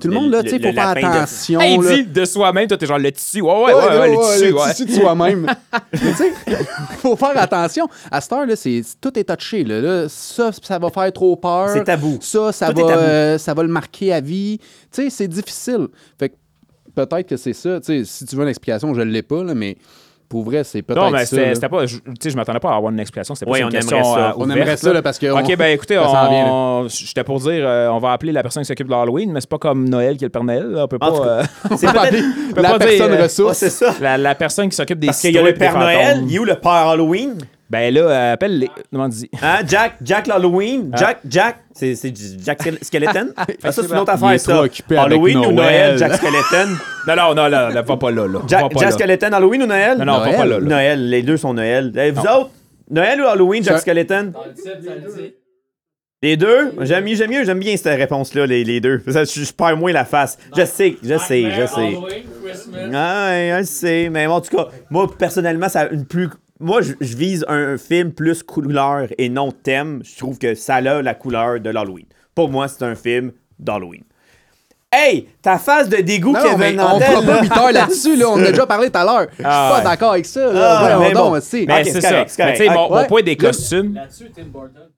C: Tout le,
B: Le-
C: monde, là,
B: le-
C: tu sais,
B: le
C: faut faire
B: lapin de-
C: attention.
A: Hey, il
C: là.
A: dit de soi-même, toi, t'es genre le tissu. Ouais, ouais, ouais, ouais, le tissu, ouais.
C: de soi-même. Mais tu sais, faut faire attention. À cette heure-là, c'est, tout est touché. Là. Là, ça, ça va faire trop peur.
B: C'est tabou.
C: Ça, ça
B: Tout est
C: va,
B: tabou.
C: euh, ça va le marquer à vie. Tu sais, c'est difficile. Fait que peut-être que c'est ça. Tu sais, si tu veux une explication, je ne l'ai pas, là, mais pour vrai, c'est peut-être
A: Non, mais
C: ça. là.
A: c'était c'était pas. je- Tu sais, je m'attendais pas à avoir une explication. C'était pas
B: Oui,
A: une
B: on
A: question.
B: aimerait ça.
A: euh,
C: On
A: ouverte,
C: aimerait ça, là, parce que
A: Ok,
C: on-
A: ben écoutez,
C: ça s'en vient, là.
A: on... j'étais pour dire, euh, on va appeler la personne qui s'occupe de l'Halloween, mais c'est pas comme Noël qui est le Père Noël. là, On peut pas.
B: En tout cas,
A: euh,
B: C'est
C: On
B: peut-être...
C: peut appeler
A: on peut
C: la
A: pas dire,
C: personne
A: euh,
B: Ah,
C: ressource.
B: c'est ça.
A: La, la personne qui s'occupe des
B: Parce qu'il y a
A: citrouilles
B: le
A: puis des
B: Père Noël,
A: fantômes.
B: il est où le Père Halloween?
A: Ben là, euh, appelle-les. Demande-y.
B: Hein? Jack, Jack
C: Ah.
B: l'Halloween? Jack, Jack, c'est c'est Jack Skele- Skeleton? Ah, ça, c'est une autre
C: Il est
B: affaire,
C: trop
B: ça.
C: occupé avec
B: Halloween ou Noël,
C: Noël.
B: Jack Skeleton?
A: Non, non, non, là, là, va pas là. là.
B: Jack,
A: Va pas
B: Jack
A: là.
B: Skeleton, Halloween ou Noël?
A: Non, non, va
C: Noël.
A: pas là. là.
B: Noël, les deux sont Noël. Eh, vous autres, Noël ou Halloween, Jack
C: Ça-
B: Skeleton?
D: Dans le titre, ça le dit.
B: Les deux? J'aime mieux, j'aime mieux, j'aime bien cette réponse-là, les, les deux. Ça, je, je perds moins la face. Je sais, je sais, je
D: Nightmare,
B: sais.
D: Halloween, Christmas.
B: Ah, ouais, je sais, mais en tout cas, moi, personnellement, ça a une plus... Moi, je, je vise un film plus couleur et non thème. Je trouve que ça a la couleur de l'Halloween. Pour moi, c'est un film d'Halloween. Hey, ta face de dégoût,
C: Non, non, mais
B: Kevin
C: on
B: Nantel,
C: prend pas
B: là.
C: 8 heures là-dessus, là. on en a déjà parlé tout à l'heure. Je suis
A: Ah,
C: pas
A: ouais.
C: d'accord avec ça.
B: Ah,
C: Là.
B: mais
C: Voyons donc,
B: bon.
C: esti.
A: Mais
B: Ok,
A: c'est
B: c'est
A: ça.
B: correct, c'est
A: Mais tu sais,
B: correct.
A: mon, mon
C: Ouais.
A: point des costumes.
D: Là-dessus, Tim Burton.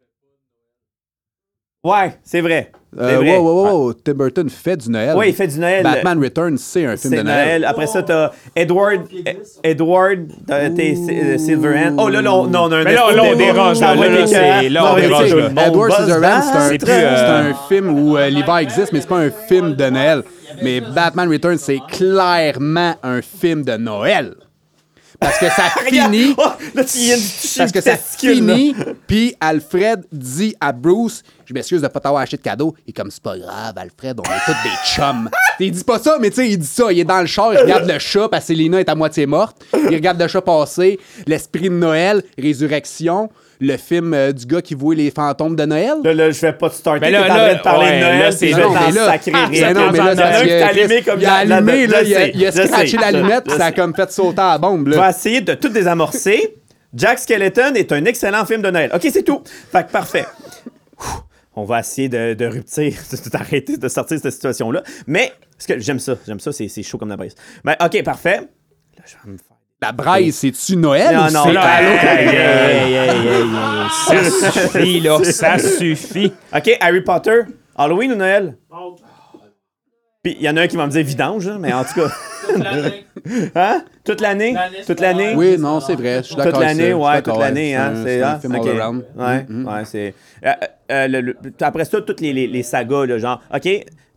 B: Ouais, c'est vrai. C'est
C: Euh,
B: vrai.
C: wow, wow, wow, Tim Burton fait du Noël.
B: Ouais, il fait du Noël.
C: Batman Returns, c'est un
B: C'est
C: film de
B: Noël.
C: Noël.
B: Après ça, t'as Edward, Edward, t'as t'es Si- Silverhand. Oh là, là, on, non, on a un
A: Mais là,
B: espèce
A: là, on
B: de-
A: déroge,
B: Ça
A: là,
B: va
A: là,
B: être
A: c'est-
B: écœurant.
A: là, on
B: Non, mais
A: déroge,
B: tu sais,
A: là.
C: Edward
B: Buzz
C: Scissorhands, c'est un,
B: Buzz,
A: plus, euh,
C: c'est un film où euh, l'hiver existe, mais c'est pas un film de Noël. Mais Batman Returns, c'est clairement un film de Noël. Parce que ça finit...
B: Oh, là, tu viens de toucher
C: Parce
B: le
C: que ça
B: testicule, là.
C: finit, puis Alfred dit à Bruce Je m'excuse de pas t'avoir acheté de cadeau. Et comme c'est pas grave, Alfred, on est tous des chums. il dit pas ça, mais tu sais, il dit ça. Il est dans le char, il regarde le chat parce que Lina est à moitié morte. Il regarde le chat passer, l'esprit de Noël, Résurrection, le film euh, du gars qui vouait les fantômes de Noël.
B: Là, là, je vais pas te starter.
A: Mais là,
B: T'es en train
A: là,
B: de parler
A: ouais,
B: de Noël,
A: là,
B: puis
A: c'est-
B: je
A: non,
B: vais t'en
C: mais là-
B: sacrer
A: Ah,
B: rire.
A: mais non, mais là,
B: T'en
A: c'est parce
B: as un
A: que
B: qui t'a
C: Chris,
B: allumé comme
C: il a
B: la- la-
C: allumé,
B: je
C: là, il a,
B: sais,
C: il a
B: je sais,
C: scratché
B: je-
C: la lunette,
B: je
C: puis ça a
B: sais.
C: comme fait sauter à la bombe.
B: Je
C: Là.
B: vais essayer de tout désamorcer. Jack Skeleton est un excellent film de Noël. OK, c'est tout. Fait que parfait. Ouh, On va essayer de, de ruptir, d'arrêter de sortir de cette situation-là. Mais, parce que j'aime ça, j'aime ça, c'est c'est chaud comme la brise. Mais OK, parfait. Là, je vais me faire-
C: La braille, c'est-tu Noël
B: Non,
C: ou
B: non,
C: c'est
B: non,
C: Halloween?
B: non,
A: Hey,
B: Hey,
A: hey, hey, hey, hey, hey. Ça suffit, là. Ça suffit.
B: OK, Harry Potter, Halloween ou Noël? Puis il y en a un qui va me dire vidange, hein, mais en tout cas, hein? Toute l'année?
D: L'année
B: Toute l'année?
D: scolaire.
C: Oui, non, c'est vrai. Je suis d'accord
B: Toute
C: avec ça, je
B: l'année,
C: suis
B: ouais,
C: d'accord,
B: toute l'année,
C: c'est
B: hein.
C: un-
B: C'est
C: C'est
B: hein,
C: un film
B: ok.
C: all around. Mm,
B: Ouais, ouais, c'est. euh, euh, le- le- après ça, toutes les, les, les sagas, là, genre. OK,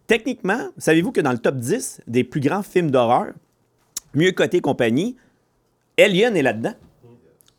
B: techniquement, savez-vous que dans le top 10 des plus grands films d'horreur, mieux coté compagnie, Alien est là-dedans?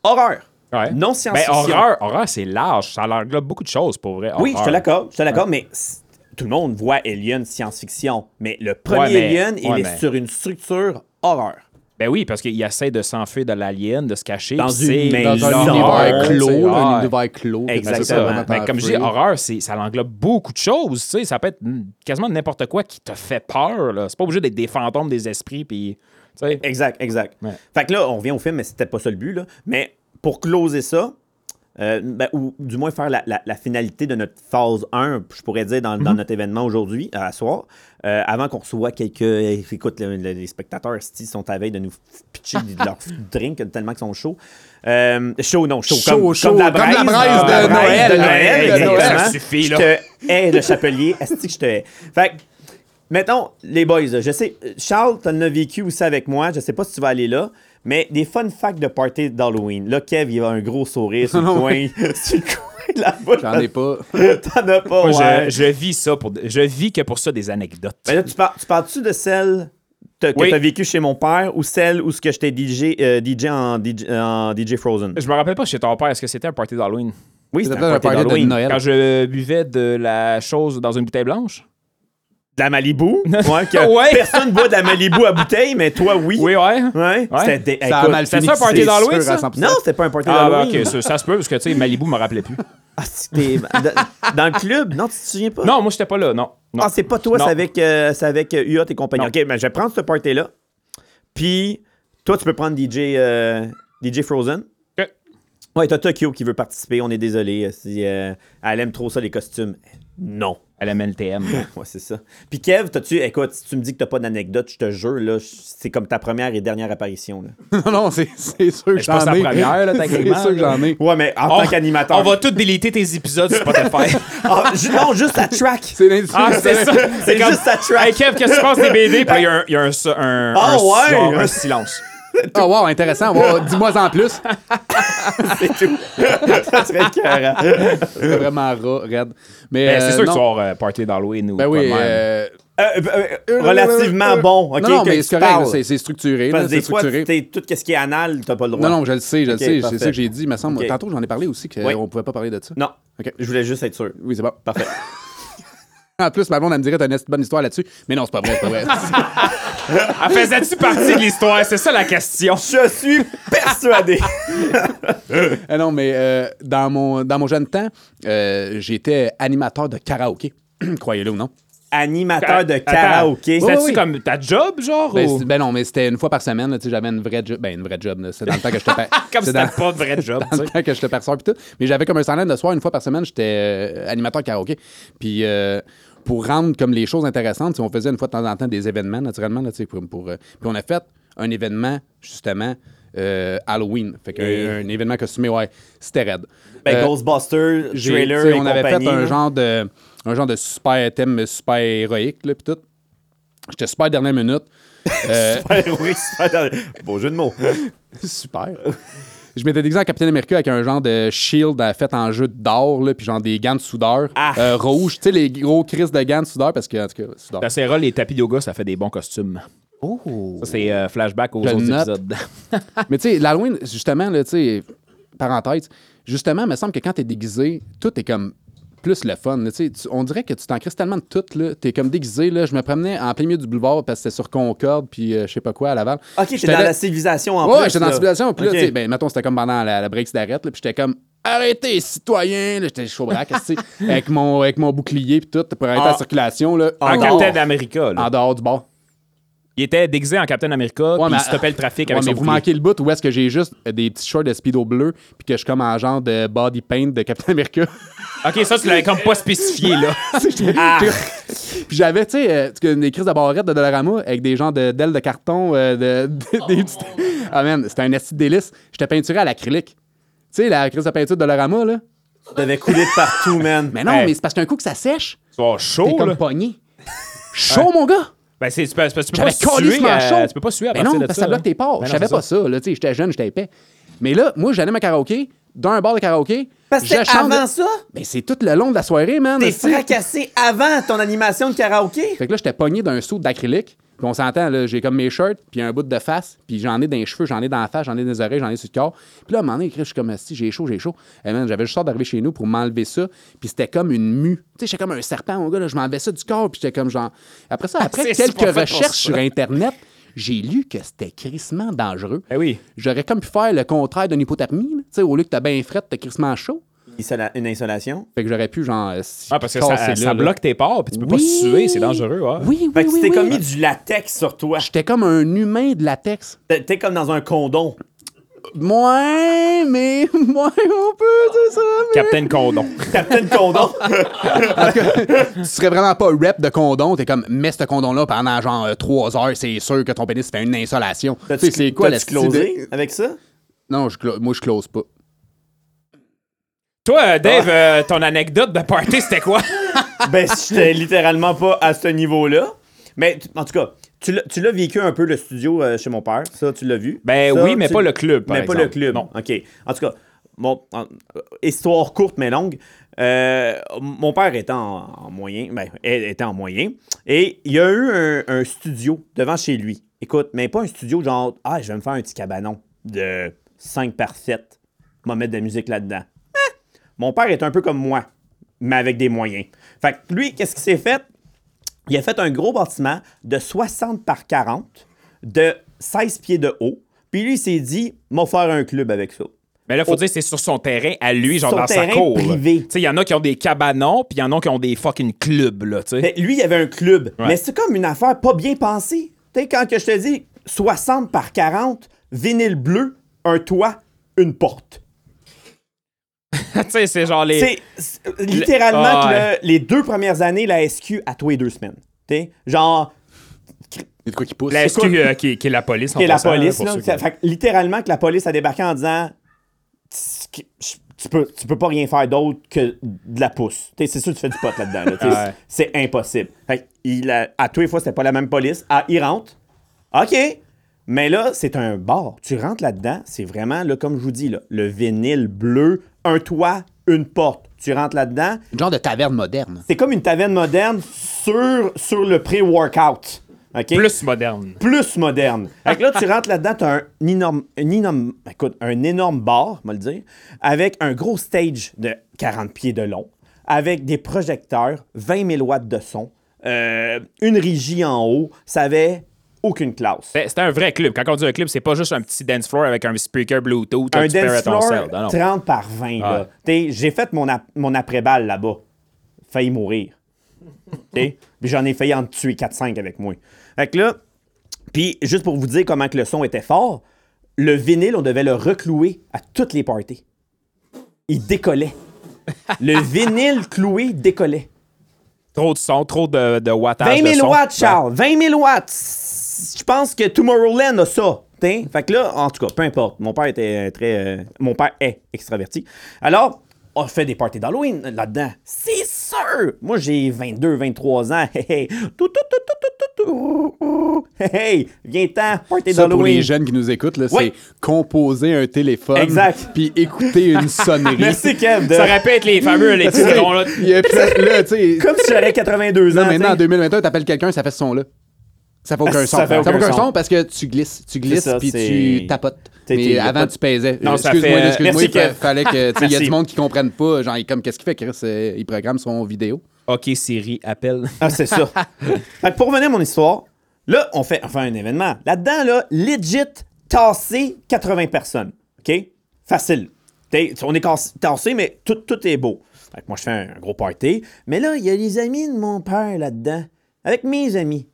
B: Horreur!
A: Ouais.
B: Non
A: Ben,
B: science-fiction.
A: horreur, horreur c'est large. Ça englobe beaucoup de choses, pour vrai.
B: Oui, je
A: horreur.
B: te l'accorde, je te l'accorde, mais c- tout le monde voit Alien science-fiction. Mais le premier
A: Ouais, mais-
B: Alien, il
A: ouais,
B: est
A: mais-
B: sur une structure horreur.
A: Ben oui, parce qu'il essaie de s'enfuir de l'alien, de se cacher.
B: Dans
A: puis
B: une
A: c'est
B: maison.
C: Dans un
B: Non,
A: l'horreur,
C: univers
A: tu sais,
C: clos, là,
A: ouais.
C: un univers clos. quelque chose
A: Ben, c'est ça.
B: Exactement.
A: Mais comme je dis,
C: Free.
A: horreur, c'est- ça englobe beaucoup de choses. tu sais. Ça peut être mm, quasiment n'importe quoi qui te fait peur. là. C'est pas obligé d'être des fantômes, des esprits. Puis, tu sais.
B: Exact, exact.
A: Ouais.
B: Fait que là, on revient au film, mais c'était pas ça le but. Là. Mais pour closer ça, euh, ben, ou du moins faire la, la- la finalité de notre phase 1, je pourrais dire, dans,
C: Mm-hmm.
B: dans notre événement aujourd'hui, à soir, euh, avant qu'on reçoive quelques. eh, Écoute, le- le- les spectateurs esti, sont à veille de nous f- pitcher de leur f- drink tellement qu'ils sont chauds. Euh, chaud, non, chaud,
C: Chaud,
B: comme,
C: chaud,
B: comme la
C: comme
B: braise.
C: la braise
B: Ah, la
C: de Noël,
B: de
C: de Noël, de
B: exactement.
C: Noël.
A: Ça suffit, là.
B: Je te hais, le chapelier. Esti que je te hais. Fait que, Mettons, les boys, je sais, Charles, t'en as vécu aussi avec moi, je sais pas si tu vas aller là, mais des fun facts de party d'Halloween. Là, Kev, il a un gros sourire sur le
C: Non,
B: coin, sur le coin de la bouche.
C: J'en ai pas.
B: T'en as pas,
A: Moi, je-
B: ouais.
A: je, vis ça pour. Je vis que pour ça des anecdotes.
B: Mais là, tu, par- tu parles-tu de celle te- que
A: Oui.
B: t'as vécu chez mon père ou celle où ce que j'étais DJ, euh, DJ en DJ, en DJ Frozen?
A: Je me rappelle pas chez ton père, est-ce que c'était un party d'Halloween?
B: Oui,
C: C'était
B: c'était
C: peut-être un party de
B: d'Halloween.
C: Noël.
A: Quand je buvais de la chose dans une bouteille blanche?
B: De la Malibu? Ouais, que
A: Ouais.
B: Personne boit de la Malibu à bouteille, mais toi, oui.
A: Oui, ouais. Ouais.
B: Ouais. C'était des-
C: Ça a
B: écoute,
C: mal
A: c'est
C: fini.
A: ça, party
C: c'est
A: d'Halloween,
C: sûr à
A: ça?
C: 100%.
B: Non, c'était pas un party
A: Ah, ben,
B: d'Halloween.
A: ok, ça, ça se peut, parce que, tu sais, Malibu me rappelait plus.
B: Ah, si t'es- dans, dans le club, non, tu te souviens pas?
A: Non, moi, j'étais pas là, non. non.
B: Ah, c'est pas toi,
A: Non.
B: c'est avec, euh, c'est avec euh, UA et compagnie.
A: Non.
B: Ok, ben, je vais prendre ce party-là. Puis, toi, tu peux prendre DJ, euh, DJ Frozen.
A: Ok.
B: Ouais, t'as Tokyo qui veut participer. On est désolé euh, si euh, elle aime trop ça, les costumes. Non.
A: À la MLTM.
B: Ouais, c'est ça. Puis, Kev, t'as-tu. Écoute, si tu me dis que t'as pas d'anecdote, je te jure, là, c'est comme ta première et dernière apparition. là.
C: Non, non, c'est c'est sûr que
A: Je
C: j'en ai.
A: pense à la première, là,
C: C'est
A: techniquement.
C: sûr que j'en ai.
B: Ouais, mais en
A: On-
B: tant qu'animateur.
A: Oh, On va tout déliter tes épisodes sur Spotify.
B: Ah, ju- non, juste la track.
C: C'est l'industrie.
A: ah, c'est ça.
B: C'est
A: comme-
B: juste sa track.
A: Hey, Kev, qu'est-ce que tu penses des BD? Puis là, il y a un, il y a un, so- un-
B: Ah,
A: un
B: ouais!
A: genre, un silence.
C: Oh, wow, intéressant. Wow, Dis-moi en plus.
B: ça serait écœurant.
C: C'est vraiment rat, raide. Mais,
A: Ben, c'est
C: euh,
A: sûr que
C: non.
A: tu vas avoir euh, party d'Halloween ou
C: Ben oui.
A: quoi de même.
C: euh,
B: Euh, euh, euh, relativement bon. ok,
C: non, non,
B: que
C: mais
B: tu
C: c'est
B: parles.
C: correct. C'est c'est structuré.
B: Parce
C: là,
B: que des
C: C'est
B: fois,
C: structuré.
B: t'es- tout ce qui est anal, t'as pas le droit.
C: Non, non, je le sais, je le
B: Ok,
C: sais.
B: parfait.
C: C'est ça que j'ai dit, il me semble.
B: Ok.
C: Tantôt, j'en ai parlé aussi qu'on
B: Oui.
C: pouvait pas parler de ça.
B: Non.
C: Ok.
B: Je voulais juste être sûr.
C: Oui, c'est bon.
B: Parfait.
C: En plus, ma blonde, elle me dirait que t'as une esti bonne histoire là-dessus. Mais non, c'est pas vrai, c'est pas vrai.
A: Elle faisait-tu Ah, partie de l'histoire? C'est ça la question.
B: Je suis persuadé.
C: Ah non, mais euh, dans, mon, dans mon jeune temps, euh, j'étais animateur de karaoké. Croyez-le ou non.
B: Animateur de
A: Attends,
B: karaoké.
A: C'était-tu
C: Oui, oui.
A: comme ta job, genre?
C: Ben,
A: ou-
C: c'est- ben non, mais c'était une fois par semaine. là, tu sais, J'avais une vraie job. Ben, une vraie job. là, C'est dans le temps que je te
A: Comme
C: par- c'est
A: si
C: dans-
A: t'avais pas de vrai job, tu
C: dans
A: sais.
C: le temps que je te perçois puis tout. Mais j'avais comme un salaire de soir, une fois par semaine, j'étais euh, animateur karaoké. Puis euh, pour rendre comme les choses intéressantes, tu sais, on faisait une fois de temps en temps des événements, naturellement. là, tu sais, pour, pour, euh, puis on a fait un événement, justement, euh, Halloween. Fait qu'un
B: Et-
C: un événement costumé, ouais, c'était raide.
B: Ben,
C: Euh,
B: Ghostbusters,
C: j'ai-
B: trailer
C: tu
B: et
C: sais, on
B: compagnie.
C: avait fait un
B: là.
C: genre de un genre de super thème super héroïque là puis tout j'étais super dernière minute Euh,
B: oui, super. Beau jeu de mots.
C: super je m'étais déguisé en Capitaine America avec un genre de shield euh, fait en jeu d'or là puis genre des gants de soudeur
B: Ah.
C: euh, rouges tu sais les gros crises de gants de soudeur parce que en tout cas soudeur
A: La Serra, les tapis de yoga, ça fait des bons costumes. Oh. Ça, c'est euh, flashback aux
C: Je
A: autres
C: note.
A: épisodes.
C: Mais tu sais, l'Halloween, justement, là, tu sais, parenthèse, justement, il me semble que quand t'es déguisé, tout est comme plus le fun. là, tu sais. Tu- on dirait que tu t'en crisses tellement de tout, là. T'es comme déguisé, là. Je me promenais en plein milieu du boulevard parce que c'était sur Concorde, puis euh, je sais pas quoi, à Laval.
B: Ok, t'es
C: J'étais
B: dans
C: là-
B: la civilisation en plus.
C: Ouais, j'étais dans la
B: là.
C: civilisation, puis
B: Ok.
C: là, tu sais, ben, mettons, c'était comme pendant la, la break d'arrête, là, puis j'étais comme. Arrêtez, citoyens! Là, J'étais chaud braque, tu sais, avec mon, avec mon bouclier puis tout, pour arrêter
B: En-
C: la circulation. Là,
A: En
C: dehors-
A: Ah, Captain America, là.
C: En dehors du bar.
A: Il était déguisé en Captain America,
C: Ouais,
A: puis
C: mais-
A: il stoppait le trafic
C: Ouais,
A: avec
C: mais
A: son
C: vous
A: bouclier.
C: manquez le bout où est-ce que j'ai juste euh, des petits shorts de speedo bleu puis que je suis comme en genre de body paint de Captain America.
A: OK, ça, tu l'avais comme pas spécifié, là.
C: puis j'avais, tu sais, euh, tu sais, des crises de barrettes de Dollarama avec des genres de- d'ailes de, carton, euh, de, de- des petits- Ah man, c'était un acide délice. J'étais peinturé à l'acrylique. Tu sais, la crise de peinture de Dollarama, là.
B: T'avais coulé de partout, man.
C: Mais non,
A: Hey.
C: mais c'est parce qu'un coup que ça sèche,
A: Tu vas
C: t'es
A: chaud, là.
C: comme pogné. Chaud, mon gars!
A: Ben, c'est, c'est parce que tu peux pas
C: J'avais
A: suer.
C: calissement
A: à-
C: chaud.
A: Tu peux pas suer à
C: Ben
A: partir
C: non,
A: de
C: parce que
A: ça.
C: ça bloque
A: là.
C: tes pores.
A: Ben non,
C: Je savais
A: c'est
C: pas ça. là. Tu sais, J'étais jeune, j'étais épais. Mais là, moi, j'allais ma karaoké, dans un bar de karaoké.
B: Parce que
C: je chante-
B: avant ça,
C: Ben, c'est tout le long de la soirée, man.
B: t'es
C: tu sais.
B: fracassé avant ton animation de karaoké.
C: Fait que là, j'étais pogné d'un saut d'acrylique. Puis on s'entend, là, j'ai comme mes shirts, puis un bout de face, puis j'en ai dans les cheveux, j'en ai dans la face, j'en ai dans les oreilles, j'en ai sur le corps. Puis là, à un moment donné, je suis comme, Ah, si j'ai chaud, j'ai chaud. Et man, j'avais juste hâte d'arriver chez nous pour m'enlever ça, puis c'était comme une mue. Tu sais, j'étais comme un serpent, mon gars, là, je m'enlevais ça du corps, puis j'étais comme genre. Après ça, après
A: Ah, C'est
C: quelques
A: pas fait pour
C: recherches
A: ça.
C: sur Internet, j'ai lu que c'était crissement dangereux.
A: Eh oui.
C: J'aurais comme pu faire le contraire d'une hypothermie, là. tu sais, au lieu que t'as bien fret, t'as crissement chaud.
B: Isola- Une insolation.
C: Fait que j'aurais pu, genre. euh, si-
A: Ah, parce que
C: casser
A: ça,
C: là,
A: ça
C: là.
A: bloque tes pores, puis tu peux pas
C: Oui.
A: suer, c'est dangereux. hein. Ouais.
C: Oui, oui,
B: Fait que
C: oui,
B: tu t'es
C: oui.
B: comme mis du latex sur toi.
C: J'étais comme un humain de latex.
B: T'es t'es comme dans un condom.
C: Moins, mais moins on peut, tu sais, mais-
A: Captain Condon.
B: Captain Condon.
C: Tu serais vraiment pas rep de condom, t'es comme, mets ce condom-là pendant genre 3 heures, c'est sûr que ton pénis fait une insolation. Tu sais, c'est quoi la
B: T'as-tu closé avec ça?
C: Non, je clo- moi je close pas.
A: Toi, euh, Dave, euh, ton anecdote de party, c'était quoi?
B: ben, j'étais littéralement pas à ce niveau-là. Mais t- en tout cas, tu l'as- tu l'as vécu un peu le studio euh, chez mon père. Ça, tu l'as vu.
A: Ben
B: Ça,
A: oui, mais
B: tu-
A: pas le club, par
B: mais pas le
A: exemple.
B: club.
A: Non.
B: OK. En tout cas, bon, en- euh, histoire courte mais longue. Euh, mon père était en, en moyen. Ben, elle était en moyen. Et il y a eu un, un studio devant chez lui. Écoute, mais pas un studio genre Ah, je vais me faire un petit cabanon de 5 par 7. Je vais mettre de la musique là-dedans. Hein? Mon père est un peu comme moi, mais avec des moyens. Fait que lui, qu'est-ce qu'il s'est fait? Il a fait un gros bâtiment de 60 par 40, de 16 pieds de haut. Puis lui, il s'est dit, m'a faire un club avec ça.
A: Mais là, faut dire, c'est sur son terrain à lui, genre
B: Son
A: dans sa
B: terrain
A: cour. là.
B: privé.
A: Tu sais, il y en a qui ont des cabanons, puis il y en a qui ont des fucking clubs, là, tu sais.
B: Mais lui, il avait un club.
A: Ouais.
B: Mais c'est comme une affaire pas bien pensée. Tu sais, quand que je te dis 60 par 40, vinyle bleu, un toit, une porte.
A: tu sais, c'est genre les.
B: C'est c'est littéralement que
A: Ah, Ouais.
B: le- les deux premières années, la SQ, à tous les deux semaines. Tu sais, genre,
C: Il y a de quoi qui pousse.
A: La SQ, euh, qui, qui est la police. en
B: Et la
A: passant, là,
B: police,
A: pour
B: là,
A: ceux qui-
B: ça- fait que littéralement que la police a débarqué en disant tu tu peux, tu peux pas rien faire d'autre que de la pousse. T'sais, c'est sûr que tu fais du pot là-dedans. là, t'sais,
A: Ouais.
B: C'est c'est impossible. Fait que il a- à tous les fois, c'était pas la même police. Ah, il rentre. OK. Mais là, c'est un bar. Tu rentres là-dedans, c'est vraiment, là, comme je vous dis, là, le vinyle bleu, un toit, une porte. Tu rentres là-dedans,
C: Un genre de taverne moderne.
B: c'est comme une taverne moderne sur, sur le pré-workout. OK?
A: Plus moderne.
B: plus moderne. Fait que là, tu rentres là-dedans, t'as un énorme, un énorme, écoute, un énorme bar, on va le dire, avec un gros stage de 40 pieds de long, avec des projecteurs, 20 000 watts de son, euh, une régie en haut, ça avait aucune classe.
A: C'était c'était un vrai club. Quand on dit un club, c'est pas juste un petit dance floor avec un speaker Bluetooth.
B: Un
A: tu peux
B: dance
A: à ton sel. Non,
B: floor,
A: Ah. non.
B: 30 par 20, là.
A: Ouais.
B: T'sais, J'ai fait mon, ap- mon après-balle là-bas. Failli mourir. T'sais? Puis j'en ai failli en tuer 4-5 avec moi. Fait que là, puis juste pour vous dire comment que le son était fort, le vinyle, on devait le reclouer à toutes les parties. Il décollait. Le vinyle cloué décollait.
A: Trop de son, trop de, de wattage.
B: 20
A: de
B: 000
A: son.
B: watts, Charles. 20 000 watts. Je pense que Tomorrowland a ça. T'sais? Fait que là, en tout cas, peu importe. Mon père était euh, très. euh, mon père est extraverti. Alors, on fait des parties d'Halloween euh, là-dedans. C'est sûr! Moi, j'ai 22, 23 ans. Hey, hey. Tout, tout, tout, tout, tout, tout, tout. Hey, hey. Viens-t'en, party
C: Ça, pour
B: d'Halloween.
C: les jeunes qui nous écoutent, là,
B: Ouais.
C: c'est composer un téléphone
B: Exact.
C: puis écouter une sonnerie.
B: Merci, Kev. de-
A: Ça répète les fameux, les petits ronds, là.
C: Il a fait- là, tu sais,
B: Comme si j'avais 82 ans.
C: là, maintenant, en
B: t'sais.
C: 2021, t'appelles quelqu'un, ça fait ce son-là. Ça fait
B: Ça
C: aucun son.
B: fait aucun son.
C: parce que tu glisses, tu glisses,
B: C'est ça,
C: puis
B: c'est-
C: tu tapotes.
B: T'es- t'es-
C: Mais
B: y a
C: avant,
B: pas de-
C: tu pesais.
A: Non,
C: Euh,
A: ça
C: excuse-moi,
A: fait-
C: excuse-moi,
B: Merci,
C: il fa-
B: Kev.
C: fallait que, tu sais, il y a
B: Merci.
C: du monde qui comprenne pas, genre, comme, qu'est-ce qu'il fait, Chris? Euh, il programme son vidéo.
A: OK, Siri, appelle.
B: Ah, c'est ça. Fait que pour revenir à mon histoire, là, on fait enfin un événement. Là-dedans, là, legit, tassé 80 personnes. OK? Facile. T'es- on est cassé- tassé, mais tout, tout est beau. Fait que moi, je fais un gros party. Mais là, il y a les amis de mon père là-dedans. Avec mes amis.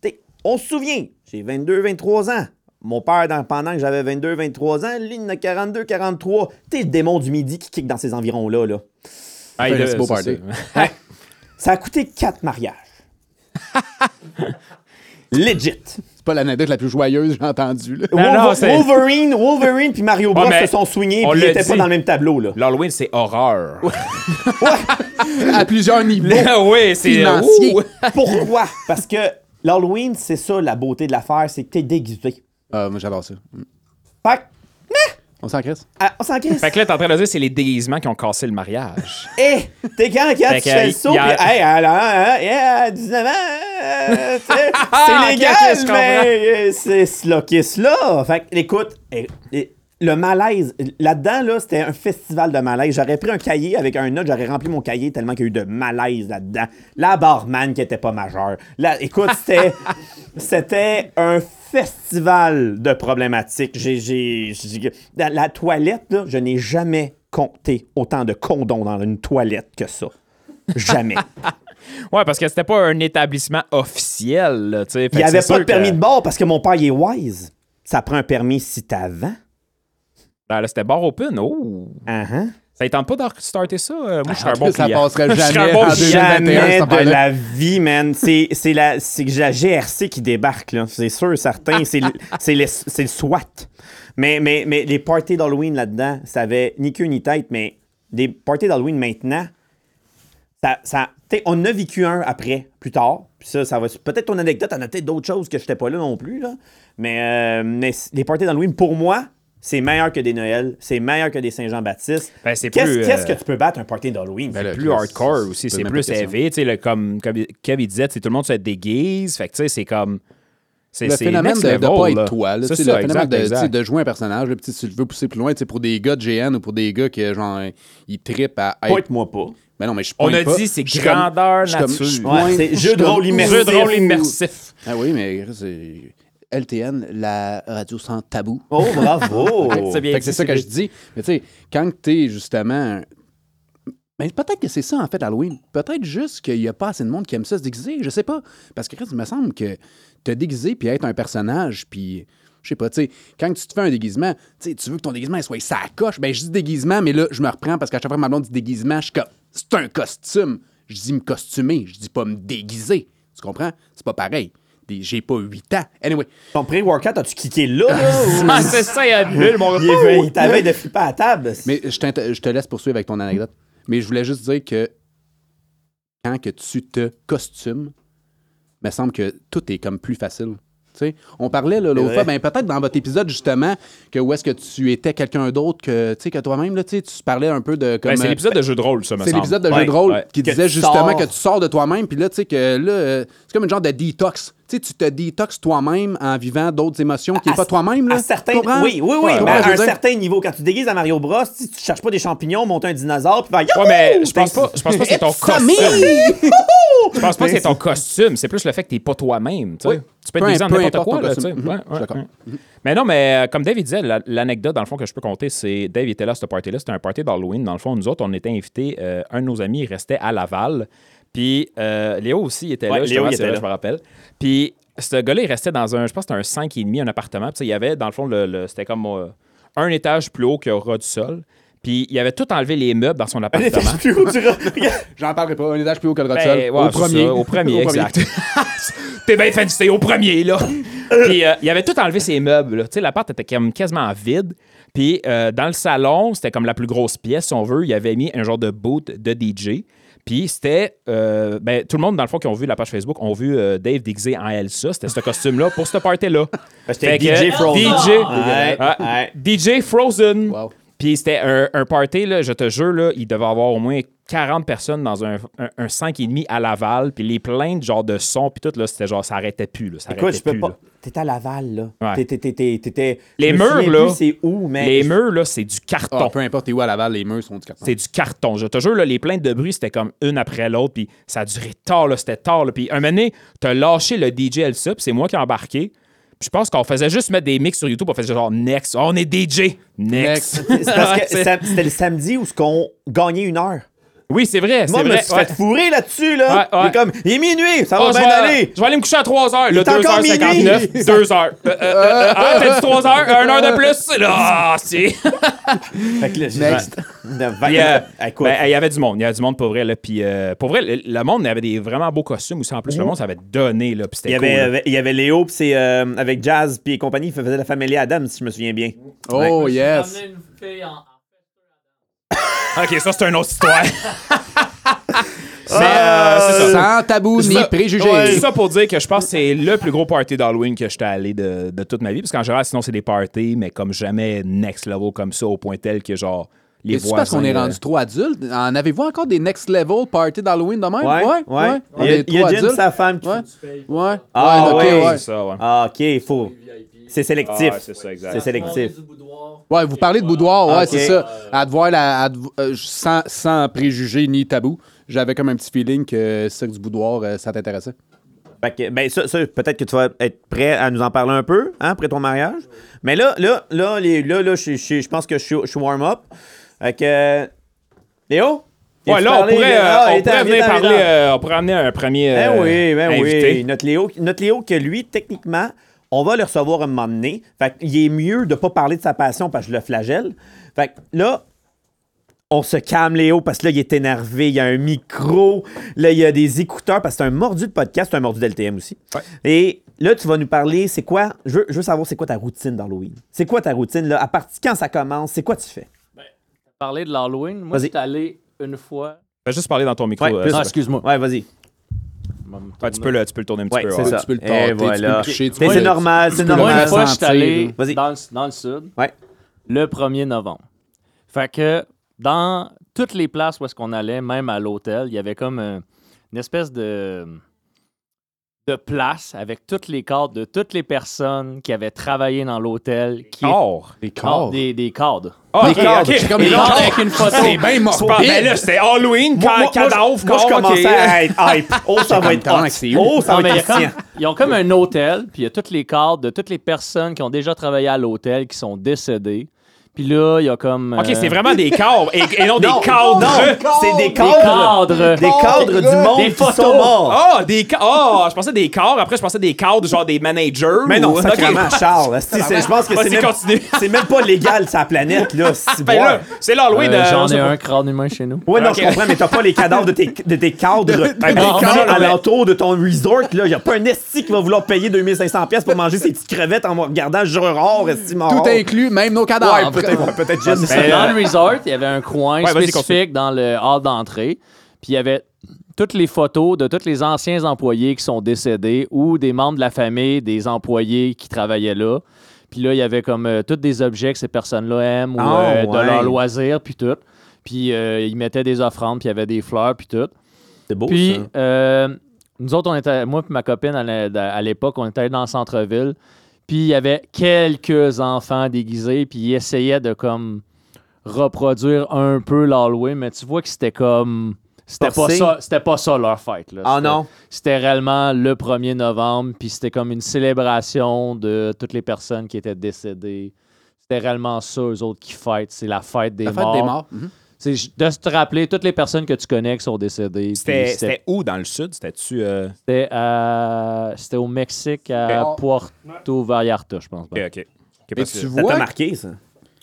B: T'sais, on se souvient, j'ai 22, 23 ans. Mon père, dans- pendant que j'avais 22, 23 ans, lui, il en a 42, 43. T'es le démon du midi qui kick dans ces environs-là. Là.
A: Ah,
C: fait
A: il
C: un
A: a-
C: beau
A: ça,
C: party.
A: c'est-
B: Ça a coûté quatre mariages. Legit.
C: C'est pas l'anecdote la plus joyeuse que j'ai entendue, là.
A: Non, non,
B: Wolver-
A: c'est-
B: Wolverine, Wolverine puis Mario Bros
A: Ouais, mais
B: se sont soignés
A: on
B: puis ils
A: l'a
B: étaient pas
A: dit.
B: dans le même tableau là.
A: L'Halloween, c'est horreur.
C: À plusieurs niveaux.
A: oui, c'est.
C: Financier.
A: Ouh.
B: Pourquoi Parce que l'Halloween, c'est ça la beauté de l'affaire, c'est que t'es déguisé.
C: Ah, moi, j'adore ça.
B: Fait que,
C: On s'en crisse?
B: ah, on s'en crisse.
A: Fait que là, t'es en train de dire, c'est les déguisements qui ont cassé le mariage.
B: Hé, Eh, t'es quand quand
A: Fait
B: tu
A: que, euh,
B: fais le saut
A: y
B: pis
A: a-
B: hey, alors, hein, hein, yeah, 19 ans, euh, c'est-
A: Ah, ok,
B: c'est légal,
A: ok, je comprends.
B: mais euh, c'est cela qui est cela. Fait que, écoute, eh, eh, le malaise, là-dedans, là, c'était un festival de malaise. J'aurais pris un cahier avec un note, j'aurais rempli mon cahier tellement qu'il y a eu de malaise là-dedans. La barman qui était pas majeure. Là, écoute, c'était, c'était un festival de problématiques. J'ai, j'ai- j'ai- la, la toilette, là, je n'ai jamais compté autant de condons dans une toilette que ça. Jamais.
A: Ouais, parce que c'était pas un établissement officiel, là, tu sais. Fait
B: Il n'y
A: que
B: avait
A: c'est
B: pas
A: sûr
B: de permis
A: que-
B: de bord parce que mon père il est wise. Ça prend un permis si t'as 20.
A: Ah, là, c'était bar open. Oh!
B: Ah, hein.
A: Ça ne tente pas de starter ça. Euh, Moi, je suis un bon
C: Ah, ça
A: client.
C: passerait
A: Je serais
C: jamais
A: un bon
C: en
A: client.
C: 2021,
B: Jamais
C: cette
B: de
C: affaire-là.
B: la vie, man. C'est c'est la, c'est que la GRC qui débarque, là. C'est sûr, certain. C'est le- c'est le, c'est le SWAT. Mais, mais, mais les parties d'Halloween là-dedans, ça avait ni queue ni tête, mais des parties d'Halloween maintenant, ça, ça, t'sais, on en a vécu un après, plus tard. Puis ça, ça va. Peut-être ton anecdote, en a peut-être d'autres choses que j'étais pas là non plus, là. Mais, euh, mais c- les parties d'Halloween, pour moi, c'est meilleur que des Noëls, c'est meilleur que des Saint-Jean-Baptiste.
A: Ben, c'est
B: Qu'est-ce
A: plus, euh,
B: qu'est-ce que tu peux battre un party d'Halloween?
C: Ben là,
A: plus hardcore aussi,
C: c'est
A: c'est
C: pas
A: plus
C: ma question.
A: élevé. Tu sais, le- comme, comme Kev il disait, tu sais, tout le monde se déguise. Fait que tu sais, c'est comme. C'est
C: Le
A: c'est
C: phénomène
A: next
C: de ne
A: level,
C: pas
A: là.
C: être toi, là,
A: C'est
C: tu sais,
A: ça,
C: le phénomène
A: exact,
C: de, tu sais,
A: exact.
C: de jouer un personnage, là, puis si tu le veux pousser plus loin, tu sais, pour des gars de GN ou pour des gars qui genre, ils trippent à être.
B: Pointe-moi pas.
C: Mais Ben non, mais je
A: On
C: pointe
A: a
C: pas.
A: dit, c'est
C: Je suis comme-
A: grandeur
C: je suis comme-
A: nature.
C: je
B: Ouais,
C: pointe-
B: c'est
C: je
B: jeu
C: suis
B: de
C: comme-
B: rôle immersif.
A: Jeu de rôle immersif.
C: Ah oui, mais c'est LTN, la radio sans tabou.
B: Oh, bravo!
A: C'est bien
C: Fait
A: dit,
C: que c'est ça que je dis. Mais tu sais, quand t'es justement. un- Mais peut-être que c'est ça, en fait, Halloween. Peut-être juste qu'il n'y a pas assez de monde qui aime ça se déguiser. Je sais pas. Parce que, Chris, il me semble que te déguiser puis être un personnage, puis. Je sais pas, tu sais, quand tu te fais un déguisement, tu sais, tu veux que ton déguisement il soit ça coche. Ben, je dis déguisement, mais là, je me reprends parce qu'à chaque fois que ma blonde dit déguisement, je suis comme, c'est un costume. Je dis me costumer, je dis pas me déguiser. Tu comprends? C'est pas pareil. Des- J'ai pas 8 ans. Anyway,
B: Ton pré-workout, as-tu kické là? là ou-
A: Ah, c'est ça, il y a une bulle, mon
B: Il, est venu- il t'avait de flipper à la table.
C: Mais je, t'inter- je te laisse poursuivre avec ton anecdote. Mais je voulais juste dire que quand que tu te costumes, il me semble que tout est comme plus facile. Tu sais, on parlait là, l'autre
B: vrai.
C: fois, ben, peut-être dans votre épisode justement, que où est-ce que tu étais quelqu'un d'autre que, tu sais, que toi-même, là, tu sais, tu parlais un peu de... Comme,
A: Ben, c'est
C: euh,
A: l'épisode de jeu de rôle, ça, me
C: c'est
A: semble.
C: l'épisode de
B: Ouais,
C: jeu de rôle
A: ouais.
C: qui
B: Que
C: disait
B: tu
C: justement
B: sors.
C: que tu sors de toi-même, puis là, tu sais, que là, euh, c'est comme une genre de détox. Tu sais, tu te détoxes toi-même en vivant d'autres émotions qui n'est
B: À-
C: pas toi-même. là.
B: À certains...
C: Tu comprends?
B: Oui, oui, oui.
C: Tu
B: mais
C: comprends ce
B: à un
C: que je veux dire?
B: certain niveau, quand tu déguises à Mario Bros, si tu cherches pas des champignons, monte un dinosaure, puis va. Ben,
A: Ouais, mais je pense pas, je pense pas que c'est ton costume. Je pense pas que c'est ton costume, c'est plus le fait que t'es pas toi-même. tu sais. Tu peux être
C: Peu
A: déguisé en
C: im- peu
A: n'importe
C: importe
A: quoi.
C: ton
A: Là, tu sais.
C: costume. Mhm,
A: Ouais,
C: je suis
A: ouais,
C: d'accord.
A: ouais. Mais non, mais euh, comme Dave il disait, la- l'anecdote, dans le fond, que je peux compter, c'est Dave était là à ce party-là. C'était un party d'Halloween. Dans le fond, nous autres, on était invités. euh, un de nos amis il restait à Laval. Puis euh, Léo aussi était là,
B: Ouais, Léo,
A: justement,
B: il
A: c'est
B: était
A: là,
B: là.
A: je me rappelle. Puis ce gars-là, il restait dans un, je pense, que c'était un 5,5, un appartement. Puis tu sais, il y avait, dans le fond, le, le- c'était comme euh, un étage plus haut qu'il y aura du sol. Puis il avait tout enlevé les meubles dans son appartement.
B: plus haut, tu regardes.
C: J'en parlerai pas. Un étage plus haut que le
A: Ben,
C: Rotsol.
A: ouais,
C: au,
A: c'est
C: premier.
A: ça, au premier. exact. T'es bien fancy, au premier, là. Puis, euh, il avait tout enlevé ses meubles. là. Tu sais, l'appart était comme quasiment vide. Puis, euh, dans le salon, c'était comme la plus grosse pièce, si on veut. Il avait mis un genre de boot de DJ. Puis, c'était. euh, ben, tout le monde, dans le fond, qui ont vu la page Facebook, ont vu euh, Dave déguisé en Elsa. C'était ce costume-là pour ce party-là. Fait
B: C'était
A: que,
B: DJ Frozen.
A: DJ,
B: Ouais,
A: Ah,
B: ouais.
A: DJ Frozen.
C: Wow.
A: Puis c'était un, un party, là, je te jure, là, il devait avoir au moins 40 personnes dans un, un, un 5,5 à Laval. Puis les plaintes, genre de son, puis tout, là, c'était genre, ça arrêtait plus. Là, ça
B: Écoute,
A: arrêtait
B: je peux
A: plus,
B: pas.
A: là.
B: T'étais à Laval, là.
A: Ouais.
B: T'étais- t'étais- t'étais-
A: Les
B: je me
A: murs,
B: souviens
A: là.
B: plus c'est où, mais.
A: Les murs, là, c'est du carton.
C: Ah, peu importe t'es où à Laval, les murs sont du carton.
A: C'est du carton. Je te jure, là, les plaintes de bruit, c'était comme une après l'autre, puis ça a duré tard, là, c'était tard. là. Puis un moment donné, t'as lâché le DJ Elsa, puis c'est moi qui ai embarqué. Puis je pense qu'on faisait juste mettre des mix sur YouTube, on faisait genre Next, Ah, on est DJ, Next.
B: C'est parce que
A: C'est-
B: sam- c'était le samedi où ce qu'on gagnait une heure.
A: Oui, c'est vrai, c'est
B: Moi, je me
A: vrai.
B: suis
A: ouais.
B: fait fourrer là-dessus, là.
A: Ouais, ouais.
B: Il est comme, il est minuit, ça
A: Ah,
B: va
A: je,
B: bien
A: vais,
B: aller.
A: je vais aller me coucher à 3h, là,
B: est encore
A: 2h59, 2h. Ah, t'as dit 3h, 1h de plus? Là, Ah, si!
B: Fait que là, j'ai-
C: Next.
B: De- Ah,
A: Puis, euh,
B: Écoute,
A: ben, il y avait du monde, il y avait du monde pour vrai. Là, puis, euh, pour vrai, le, le monde il avait des vraiment beaux costumes aussi. En plus, le monde, ça avait donné. Là, puis
B: Il y,
A: c'était cool.
B: avait,
A: là.
B: il y avait Léo, puis c'est euh, avec Jazz, puis compagnie, il faisait la famille Adam, si je me souviens bien.
C: Oh,
D: Je me suis
C: yes.
D: ramené une fille en- en
A: Ok, ça, c'est une autre histoire. Mais, euh, c'est ça.
C: Sans tabou ni
A: Ça-
C: préjugés.
A: Ouais, ça pour dire que je pense que c'est le plus gros party d'Halloween que j'étais allé de, de toute ma vie. Parce qu'en général, sinon, c'est des parties, mais comme jamais next level comme ça, au point tel que genre les
C: C'est parce
A: voisins...
C: qu'on est
A: euh,
C: rendu trop adulte. En avez-vous encore des next level party d'Halloween de même?
B: Ouais,
C: ouais.
B: ouais.
C: On
B: Il y a-
C: est
B: il y a
C: trop
B: Jim,
C: adultes.
B: sa femme, qui-
C: Ouais.
D: paye.
C: Ouais.
B: Ah,
C: ouais, ok,
B: ouais.
C: ouais.
A: C'est ça, ouais.
B: Ah, ok, il faut.
D: VIP.
B: C'est sélectif.
A: Ah, c'est ça, exact.
B: C'est
D: Soirée
B: sélectif.
D: du boudoir.
C: Ouais, vous parlez de boudoir, ouais,
B: Ok.
C: c'est ça. À te voir, la- à te- euh, sans, sans préjugés ni tabou, j'avais comme un petit feeling que ça du boudoir, euh, ça t'intéressait.
B: Fait que, ben, ça, ça, peut-être que tu vas être prêt à nous en parler un peu, hein, après ton mariage. Mais là, là, là, les- là, là, je, je- je pense que je, suis- je suis warm-up. Fait que, euh, Léo?
A: Ouais,
B: Viens-tu
A: là, on
B: parler?
A: pourrait, euh,
B: Ah, il
A: on
B: est temps,
A: pourrait
B: il est
A: venir
B: temps, il est
A: parler,
B: temps.
A: euh, on pourrait amener un premier
B: Ben
A: euh,
B: oui, ben
A: invité.
B: oui. Notre Léo, notre Léo que lui, techniquement, on va le recevoir un moment donné. Fait qu'il est mieux de pas parler de sa passion parce que je le flagelle. Fait que là, on se calme, Léo, parce que là, il est énervé. Il y a un micro. Là, il y a des écouteurs parce que c'est un mordu de podcast, c'est un mordu d'LTM aussi. Et là, tu vas nous parler, c'est quoi, je veux, je veux savoir c'est quoi ta routine d'Halloween. C'est quoi ta routine, là? À partir quand ça commence, c'est quoi tu fais?
D: Parler de l'Halloween, moi,
B: Vas-y.
D: j'étais allé une fois.
A: Fais juste parler dans ton micro.
B: Ouais,
A: euh,
B: plus-
A: Sylvain.
D: excuse-moi.
B: Ouais, vas-y.
A: Ouais, tu, peux le, tu peux le tourner un petit
B: Ouais,
A: peu.
B: c'est
A: ouais.
B: ça.
C: Tu peux le
B: Et
C: tenter, tu peux
B: voilà.
C: le toucher, tu
B: Mais
C: peux
B: c'est
C: le-
B: normal, c'est
C: peux le
D: Moi, une
B: normal.
C: ressentir,
D: fois, je suis allé
C: là.
B: Vas-y.
D: dans le, dans le sud
B: Ouais.
D: le 1er novembre. Fait que dans toutes les places où est-ce qu'on allait, même à l'hôtel, il y avait comme euh, une espèce de, de place avec toutes les cartes de toutes les personnes qui avaient travaillé dans l'hôtel. qui
A: Or.
C: Les
D: Ah,
C: corps.
D: des, des cadres.
A: Ah,
C: Les
A: ok,
C: cordes,
A: ok.
C: c'est comme
A: Les
C: les
A: cordes.
C: cordes.
D: avec une photo.
C: C'est bien
A: Je pense- ben
C: morbide.
A: là, c'était Halloween,
B: Moi,
A: quand
B: moi, moi,
A: cadavre,
B: moi, je
A: corps,
B: commençais
A: ok.
B: à être hype. Oh, ça va être
C: Comment
B: hot.
C: que c'est où?
B: Oh, ça
D: Non,
B: va
D: mais il y a
B: être
D: comme-
B: croustillant.
D: ils ont comme un hôtel, puis il y a toutes les cartes de toutes les personnes qui ont déjà travaillé à l'hôtel qui sont décédées. Puis là, il y a comme.
A: Ok,
D: euh,
A: c'est vraiment Oh! des corps et, et non, des
B: Non,
A: cadres.
B: non, c'est des
D: des
B: cadres.
D: cadres. Euh,
B: Des cadres du monde
D: Des
B: qui
D: photos.
B: sont morts.
A: Ah, des ca- Ah, je pensais des corps. Après, je pensais des cadres, genre des managers.
B: Mais non,
A: ou-
B: ça
A: Ok.
B: Charles. Asti, c'est- Je pense que
A: Vas-y,
B: c'est même,
A: continue.
B: c'est même pas légal sa planète, là. si-
A: Ben là,
B: ouais.
A: c'est l'Halloween.
D: Euh,
A: euh, on
D: J'en
A: sait
D: ai
A: pas.
D: un crâne humain chez nous.
B: Ouais, non,
A: Ok.
B: je comprends, mais t'as pas les cadavres de tes, de tes cadres Ben,
A: des
B: Non,
A: cadres,
B: mais
A: mais-
B: alentour de ton resort. Là, y a pas un esti qui va vouloir payer 2500$ pièces pour manger ses petites crevettes en me regardant Juror, esti mort.
C: Tout inclus, même nos
B: Ouais,
C: cadavres.
B: peut-être, ouais, peut-être juste ça.
A: Ben,
D: dans le resort, il y avait un coin
A: Ouais, vas-y,
D: spécifique dans le hall d'entrée. Puis il y avait toutes les photos de tous les anciens employés qui sont décédés ou des membres de la famille des employés qui travaillaient là. Puis là, il y avait comme euh, tous des objets que ces personnes-là aiment ou
B: Oh,
D: euh, de
B: ouais.
D: leurs loisirs, puis tout. Puis euh, ils mettaient des offrandes, puis il y avait des fleurs, puis tout.
B: C'est beau,
D: Puis,
B: ça.
D: euh, nous autres, on était, moi et ma copine, à la- à l'époque, on était allés dans le centre-ville. Puis, il y avait quelques enfants déguisés, puis ils essayaient de comme reproduire un peu l'Halloween, mais tu vois que c'était comme. C'était pas,
B: Forcé.
D: ça, c'était pas ça leur fête. là.
B: Ah
D: C'était-
B: non?
D: C'était réellement le 1er novembre, puis c'était comme une célébration de toutes les personnes qui étaient décédées. C'était réellement ça, eux autres, qui fêtent. C'est la fête des
C: La fête
D: morts.
C: des morts. Mhm.
D: C'est ju- de se rappeler toutes les personnes que tu connais qui sont décédées. puis
A: C'était c'était où dans le sud? C'était-tu. euh,
D: c'était à- c'était au Mexique, à
C: Ok.
D: Puerto Vallarta, je pense. ben.
A: Ok, ok. Ok,
C: Et
A: parce que-
C: tu
B: Ça t'a
C: vois,
B: marqué, ça.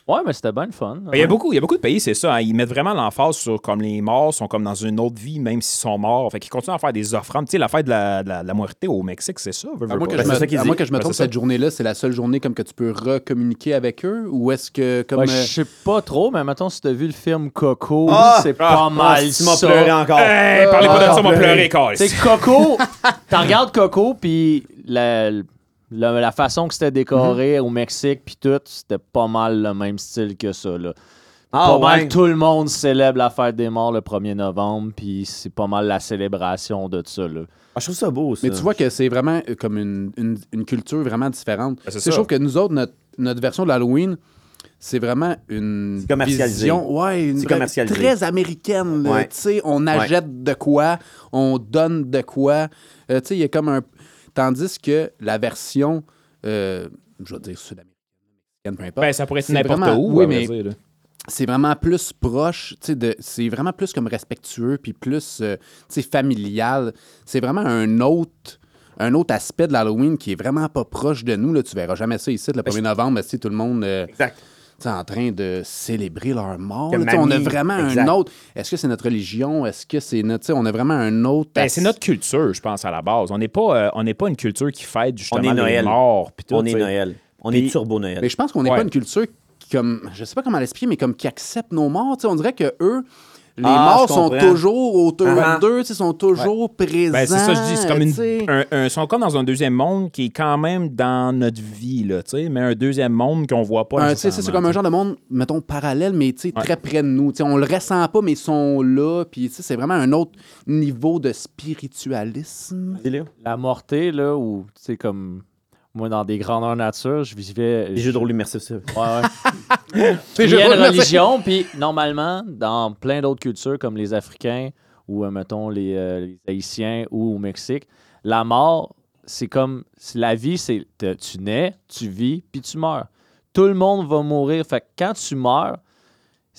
D: Ouais, mais c'était bien le fun.
A: Mais Ben, Il y, a beaucoup, il y a beaucoup de pays, c'est ça. hein, Ils mettent vraiment l'emphase sur comme les morts sont comme dans une autre vie, même s'ils sont morts. Fait qu'ils continuent à faire des offrandes. Tu sais, la fête de la, de la, de la muerte au Mexique, c'est ça. veux,
C: à
A: veux
C: moins
A: pas.
C: Ah, que,
A: Ben,
C: je
A: c'est
C: me,
A: ça qu'ils
C: à
A: disent.
C: moins que je me
A: Ben,
C: trompe,
A: c'est ça.
C: cette journée-là, c'est la seule journée comme que tu peux recommuniquer avec eux? Ou est-ce que comme...
D: Ouais,
C: euh,
D: je sais pas trop, mais mettons, si t'as vu le film Coco,
B: Ah!
D: c'est pas mal
B: Ah, tu m'as pleuré
D: ça.
B: encore.
A: Hey, parlez pas de ça,
B: Ah,
A: on va
B: pleurer.
A: pleurer, Carl.
D: C'est Coco, t'en regardes Coco, puis la, la- la façon que c'était
B: Mhm.
D: décoré au Mexique, puis tout, c'était pas mal le même style que ça, là.
B: Ah,
D: pas mal
B: ouais.
D: tout le monde célèbre la fête des morts le 1er novembre, puis c'est pas mal la célébration de ça, là.
B: Ah, je trouve ça beau, ça.
C: Mais tu vois que c'est vraiment euh, comme une, une- une culture vraiment différente.
A: Ben, c'est
C: c'est
A: ça.
C: je trouve que nous autres, notre, notre version de l'Halloween, c'est vraiment une
B: C'est commercialisé.
C: vision ouais, une
B: C'est
C: vraie-
B: commercialisé.
C: très américaine. là.
B: Ouais.
C: Tu sais, on achète de quoi, on donne de quoi. Euh, tu sais, il y a comme un... Tandis que la version, euh, je veux dire sud-américaine, peu importe,
A: Ben, ça pourrait être
C: C'est
A: n'importe
C: vraiment-
A: où.
C: oui,
A: à vrai
C: mais-
A: dire, là.
C: c'est vraiment plus proche, tu sais, de- c'est vraiment plus comme respectueux, puis plus, euh, tu sais, familial. C'est vraiment un autre, un autre aspect de l'Halloween qui est vraiment pas proche de nous. Là. Tu verras jamais ça ici, le 1er novembre, si tout le monde euh,
B: Exact.
C: tu sais, en train de célébrer leur mort.
B: Que
C: là. Tu sais, on a
B: mamie,
C: vraiment
B: exact.
C: un autre... Est-ce que c'est notre religion? Est-ce que c'est notre... tu sais, On a vraiment un autre...
A: Ben,
C: as-
A: c'est notre culture, je pense, à la base. On n'est pas, euh, on n'est pas une culture qui fête justement
B: On est
A: les
B: Noël.
A: morts. pis tout,
B: On est
A: tu sais.
B: Noël. On
A: Puis-
B: est turbo-Noël.
C: Mais je pense qu'on n'est
A: Ouais.
C: pas une culture qui, comme, je sais pas comment l'expliquer, mais comme qui accepte nos morts. Tu sais, on dirait que eux, les
B: Ah,
C: morts
B: je
C: sont
B: comprends.
C: toujours autour
B: Uh-huh.
C: d'eux, tu sais, sont toujours présents.
A: Ben, c'est ça, je dis. C'est comme
C: tu sais.
A: une, un, un- sont comme dans un deuxième monde qui est quand même dans notre vie, là, tu sais, mais un deuxième monde qu'on voit pas.
C: Un- tu sais, c'est comme un genre de monde, mettons, parallèle, mais tu sais, très près de nous. Tu sais, on le ressent pas, mais ils sont là. Puis tu sais, c'est vraiment un autre niveau de spiritualisme.
B: Dis-le.
D: La mortée, là, où, tu sais, comme moi, dans des grandeurs nature, je vivais.
B: Les jeux de rôle immersifs, ça.
D: Ouais, ouais. Il y a une religion, puis normalement, dans plein d'autres cultures, comme les Africains ou, euh, mettons, les, euh, les Haïtiens ou au Mexique, la mort, c'est comme. c'est- La vie, c'est. te- Tu nais, tu vis, puis tu meurs. Tout le monde va mourir. Fait que quand tu meurs,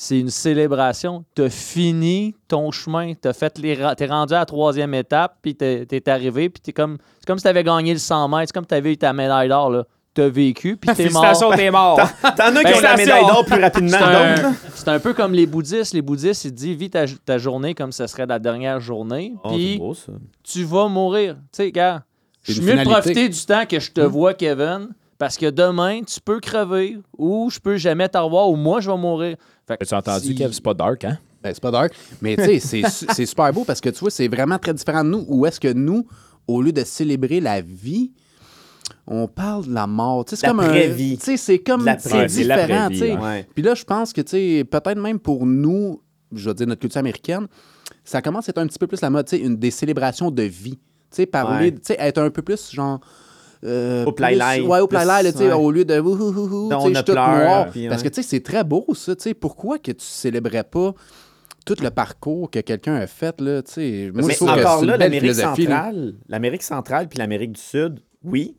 D: C'est une célébration. T'as fini ton chemin. T'as fait les. ra- T'es rendu à la troisième étape, puis t'es t'es arrivé, puis t'es comme. C'est comme si t'avais gagné le 100 mètres. C'est comme si t'avais eu ta médaille d'or, là. T'as vécu, puis t'es mort.
A: Ah, Félicitations, t'es mort.
B: T'en as qui ont la
A: Station.
B: médaille d'or plus rapidement.
D: C'est
B: donc.
D: un, c'est un peu comme les bouddhistes. Les bouddhistes, ils disent vis ta, ta journée comme ce serait la dernière journée,
B: Oh, c'est
D: puis
B: beau, ça.
D: tu vas mourir. Tu sais, gars,
C: C'est
D: je suis
C: une
D: mieux de
C: finalité.
D: profiter du temps que je
B: Hmm.
D: te vois, Kevin, parce que demain, tu peux crever, ou je peux jamais te revoir, ou moi, je vais mourir. Fait que
A: As-tu entendu,
D: si-
A: Kev? C'est pas dark, hein?
C: Ben, c'est pas dark. Mais tu sais, c'est su- c'est super beau parce que tu vois, c'est vraiment très différent de nous. Où est-ce que nous, au lieu de célébrer la vie, on parle de la mort. Tu sais, c'est
B: La
C: comme un.
B: vraie-vie.
C: Tu sais, c'est comme.
B: La vraie
C: C'est
B: vie,
A: la
C: différent,
A: vraie
C: tu sais.
A: vie,
B: ouais.
C: Puis là, je pense que, tu sais, peut-être même pour nous, je veux dire, notre culture américaine, ça commence à être un petit peu plus la mode, tu sais, une des célébrations de vie. Tu sais, parler,
B: Ouais.
C: tu sais, être un peu plus genre. Euh,
B: Au play-lay.
C: plus- Ouais, au play-lay, là, tu sais,
B: Ouais.
C: au lieu de wouhou,
B: Non,
C: wouhou, tu
B: on
C: sais, je
B: a
C: suis tout
B: pleure,
C: noir.
B: puis
C: Parce que,
B: ouais.
C: tu sais, c'est très beau, ça, tu sais. Pourquoi que tu célébrais pas tout le parcours que quelqu'un a fait, là, tu sais? Moi,
B: Mais
C: je trouve que
B: encore
C: c'est
B: là,
C: une belle
B: l'Amérique
C: philosophie. là.
B: centrale, l'Amérique centrale puis l'Amérique du Sud, oui,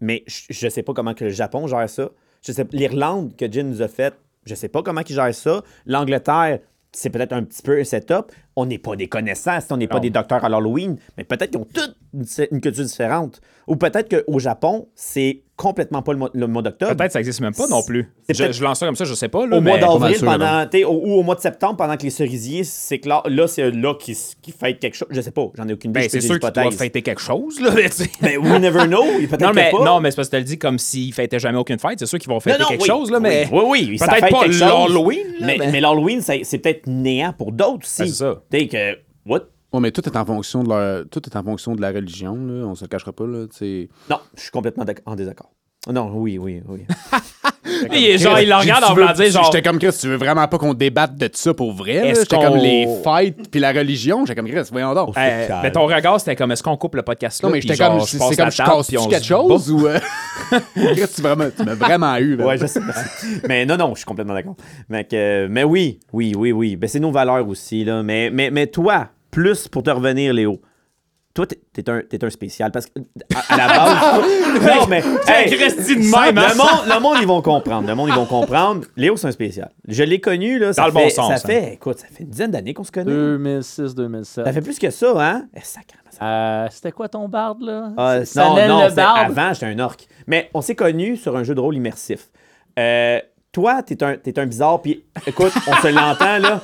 B: mais je- je sais pas comment que le Japon gère ça. Je sais l'Irlande que Jim nous a faite, je sais pas comment qu'ils gèrent ça. L'Angleterre, c'est peut-être un petit peu un setup. On n'est pas des connaissances, on n'est pas
A: Non.
B: des docteurs à l'Halloween, mais peut-être qu'ils ont toutes une, une culture différente. Ou peut-être qu'au Japon, c'est complètement pas le mois, le mois d'octobre.
A: Peut-être que ça existe même pas non plus.
B: C'est
A: Je,
B: peut-être-
A: je lance ça comme ça, je sais pas. Là,
B: Au mois
A: mais-
B: d'avril,
C: sûr,
B: pendant, t'sais, au- ou au mois de septembre, pendant que les cerisiers s'éclatent, là, c'est là qu'ils qui fêtent quelque chose. Je sais pas, j'en ai aucune
A: Ben,
B: idée. je fais
A: c'est
B: des
A: sûr qu'il doit
B: hypothèses.
A: fêter quelque chose, là. mais tu sais.
B: Ben, we never know. Il peut-être
A: Non, mais,
B: que pas.
A: non, mais c'est parce que tu le dis comme s'ils fêtaient jamais aucune fête. C'est sûr qu'ils vont fêter
B: Non, non,
A: quelque
B: oui.
A: chose, là,
B: Oui,
A: mais.
B: Oui, oui. ça
A: peut-être
B: fête
A: pas
B: quelque chose.
A: l'Halloween, là,
B: Mais,
A: mais-
B: mais l'Halloween, c'est c'est peut-être néant pour d'autres aussi.
A: Ah, c'est ça.
B: Tu sais que. What?
C: Ouais, mais tout est en fonction de leur... Tout est en fonction de la religion, là. On se le cachera pas, là, tu sais.
B: Non, je suis complètement d'ac- en désaccord. Non, oui, oui, oui.
A: Il est genre, il le
C: J'ai dit,
A: regarde
C: tu
A: en
C: veux-
A: voulant dire, genre.
C: J'étais comme Chris, tu veux vraiment pas qu'on débatte de ça pour vrai? là?
A: Est-ce
C: J'étais
A: qu'on-
C: comme les fêtes puis la religion. J'étais comme Chris, voyons donc.
A: Eh,
B: calme.
A: mais ton regard, c'était comme est-ce qu'on coupe le podcast là?
C: non, mais
A: puis
C: j'étais
A: genre,
C: comme,
A: je
C: c'est
A: passe
C: c'est comme
A: la
C: je
A: table,
C: casse
A: puis on se
C: quelque
A: bat.
C: chose ou. euh, Chris, tu vraiment- tu m'as vraiment eu, là.
B: Ouais, je sais. mais non, non, je suis complètement d'accord. Mais, que- mais oui, oui, oui, oui. Ben, c'est nos valeurs aussi. Là. Mais, mais, mais toi, plus pour te revenir, Léo, toi, t'es- t'es un, t'es un spécial. Parce que à, à la base. non, mais. hey,
A: Christy de
B: ça,
A: même, hein,
B: le, monde, le monde, ils vont comprendre. Le monde, ils vont comprendre. Léo, c'est un spécial. Je l'ai connu, là. ça
A: Dans le bon
B: fait-
A: sens,
B: Ça
A: hein. Euh.
B: fait, écoute, ça fait une dizaine d'années qu'on se connaît.
D: 2006-2007.
B: Ça fait plus que ça, hein? Eh, sacrément, ça
D: Euh, C'était quoi ton barde, là?
B: ah,
D: C'est- Sanel
B: non, non,
D: le
B: c'était
D: barbe.
B: avant, j'étais un orc. Mais on s'est connus sur un jeu de rôle immersif. Euh, toi, t'es un, t'es un bizarre, puis écoute, on se l'entend, là.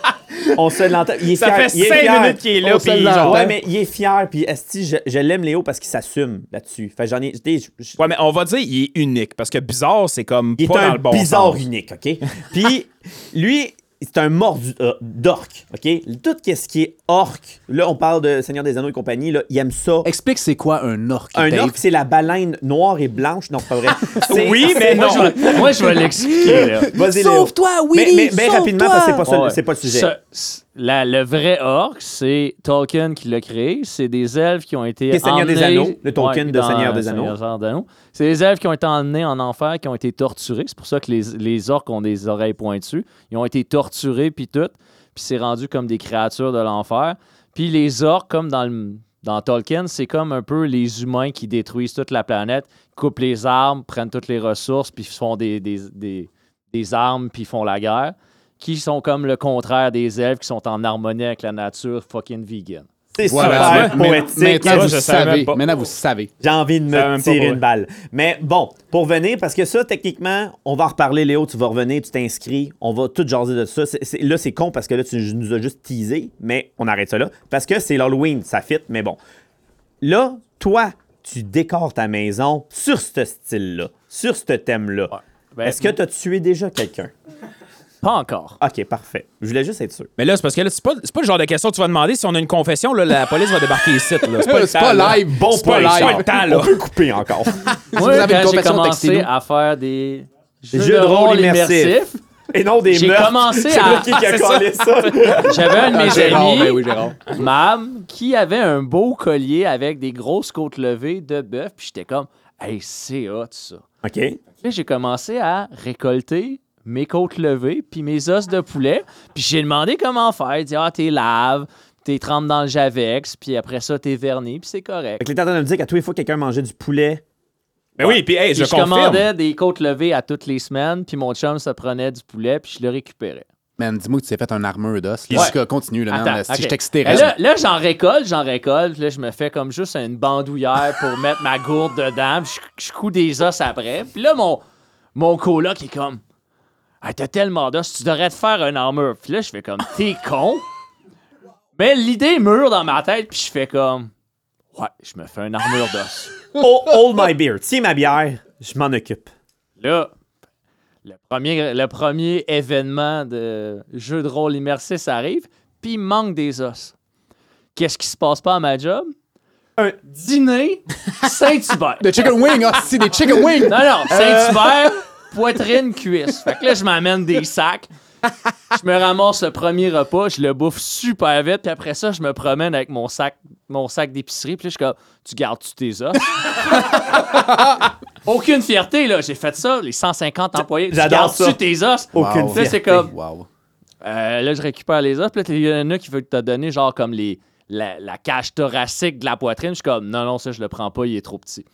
B: On se l'entend. Il est
A: Ça
B: fier,
A: fait
B: il est
A: cinq
B: fier.
A: minutes qu'il est là,
B: On se
A: puis
B: l'entend.
A: genre-
B: Ouais, mais il est fier, puis esti, je, je l'aime, Léo, parce qu'il s'assume là-dessus. Fait que j'en ai... j'étais- je- je-
A: Ouais, mais on va dire, il est unique. Parce que bizarre, c'est comme
B: il est
A: pas
B: un
A: dans le bon
B: bizarre
A: sens.
B: unique, OK? Puis lui, c'est un mort du- euh, d'orc, OK? Tout ce qui est orc, là, on parle de Seigneur des Anneaux et compagnie, là, il aime ça.
C: Explique c'est quoi un orc.
B: Un
C: Dave.
B: orc, c'est la baleine noire et blanche. Non, c'est pas vrai. C'est-
A: Oui, mais
D: Moi,
A: non.
D: je vais- Moi, je vais l'expliquer, là.
B: Vas-y, Léo.
C: Sauve-toi,
B: Mais,
C: Willy!
B: mais, mais rapidement, parce que c'est pas, ça-
D: Ouais.
B: c'est pas le sujet.
D: Ce- ce- la- le vrai orc, c'est Tolkien qui l'a créé. C'est des elves qui ont été.
B: Les Seigneurs des
D: emmenés-
B: Anneaux, le Tolkien de
D: dans
B: Seigneur des Anneaux.
D: Seigneur des Anneaux. C'est des elfes qui ont été emmenés en enfer, qui ont été torturés. C'est pour ça que les, les orcs ont des oreilles pointues. Ils ont été torturés, puis tout. Puis c'est rendu comme des créatures de l'enfer. Puis les orcs, comme dans le- Dans Tolkien, c'est comme un peu les humains qui détruisent toute la planète, coupent les arbres, prennent toutes les ressources, puis font des- des- des, des armes, puis font la guerre qui sont comme le contraire des elfes qui sont en harmonie avec la nature fucking vegan.
B: C'est
C: Voilà.
B: super
C: Mais-
B: poétique.
C: Maintenant,
A: Moi,
C: vous
A: je savais
C: savez.
A: pas.
C: Maintenant, vous savez.
B: J'ai envie de
A: Ça va
B: me
A: même pas
B: tirer
A: pour
B: une balle. Mais bon, pour venir, parce que ça, techniquement, on va en reparler, Léo. Tu vas revenir, tu t'inscris. On va tout jaser de ça. C'est- c'est- là, c'est con parce que là, tu nous as juste teasé, mais on arrête ça là. Parce que c'est l'Halloween, ça fit, mais bon. Là, toi, tu décores ta maison sur ce style-là, sur ce thème-là.
D: Ben,
B: Est-ce que tu as tué déjà quelqu'un?
D: Pas encore.
B: OK, parfait. Je voulais juste être sûr.
A: Mais là, c'est parce que là, c'est pas, c'est pas le genre de question que tu vas demander. Si on a une confession, là, la police va débarquer ici. là. C'est pas, le
C: C'est
A: temps,
C: pas
A: là.
C: live, bon
A: C'est pas
C: pas
A: live.
C: live.
A: le temps, là.
B: On peut couper encore.
D: Moi,
C: vous avez une
D: quand j'ai
C: compétition, hein.
D: commencé
C: textez-nous.
D: à faire des jeux,
B: Jeux
D: de rôle immersifs,
B: Et non des
D: j'ai
B: meurtres.
D: commencé
B: C'est
D: à... Ah,
B: qui qui a
A: c'est ça.
B: collé ça.
D: J'avais un de
C: Ah,
D: mes
C: Gérard,
D: amis,
C: ben oui, Gérard.
D: Mam, qui avait un beau collier avec des grosses côtes levées de bœuf, puis j'étais comme « Hey, c'est hot, ça! »
B: OK.
D: Là, j'ai commencé à récolter mes côtes levées, puis mes os de poulet. Puis j'ai demandé comment faire. Il dit Ah, t'es lave, t'es trempe dans le Javex, puis après ça, t'es verni, puis c'est correct.
B: Fait que les tentants de me dire qu'à tous les fois que quelqu'un mangeait du poulet,
A: Mais oui, puis hey,
D: Puis
A: je,
D: je
A: confirme.
D: commandais des côtes levées à toutes les semaines, puis mon chum se prenait du poulet, puis je le récupérais.
C: Man, dis-moi que tu t'es fait un armure d'os.
D: Ouais.
C: là. Jusqu'à- Continue, là, man. Si
D: ok.
C: je t'excitais,
D: Mais
C: reste-
D: Là, là, j'en récolte, j'en récolte. Là, je me fais comme juste une bandoulière pour mettre ma gourde dedans. puis Je, je couds des os après. Puis là, mon, mon coloc est comme Hey, T'as tellement d'os, tu devrais te faire un armure. Puis là, je fais comme T'es con. Mais l'idée mûre dans ma tête, puis je fais comme Ouais, je me fais un armure d'os.
B: Oh, hold my beer. Tiens ma bière, je m'en occupe.
D: Là, le premier, le premier événement de jeu de rôle immersif ça arrive, puis il manque des os. Qu'est-ce qui se passe pas à ma job?
B: Un-
D: dîner Saint-Hubert.
C: Des chicken wings, ah, c'est des chicken wings!
D: Non,
B: Euh.
D: non, Saint-Hubert, poitrine, cuisse. Fait que là, je m'amène des sacs. Je me ramasse le premier repas, je le bouffe super vite, puis après ça, je me promène avec mon sac, mon sac d'épicerie, puis là, je suis comme, tu gardes-tu tes os? Aucune fierté, là, j'ai fait ça, les 150 employés. Tu
B: J'adore
D: gardes-tu
B: ça.
D: tes os?
B: Aucune
C: Wow.
D: Là,
B: fierté.
D: c'est comme,
C: Wow.
D: euh, là, je récupère les os, puis là, il y en a qui veulent te donner, genre, comme les, la, la cage thoracique de la poitrine. Je suis comme, non, non, ça, je le prends pas, il est trop petit.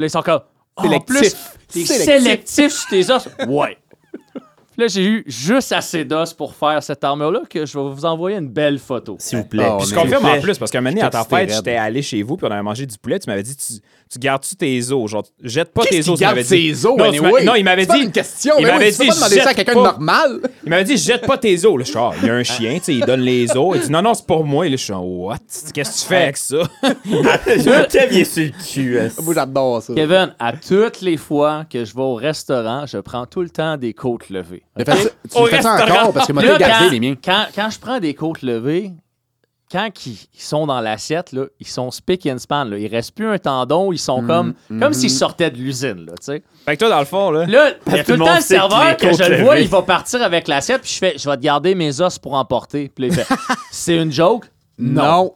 D: Là, ils sont comme, oh, en plus,
C: Sélectif.
D: t'es
C: Sélectif.
D: sélectif sur tes os. Ouais. Puis là, j'ai eu juste assez d'os pour faire cette armure-là que je vais vous envoyer une belle photo.
B: S'il vous plaît.
C: Oh,
A: Puis
C: on
A: je
C: est-
A: confirme en
B: Mais-
A: plus, parce qu'un moment donné, à ta
C: J'étais
A: fête,
C: raide.
A: j'étais allé chez vous, puis on avait mangé du poulet, tu m'avais dit, tu, tu gardes-tu tes os? Genre, jette pas tes
C: Qu'est-ce
A: os,
C: qu'il
A: tu m'avais
C: garde
A: dit.
C: ses os,
A: non, tu m'as-
C: anyway?
A: non, il m'avait
C: C'est pas
A: dit.
C: une question.
A: Il
C: mais
A: m'avait
C: oui, tu
A: dit,
C: peux pas demander ça à
A: jette
C: quelqu'un de
A: pas.
C: normal.
A: Il m'avait dit, jette pas tes os. Là, je suis, ah, il y a un chien, tu sais, il donne les os. Il dit, non, non, c'est pour moi. Là, je suis, en what? Qu'est-ce que tu fais avec ça?
B: Kevin est sur le cul. hein.
C: Moi, j'adore ça.
D: Kevin, à toutes les fois que je vais au restaurant, je prends tout le temps des côtes levées.
C: Mais fais ça- Tu
A: Au
C: fais ça
A: restaurant.
C: encore parce que moi,
D: Là,
C: t'ai gardé
D: quand,
C: les miens.
D: quand- quand je prends des côtes levées, quand qu'ils- ils, sont dans l'assiette, là, ils sont spick and span. Là. Il reste plus un tendon, ils
C: Mm,
D: sont comme
C: mm-hmm.
D: comme s'ils sortaient de l'usine. Là, tu sais.
A: Fait que toi, dans le fond, là.
D: là il y a
B: que
D: tout le
B: tout le
D: temps
B: monde
D: le
B: sait que les
D: serveur que
B: côtes
D: je le
B: levées.
D: vois, il va partir avec l'assiette, puis je fais Je vais te garder mes os pour emporter. Puis là, il fait C'est une joke.
C: Non.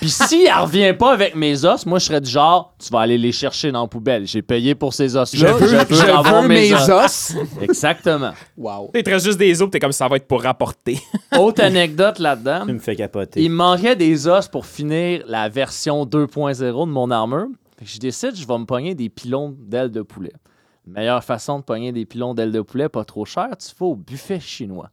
D: Puis s'il ne revient pas avec mes os, moi, je serais du genre Tu vas aller les chercher dans la poubelle. J'ai payé pour ces os-là.
C: Je veux, je veux
D: avoir
C: mes os.
D: Exactement.
C: Wow.
A: Il te reste juste des os, puis t'es comme ça va être pour rapporter.
D: Autre anecdote là-dedans.
B: Tu me fais capoter.
D: Il me manquait des os pour finir la version 2.0 de mon armure. Fait que je décide, je vais me pogner des pilons d'ailes de poulet. Meilleure façon de pogner des pilons d'ailes de poulet, pas trop cher, tu vas au buffet chinois.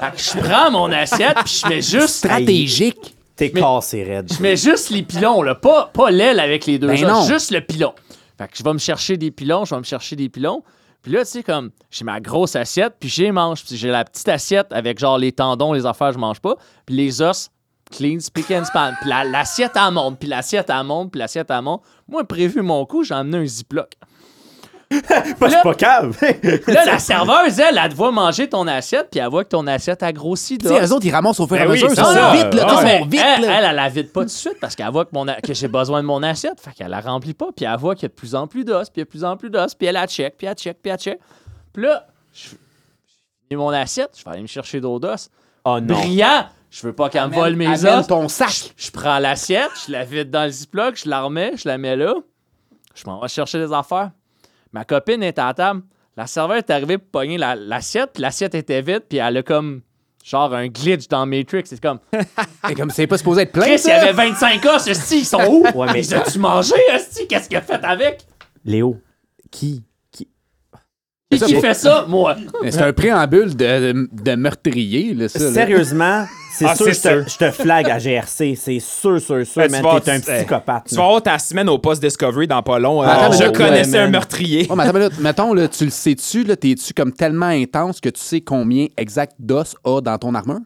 D: Fait que je prends mon assiette puis je mets juste
C: Stratégique.
B: T'es cassé, Red.
D: je mets juste les pilons, là. Pas, pas l'aile avec les deux
C: Ben
D: os,
C: non.
D: juste le pilon. Fait que je vais me chercher des pilons, je vais me chercher des pilons. Puis là, tu sais, comme, j'ai ma grosse assiette, puis j'ai mange. Puis j'ai la petite assiette avec genre les tendons, les affaires, je mange pas. Puis les os, clean, pick and span. Puis la- l'assiette à monte, puis l'assiette à monte, puis l'assiette à monte. Moi, prévu mon coup, j'ai emmené un ziploc.
B: Pas, c'est pas cave.
D: Puis là, la serveuse, elle, elle te voit manger ton assiette, puis elle voit que ton assiette a grossi.
C: Tu sais, eux autres, ils ramassent au fur et à
A: Ben oui,
C: mesure.
A: c'est
C: Ils sont
A: ça.
C: vite, là.
A: Ah
C: Ils
A: ouais.
C: sont vite,
D: elle,
C: là.
D: elle, elle la vide pas tout de suite parce qu'elle voit que, mon a- que j'ai besoin de mon assiette. Fait qu'elle la remplit pas. Puis elle voit qu'il y a de plus en plus d'os, puis il y a de plus en plus d'os. Puis elle la check, puis elle check, puis elle check. Puis là, je j'ai mis mon assiette. Je vais aller me chercher d'autres os.
B: Oh non.
D: Brillant! Je veux pas qu'elle me vole mes
C: Amène
D: os.
C: ton sac.
D: Je prends l'assiette, je la vide dans le ziploc, je la remets, je la mets là. Je m'en vais chercher des affaires. Ma copine est à la table. La serveur est arrivée pour pogner la- l'assiette, puis l'assiette était vide, puis elle a comme genre un glitch dans Matrix. C'est comme
C: Et comme c'est pas supposé être plein,
D: Chris, il y
C: ça.
D: avait 25 os, esti, ils sont où?
B: Ouais, mais-
D: Ils ont-tu mangé, esti? Qu'est-ce qu'il a fait avec?
B: Léo, qui
D: Qui, qui fait ça? Moi.
C: Mais C'est un préambule de, de meurtrier, là, ça. là.
B: Sérieusement, c'est
A: Ah,
B: sûr,
A: c'est
B: que je
A: sûr.
B: te- je te flag à GRC. C'est sûr, sûr, sûr,
A: Ben,
B: man.
A: tu vas-
B: T'es un
A: tu- hey,
B: psychopathe.
A: Tu
B: là.
A: vas avoir ta semaine au poste Discovery dans pas long. hein.
C: Attends,
A: je
C: mais-
A: connaissais
B: ouais,
A: un
B: man.
A: meurtrier.
C: Oh, mais attends une minute. Mettons, là, tu le sais-tu, là, t'es-tu comme tellement intense que tu sais combien exact d'os a dans ton armure?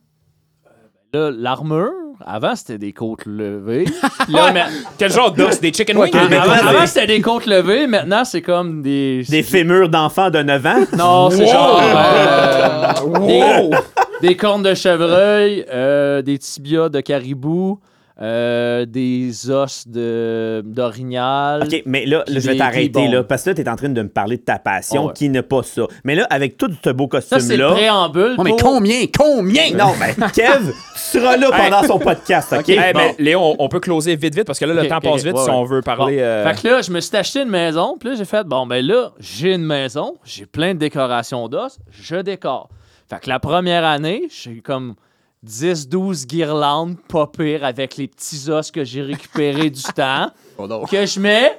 D: Là, l'armure, avant c'était des côtes levées. Là, mais-
A: Quel genre d'os? Des chicken wings?
C: Ouais,
A: Des-
C: mais-
D: avant
B: côtes
D: avant,
B: levées.
D: c'était des côtes levées, maintenant c'est comme des.
B: Des fémurs d'enfants de 9 ans.
D: Non, c'est genre.
A: Wow!
D: euh,
A: Wow!
D: des cornes de chevreuil, euh, des tibias de caribou, euh, des os de- d'orignal.
B: OK, mais là, là,
D: Puis
B: je vais
D: des
B: t'arrêter,
D: ribbons.
B: là, parce que là, t'es en train de me parler de ta passion,
D: Ah ouais.
B: qui n'est pas ça. Mais là, avec tout ce beau
D: Ça, c'est le
B: costume-là...
D: préambule.
C: Oh, mais
D: pour-
C: combien? Combien?
B: non, mais Kev, tu seras là pendant son podcast, OK?
A: Hey,
B: Bon.
A: mais Léon, on- on peut closer vite, vite, parce que là, le
D: Ok,
A: temps
D: ok,
A: passe
D: ok,
A: vite
D: ouais,
A: si
D: ouais.
A: on veut parler.
D: Bon.
A: euh,
D: Fait que là, je me suis acheté une maison, puis là, j'ai fait, bon, ben là, j'ai une maison, j'ai plein de décorations d'os, je décore. Fait que la première année, j'ai eu comme 10-12 guirlandes, pas pire, avec les petits os que j'ai récupérés du temps,
C: Oh, non.
D: que je mets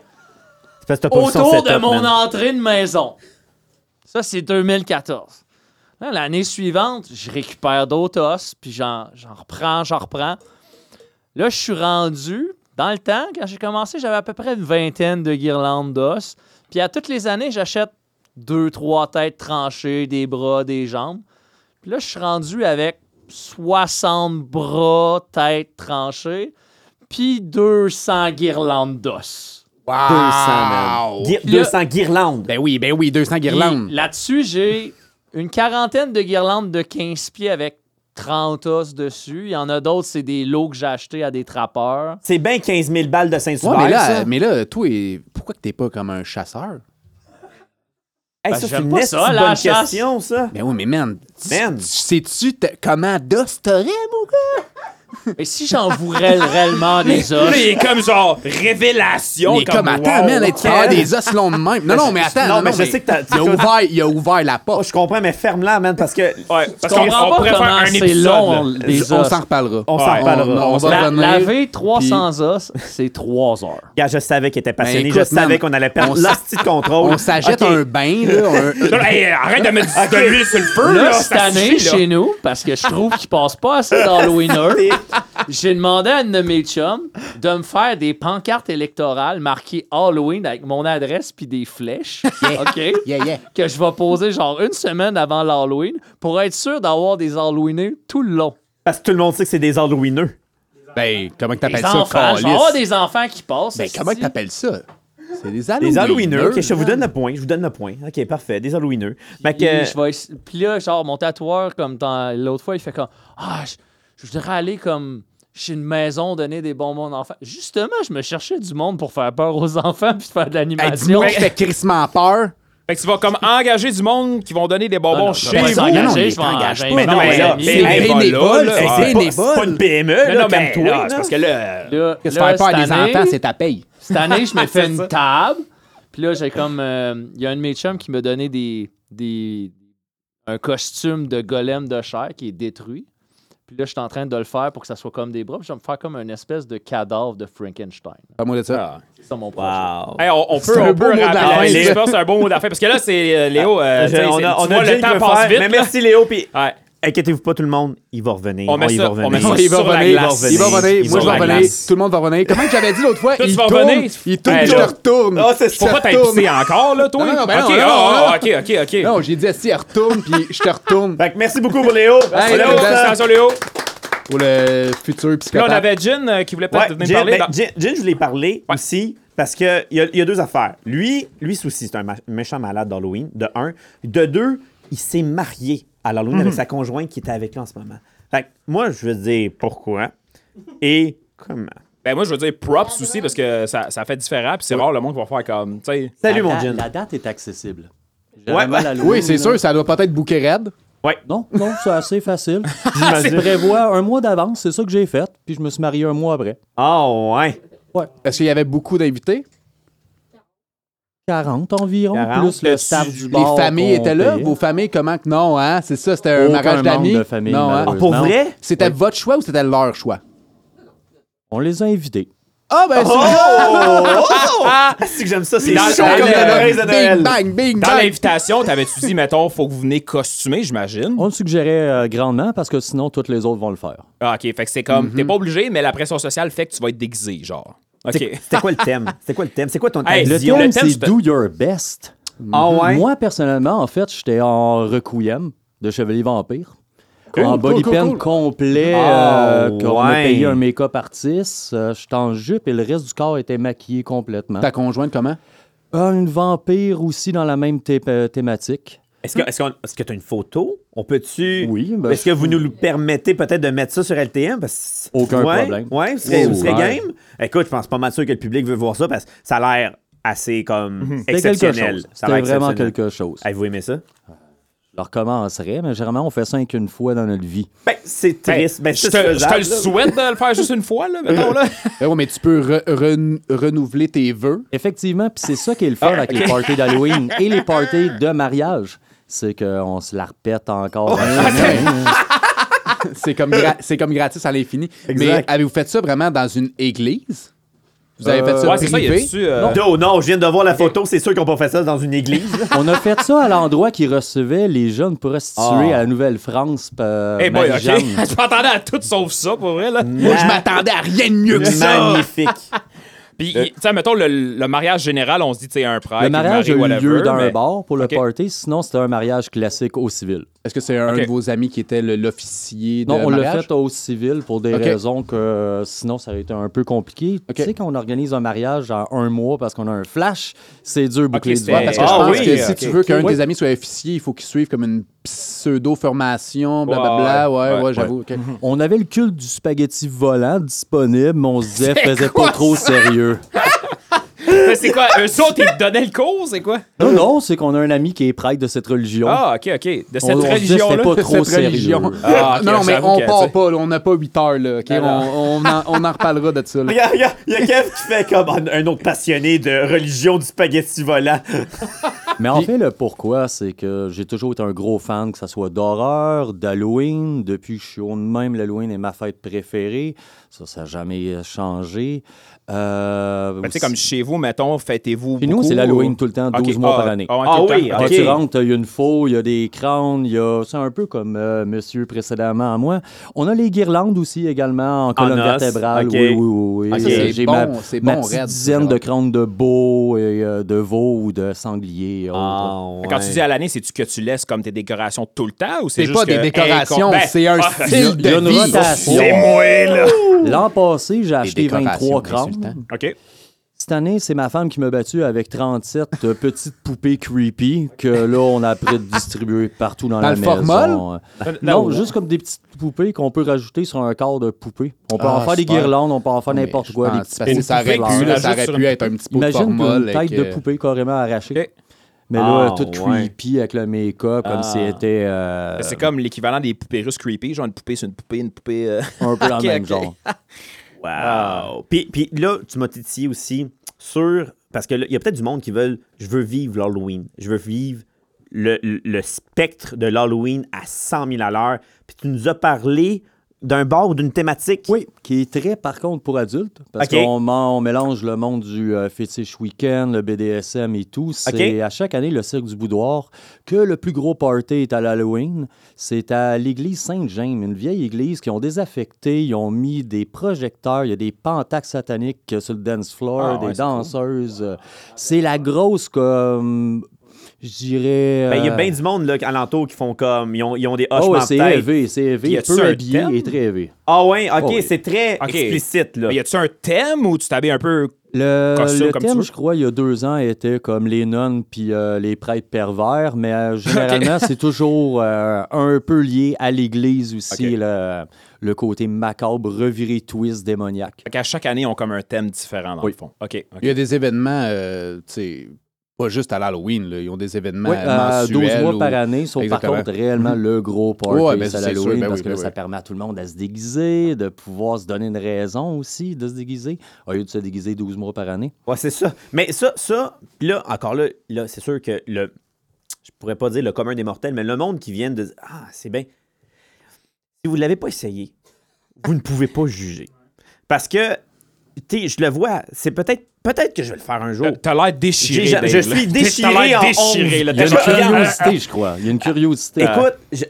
B: C'est parce que t'as pas vu son
D: autour de
B: setup,
D: mon
B: man.
D: entrée de maison. Ça, c'est 2014. Là, L'année suivante, je récupère d'autres os, puis j'en j'en reprends, j'en reprends. Là, je suis rendu. Dans le temps, quand j'ai commencé, j'avais à peu près une vingtaine de guirlandes d'os. Puis à toutes les années, j'achète deux, trois têtes tranchées, des bras, des jambes. Puis là, je suis rendu avec 60 bras, têtes tranchées, puis 200 guirlandes d'os.
C: Wow!
B: 200, man. Guir-
D: Puis là-
B: 200 guirlandes.
C: Ben oui, ben oui, 200
D: Puis
C: guirlandes.
D: Là-dessus, j'ai une quarantaine de guirlandes de 15 pieds avec 30 os dessus. Il y en a d'autres, c'est des lots que j'ai achetés à des trappeurs.
B: C'est bien 15 000 balles de
C: Ouais,
B: Saint-Sauveur,
C: mais
B: ça.
C: là, mais là, toi, et- pourquoi que t'es pas comme un chasseur?
B: Hey,
D: Ben,
B: ça, c'est
D: j'aime
B: une
D: pas
B: esti
D: ça,
B: de
D: la
B: bonne
D: chasse.
B: question, ça.
C: Ben oui, mais man, tu-
B: Man.
C: tu- sais-tu te- comment DOS t'aurais, mon gars?
D: Et si j'en voudrais réellement des os?
A: il est comme genre révélation.
C: Mais comme, attends,
A: wow.
C: man, hey, tu as des os longs de même. Non, non, mais attends.
B: Non, mais je sais que t'as-
C: il a, ouvert, il a ouvert la
B: Oh,
C: porte.
B: je comprends, mais ferme-la, man, parce que
A: Ouais, parce
D: Je
A: qu'on
D: comprends
A: on
D: pas
A: pourrait faire
D: comment
A: un
D: c'est
A: épisode.
D: long,
A: là.
D: les os.
C: on s'en reparlera.
B: on s'en
A: Ouais,
B: reparlera.
C: on- on
B: On
C: va-
B: s'en-
D: La-
C: revenir,
D: laver 300 os, c'est 3 heures.
B: Gars, je savais qu'il était passionné.
C: Ben, écoute,
B: je savais
C: man,
B: qu'on allait
C: on
B: perdre
C: s-
B: l'asti de contrôle.
C: On s'achète
B: Ok.
C: un bain, là. un-
A: Non, non, hey, arrête de mettre du- de l'huile sur le feu.
D: Là,
A: Là,
D: cette
A: ça
D: année,
A: suffit, là.
D: chez nous, parce que je trouve qu'il passe pas assez dans le winner, j'ai demandé à une de mes chums de me faire des pancartes électorales marquées Halloween avec mon adresse puis des flèches. OK?
C: yeah, yeah.
D: Que je vais poser genre une semaine avant l'Halloween pour être sûr d'avoir des Halloweeners tout le long.
B: Parce que tout le monde sait que c'est des Halloweeneux.
C: Ben, comment que t'appelles
D: Des
C: ça,
D: enfants, je vais
C: câlisse?
D: avoir des enfants qui passent.
C: Ben, comment que
D: esti.
C: t'appelles ça? C'est des Halloweeners.
B: Des Halloweeneux. Ok, je vous donne le point. Je vous donne le point. Ok, parfait. Des Halloweeneux. Fait que, eh,
D: Puis, je vais ess- puis là, genre, mon tatoueur, comme dans- l'autre fois, il fait comme Ah, je, je voudrais aller comme chez une maison donner des bonbons aux enfants. Justement, je me cherchais du monde pour faire peur aux enfants puis de faire de
C: Hey,
D: l'animation.
C: dis-moi que je fais crissement peur.
A: Fait que tu vas comme engager du monde qui vont donner des bonbons
D: Ah, Non, non,
A: chez
D: je vais
A: vous.
C: Non,
D: pas
C: non,
D: Engagé,
C: mais
D: je vais en-
C: t'engages
D: ben,
C: pas.
D: mais
B: non, mais là,
C: c'est
B: mais
A: bénévole,
C: bénévole.
A: là,
B: Hey,
C: C'est
B: c'est pas- c'est pas,
C: bénévole.
B: une PME.
A: Non,
B: là,
A: non, mais
B: calme-toi,
A: là, euh,
B: là.
A: c'est parce que là...
D: Là,
C: Que se
D: là,
C: faire peur
D: cette
C: des
D: année-
C: enfants, c'est ta paye.
D: Cette année, je me fais une table. Puis là, j'ai comme. euh, Il y a un de mes chums qui m'a donné des, des, un costume de golem de chair qui est détruit. Puis là, je suis en train de le faire pour que ça soit comme des bras. Puis je vais me faire comme une espèce de cadavre de Frankenstein.
C: Parle-moi de ça.
D: C'est ça mon projet.
B: Wow.
A: Hey, on, on
C: C'est
A: peut,
C: un
A: on
C: beau
A: peut
C: mot de la
A: rappeler.
B: fin,
A: Je
B: ça.
A: pense que c'est un bon mot d'affaire. Parce que là, c'est euh, Léo. euh,
B: Ah, Je-
A: tu sais,
B: on a,
A: tu
B: on
A: vois,
B: a
A: le
B: Jake
A: temps
B: le
A: passe
B: faire,
A: vite. là.
B: Mais merci, Léo. Puis
A: Ouais.
B: inquiétez-vous pas, tout le monde. Il va revenir.
A: On met
B: il
A: ça-
B: va
A: on
B: revenir.
A: met ça
C: il va
A: sur la
C: revenir,
A: glace.
C: il va
B: Ils
C: revenir,
B: sont
C: moi je
B: la
C: vais revenir,
B: glace.
C: tout le monde va revenir. Comment que j'avais dit l'autre fois,
A: Toi, tu
C: il
A: vas
C: tourne,
A: revenir?
C: il tourne,
A: Hey,
C: je
A: là.
C: retourne.
B: Ah, c'est
A: Faut
B: ça.
A: pas t'imposer encore, là, toi.
C: Non, non, ben non,
A: ok,
C: non,
A: ah, ah, ok, ok, ok.
C: Non, j'ai dit, si, elle retourne, puis je te retourne
B: Fait que merci beaucoup pour Léo.
C: Hey,
A: Léo,
C: Léo,
A: attention, Léo.
C: pour le futur
A: Là,
C: psychopathe.
A: on avait Jin euh, qui voulait
B: Ouais,
A: peut-être venir
B: Jin,
A: parler. Bah,
B: ben,
A: dans-
B: Jin- Jin, je voulais parler aussi parce qu'il y, a- il y a deux affaires. Lui, lui souci, c'est un ma- méchant malade d'Halloween, de un. De deux, il s'est marié à l'Halloween
A: Mhm.
B: avec sa conjointe qui était avec lui en ce moment. Fait que moi, je veux dire pourquoi et comment.
A: Ben, moi, je veux dire props aussi parce que ça, ça fait différent. Puis c'est rare le monde qui va faire comme. tu sais.
B: Salut,
E: la,
B: mon
E: da-
B: Jin.
E: La date est accessible.
B: Ouais,
E: J'aurais mal à
C: Oui,
E: l'ouvrir,
C: c'est
E: là.
C: sûr, ça doit peut-être bouquer raide.
E: Non, non, c'est assez facile. Je
B: J'imagine.
E: prévois un mois d'avance, c'est ça que j'ai fait, puis je me suis marié un mois après.
B: Ah, ouais.
C: Est-ce qu'il y avait beaucoup d'invités?
E: 40 environ,
B: 40,
E: plus
B: le-
E: le staff du
C: Les
E: bar
C: familles
E: qu'on
C: étaient là?
E: payait.
C: Vos familles, comment que non, hein? C'est ça, c'était un
E: Aucun
C: mariage
E: membre
C: d'amis?
E: de famille,
C: Non, hein?
E: malheureusement.
B: Pour
E: Non.
B: vrai?
C: C'était votre choix ou c'était leur choix?
E: On les a invités.
C: Ah, ben c'est
B: Ah, C'est que j'aime ça, c'est
A: Dans-
B: chaud
A: dans
B: comme
A: le-
B: la braise de Noël.
C: Bing, bang, bing,
A: Ah, Dans
C: bang!
A: l'invitation, t'avais-tu dit, mettons, faut que vous venez costumer, j'imagine?
E: On le suggérait euh, grandement parce que sinon, toutes les autres vont le faire.
A: Ah, ok, fait que c'est comme. T'es pas obligé, mais la pression sociale fait que tu vas être déguisé, genre. Ok.
B: C'est- C'était quoi le thème? C'était quoi le thème? C'est quoi ton
A: Hey,
B: thème?
E: Le
A: Vision.
E: thème,
A: Le thème,
E: c'est
A: c'était-
E: Do Your Best.
B: Ah ouais?
E: Moi, personnellement, en fait, j'étais en requiem de Chevalier Vampire. en
C: cool,
E: body
C: cool,
E: pen
C: cool.
E: complet,
B: Ah,
E: euh, qu'on a
B: ouais.
E: payé un make-up artiste. euh, j'étais en jupe et le reste du corps était maquillé complètement.
C: Ta conjointe, comment?
E: Ah, une vampire aussi dans la même thé- euh, thématique.
B: Est-ce que tu as une photo? On peut-tu.
E: Oui, ben,
B: Est-ce que vous nous le permettez peut-être de mettre ça sur LTM? Parce... que-
E: Aucun
B: Ouais,
E: problème.
B: Ouais, vous serez, vous
E: Oh,
B: serez
E: ouais.
B: game? Écoute, je pense pas mal sûr que le public veut voir ça parce que ça a l'air assez comme
E: C'était quelque
B: exceptionnel.
E: chose.
B: Ça a l'air
E: C'était vraiment
B: exceptionnel.
E: quelque chose.
B: Hey, vous aimez ça?
E: Je le recommencerai, mais généralement, on fait ça qu'une fois dans notre vie.
B: Ben, c'est
A: Hey,
B: triste. ben,
A: je,
B: c'est
A: te, je te
B: faisable,
A: le
B: là.
A: souhaite de le faire juste une fois, là, mettons, là.
C: Ben oui, mais tu peux re- re- renouveler tes vœux.
E: Effectivement, puis c'est ça qui est le fun
C: Ah,
E: avec les parties d'Halloween et les parties de mariage. C'est qu'on se la répète encore.
C: C'est comme, gra- c'est comme gratis à l'infini.
B: Exact.
C: Mais avez-vous fait ça vraiment dans une église? Vous avez fait ça
A: Ouais, c'est ça, il y
C: privé.
A: a-tu. euh,
B: Do, non, je viens de voir la photo, c'est sûr qu'on pas fait ça dans une église.
E: On a fait ça à l'endroit qui recevait les jeunes prostituées
B: Ah.
E: à la Nouvelle-France. Euh,
A: Eh boy, ok.
E: Marie-Jeanne.
A: Je m'attendais à tout sauf ça, pour vrai, là.
C: Moi, je m'attendais à rien de mieux que ça.
B: Magnifique.
A: Puis, il- tu sais, mettons, le, le mariage général, on se dit, tu sais, un prêtre.
E: Le
A: une
E: mariage
A: mariée,
E: a eu
A: whatever,
E: lieu dans
A: mais-
E: un bar pour le
A: Ok.
E: party, sinon c'était un mariage classique au civil.
C: Est-ce que c'est un
A: Ok.
C: de vos amis qui était le- l'officier de
E: Non, on l'a
C: mariage?
E: fait au civil pour des
C: Ok.
E: raisons que euh, sinon ça aurait été un peu compliqué. Tu sais, quand on organise un mariage en un mois parce qu'on a un flash, c'est dur boucler
A: c'était-
E: du
C: Ouais, parce que
B: Ah
C: je pense
B: oui,
C: que si
A: ok,
C: tu
A: ok,
C: veux
A: ok.
C: qu'un de
A: Ouais.
C: tes amis soit officier, il faut qu'il suive comme une pseudo-formation, blablabla.
A: Ouais,
C: Ouais,
A: ouais,
C: ouais,
A: ouais.
C: j'avoue. ok.
E: On avait le culte du spaghetti volant disponible, mais on se disait
A: C'est
E: faisait
A: quoi
E: pas trop sérieux.
A: Mais c'est quoi? Eux autres, ils te donnaient le cours, c'est quoi?
E: Non, non, c'est qu'on a un ami qui est prêtre de cette religion.
A: Ah, ok, ok. De cette
E: on, on se disait c'était
A: religion-là. Ben,
E: pas trop
C: Cette
E: sérieux.
C: religion.
A: Ah, ok,
C: non, mais
A: j'avoue
C: on
A: que, tu
C: part
A: sais.
C: pas, là, on n'a pas 8 heures, là. ok?
A: Non, non.
C: On, on en, on en reparlera de ça. là.
B: Regarde, regarde, il y a Kev qui fait comme un, un autre passionné de religion du spaghetti volant.
E: Mais en fait, le pourquoi, c'est que j'ai toujours été un gros fan, que ce soit d'horreur, d'Halloween. Depuis que je suis au même, l'Halloween est ma fête préférée. Ça, ça n'a jamais changé. Euh,
A: Mais tu sais, comme chez vous, mettons, fêtez-vous.
E: Chez nous,
A: beaucoup,
E: c'est l'Halloween
A: ou-
E: tout le temps, 12
A: Ok,
E: mois
A: ah,
E: par année.
A: ouais,
B: Ah
A: tout le
B: oui,
A: temps.
E: Quand
B: ok.
E: tu rentres, il y a une faux, il y a des crânes, il y a. C'est un peu comme euh, monsieur précédemment à moi. On a les guirlandes aussi également en colonne
B: os,
E: vertébrale.
B: ok.
E: Oui, oui, oui.
C: Ah, ça,
E: Euh,
C: c'est
E: J'ai
C: bon,
E: ma,
C: c'est
E: ma
C: bon,
E: petite
C: raide,
E: dizaine de
C: vraiment.
E: crânes de beaux et euh, de veaux ou de sangliers. et autres.
A: Quand tu dis à l'année, c'est-tu que tu laisses comme tes décorations tout le temps ou c'est
C: C'est
A: juste
C: pas des
A: que-
C: décorations,
A: Hey, con-
C: c'est un
A: ben, ah,
C: style
E: il y a une
C: de vie.
E: rotation.
A: C'est moi, là.
E: L'an passé, j'ai acheté
C: décorations,
E: 23
C: bien sûr, le temps.
E: crânes.
A: OK.
E: Cette année, c'est ma femme qui m'a battu avec 37 euh, petites poupées creepy que là, on a après distribuer partout dans,
C: Dans
E: la
C: le
E: maison.
C: formol?
E: Euh,
A: Dans-
E: Non,
A: dans-
E: juste comme des petites poupées qu'on peut rajouter sur un corps de poupée. On peut
C: Ah,
E: en faire des
C: super.
E: guirlandes, on peut en faire n'importe
C: Je
E: quoi. des
C: pense,
E: petits
C: parce que
E: pots
C: ça
E: de
C: aurait
E: fleurs.
C: pu, là,
A: Juste
C: ça aurait
A: sur
C: pu
A: une-
C: être un petit peu de
E: Imagine
C: formol.
E: qu'une tête
C: avec,
E: de
C: euh,
E: poupée carrément arrachée.
A: Ok.
E: Mais là,
B: Ah,
E: toute
B: ouais.
E: creepy avec le make-up, comme
B: Ah.
E: si c'était euh,
A: C'est comme l'équivalent des poupées russes creepy, genre une poupée sur une poupée, une poupée. euh,
E: un peu dans
A: Ok,
E: le même
A: ok.
E: genre.
B: Wow. Puis, puis là, tu m'as titillé aussi sur. Parce que là, il y a peut-être du monde qui veulent. Je veux vivre l'Halloween. Je veux vivre le, le- le spectre de l'Halloween à 100 000 à l'heure. Puis tu nous as parlé d'un bar ou d'une thématique.
E: Oui, qui est très, par contre, pour adultes, parce
B: Ok.
E: qu'on m'en- on mélange le monde du euh, fétiche week-end, le BDSM et tout. C'est
B: Ok.
E: à chaque année le Cirque du Boudoir que le plus gros party est à l'Halloween. C'est à l'église Saint-James, une vieille église qui ont désaffecté, ils ont mis des projecteurs, il y a des pantacs sataniques euh, sur le dance floor,
A: Ah ouais,
E: des
A: c'est cool.
E: danseuses. Euh, C'est la grosse, comme, je dirais...
B: Ben, Il y a
E: euh,
B: bien du monde là, alentour qui font comme. Ils ont, ils ont des hochements
E: oh, ouais,
B: de
E: c'est
B: tête.
E: élevé, c'est
B: Puis y
E: élevé,
B: a-tu
E: peu
B: un
E: habillé
B: thème?
E: et très élevé.
B: Ah ouais, ok,
E: Oh, oui.
B: c'est très
A: Ok.
B: explicite là.
A: Mais y a-tu un thème ou tu t'habilles un peu.
E: Le,
A: Costume,
E: le
A: comme tu
E: thème,
A: veux.
E: je crois, il y a deux ans, était comme les nonnes puis euh, les prêtres pervers, mais euh, généralement, c'est toujours euh, un peu lié à l'Église aussi,
A: Ok.
E: le, le côté macabre, reviré, twist, démoniaque.
A: Fait qu'à chaque année, ils ont comme un thème différent, dans le fond. OK. ok.
C: Il y a des événements, euh, tu sais, pas juste à l'Halloween, là, ils ont des événements
E: Oui, euh, 12
C: mensuels.
E: mois
C: ou-
E: par année, sont par
C: Exactement. Mhm.
E: contre réellement le gros party,
C: Ouais, ben, c'est
E: c'est
C: sûr,
E: l'Halloween,
C: ben
E: parce
C: oui,
E: que
C: ben
E: là, ça
C: oui.
E: permet à tout le monde à se déguiser, de pouvoir se donner une raison aussi de se déguiser, Ah, au lieu de se déguiser 12 mois par année.
B: Ouais, c'est ça. Mais ça, ça, là, encore là, là, c'est sûr que le. Je pourrais pas dire le commun des mortels, mais le monde qui vient de. Ah, c'est bien. Si vous ne l'avez pas essayé, vous ne pouvez pas juger. Parce que, tu sais, je le vois, c'est peut-être. Peut-être que je vais le faire un jour.
A: T'as- T'as l'air déchiré.
B: J'ai- je-
A: Dave,
B: je
A: là.
B: suis
A: T'as
B: déchiré
A: l'air
B: en
A: déchiré,
B: ondes.
A: là.
E: Il y a
A: T'as
E: une
A: genre-
E: curiosité, je crois. Il y a une curiosité.
B: Écoute, je,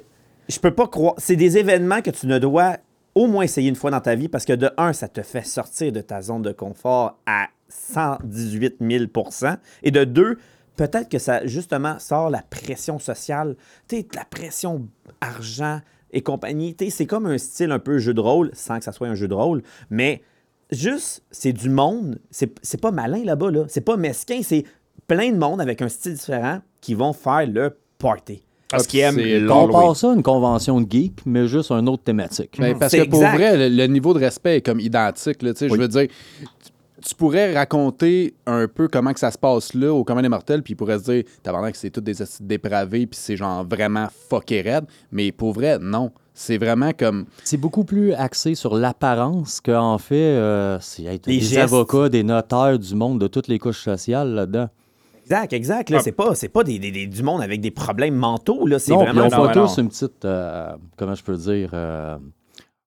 B: je peux pas croire. C'est des événements que tu ne dois au moins essayer une fois dans ta vie parce que de un, ça te fait sortir de ta zone de confort à 118 000 et de deux, peut-être que ça justement sort la pression sociale, tu sais, la pression argent et compagnie. Tu sais, c'est comme un style un peu jeu de rôle, sans que ça soit un jeu de rôle, mais juste, c'est du monde. C'est c'est pas malin là-bas, là. C'est pas mesquin, c'est plein de monde avec un style différent qui vont faire le party.
C: Ah,
A: Parce qu'ils aiment
C: C'est
E: On
A: l'Halloween.
E: passe ça à une convention de geek, mais juste une autre thématique.
C: Ben, parce
B: C'est
C: que pour
B: exact.
C: vrai, le, le niveau de respect est comme identique. là, tu sais, Je veux dire, tu- tu pourrais raconter un peu comment que ça se passe là au commun des mortels, puis ils pourraient se dire, tabarnak, c'est tous des acides dépravés, puis c'est genre vraiment fucké raide. Mais pour vrai, non. C'est vraiment comme.
E: C'est beaucoup plus axé sur l'apparence qu'en fait, euh, c'est hey, t'as
B: Les
E: des
B: gestes.
E: avocats, des notaires du monde, de toutes les couches sociales là-dedans.
B: Exact, exact.
A: Ah.
B: Là, c'est pas, c'est pas des, des- des- du monde avec des problèmes mentaux. Là, c'est
E: Non, puis
B: vraiment.
E: on
A: non,
E: fait
A: non.
E: tous une petite, euh, comment je peux dire, euh,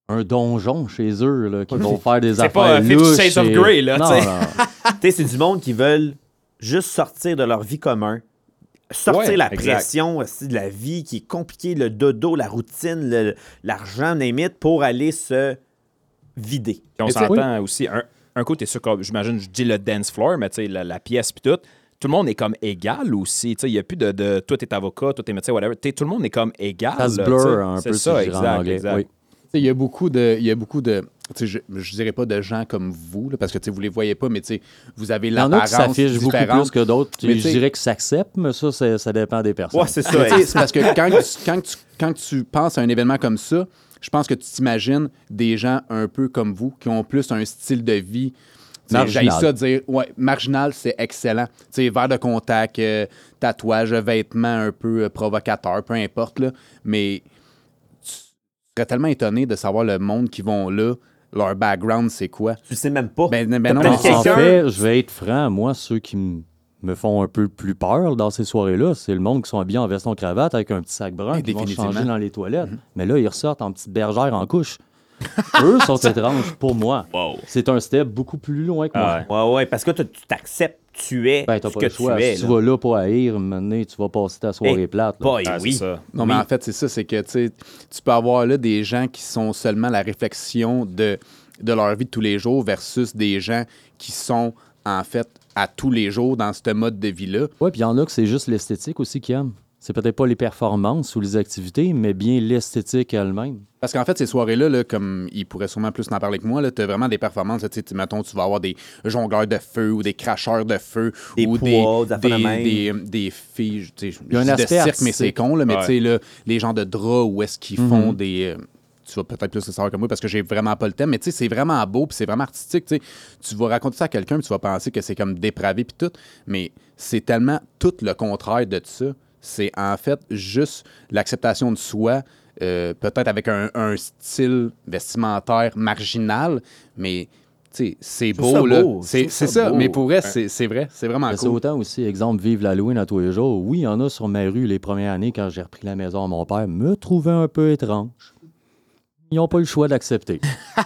E: un donjon chez eux, là, qui vont faire des
A: C'est
E: affaires
A: pas, euh, Fifty
E: louches
A: Shades of
E: et-
A: Grey, là,
E: Non,
A: tu sais.
E: non.
B: Tu sais, c'est du monde qui veulent juste sortir de leur vie commun. Sortir
C: Ouais,
B: la
C: exact.
B: pression aussi de la vie qui est compliquée, le dodo, la routine, le- l'argent, limite, pour aller se vider.
A: Puis on
C: Mais tu sais-
A: s'entend aussi, un, un côté sur, comme, j'imagine, je dis le dance floor, mais tu sais, la, la pièce puis tout, tout le monde est comme égal aussi. Tu sais, il n'y a plus de, de toi t'es avocat, toi t'es médecin, whatever. Tu sais, tout le monde est comme égal.
E: Ça se
A: là,
E: blur
A: tu sais.
E: un
A: C'est
E: peu, si
A: ça,
E: je dirais en
A: exact,
E: anglais,
A: exact.
E: oui.
C: Tu sais, Il y a beaucoup de. Il y a beaucoup de tu sais, je, je dirais pas de gens comme vous, là, parce que tu sais, vous les voyez pas, mais tu sais, vous avez
E: Il y en a qui
C: l'apparence
E: s'affichent beaucoup
C: différente.
E: plus que d'autres.
C: Mais
E: Je
C: tu sais-
E: dirais que ça s'accepte, mais ça, c'est- ça dépend des personnes.
B: Ouais, c'est ça.
C: Mais tu sais,
B: hein.
C: c'est parce que quand tu, quand, tu, quand tu penses à un événement comme ça, je pense que tu t'imagines des gens un peu comme vous qui ont plus un style de vie. Tu sais,
E: Marginal.
C: j'haïs ça dire, ouais, marginal, c'est excellent. Tu sais, verre de contact, euh, tatouage, vêtements un peu euh, provocateurs, peu importe, là. Mais tu serais tellement étonné de savoir le monde qui vont là, leur background, c'est quoi.
B: Tu sais même pas.
C: Ben, ben
B: T'as
C: non,
E: En-
B: peut-être
C: mais-
E: En
B: quelqu'un-
E: fait, je vais être franc, moi, ceux qui m- me font un peu plus peur dans ces soirées-là, c'est le monde qui sont habillés en veston cravate avec un petit sac brun
C: Eh,
E: qui vont
C: définitivement.
E: changer dans les toilettes.
B: Mm-hmm.
E: Mais là, ils ressortent en petite bergère en couche. Eux sont étranges pour moi. C'est un step beaucoup plus loin que moi.
A: Ah ouais.
B: Ouais, ouais, parce que t'as- tu t'acceptes, tu es
E: Ben, t'as
B: ce
E: pas
B: que
E: le choix.
B: tu es.
E: Si
B: là.
E: tu vas là pour haïr, un moment donné, tu vas passer ta soirée
B: Eh,
E: plate. là.
B: Boy,
A: Ah, c'est
B: oui.
A: ça.
C: Non, mais en fait, c'est ça, c'est que tu sais, tu peux avoir là des gens qui sont seulement la réflexion de, de leur vie de tous les jours versus des gens qui sont en fait à tous les jours dans ce mode de vie-là.
E: Ouais, puis il y en a que c'est juste l'esthétique aussi qui aiment. C'est peut-être pas les performances ou les activités, mais bien l'esthétique elle-même.
C: Parce qu'en fait, ces soirées-là, là, comme ils pourraient sûrement plus en parler que moi, tu as vraiment des performances. là, Tu sais, tu- mettons, tu vas avoir des jongleurs de feu ou des cracheurs de feu
B: Des
C: ou
B: poids, des affaires de même.
C: des, des filles. je- tu sais,
E: y a un
C: je dis de
E: aspect
C: cirque, mais c'est
E: artistique.
C: con. Là, mais
A: Ouais.
C: tu sais, là, les gens de draps où est-ce
B: Mhm.
C: qu'ils font des. euh, tu vas peut-être plus le savoir que moi parce que j'ai vraiment pas le thème, mais tu sais, c'est vraiment beau puis c'est vraiment artistique. tu sais. Tu vas raconter ça à quelqu'un puis tu vas penser que c'est comme dépravé puis tout, mais c'est tellement tout le contraire de ça. C'est en fait juste l'acceptation de soi, euh, peut-être avec un, un style vestimentaire marginal, mais tu sais, c'est
B: trouve ça
C: beau, là.
B: beau, je
C: C'est
B: trouve
C: c'est
B: ça
C: ça,
B: beau.
C: mais pour vrai, c'est c'est vrai, c'est vraiment
E: Mais C'est
C: cool.
E: autant aussi, exemple, vive l'Halloween à tous les jours. Oui, il y en a sur ma rue les premières années quand j'ai repris la maison à mon père, me trouvaient un peu étrange. Ils n'ont pas eu le choix d'accepter.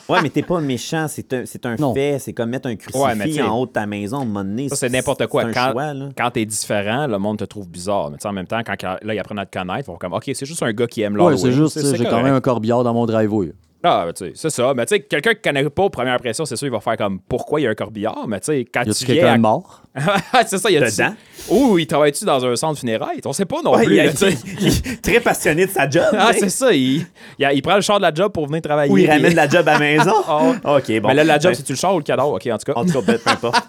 B: Ouais, mais t'es pas méchant, c'est un, c'est un
E: Non.
B: fait. C'est comme mettre un crucifix
A: Ouais, mais tu sais,
B: en haut de ta maison à un moment donné.
A: Ça, c'est n'importe quoi.
B: C'est un
A: Quand,
B: choix, là.
A: quand t'es différent, le monde te trouve bizarre. Mais tu sais, en même temps, quand là, ils apprennent à te connaître, ils vont comme, OK, c'est juste un gars qui aime
E: Ouais,
A: l'Halloween.
E: c'est juste, j'ai
A: correct.
E: quand même un corbillard dans mon driveway.
A: Ah, ben, tu sais, c'est ça. Mais tu sais, quelqu'un qui connaît pas première impression, c'est sûr, il va faire comme, pourquoi il y a un corbillard? Mais tu sais, quand
E: Y
A: Ah, tu
E: a-tu
A: viens
E: quelqu'un
A: à- Ah,
E: de mort?
A: c'est ça, il y a
B: Dedans?
A: Ou il travaille-tu dans un centre funéraire? On sait pas non
B: Ouais,
A: plus.
B: il,
A: là, tu sais.
B: il- il est très passionné de sa job.
A: Ah,
B: tu sais.
A: c'est ça. Il, il a- il prend le char de la job pour venir travailler.
B: Ou il
A: puis-
B: ramène la job à la maison.
A: Ah, ouais.
B: OK, bon.
A: Mais là, la job,
B: Ben,
A: c'est-tu le char ou le cadavre? OK, en tout cas.
B: En tout cas, ben, peu peu importe.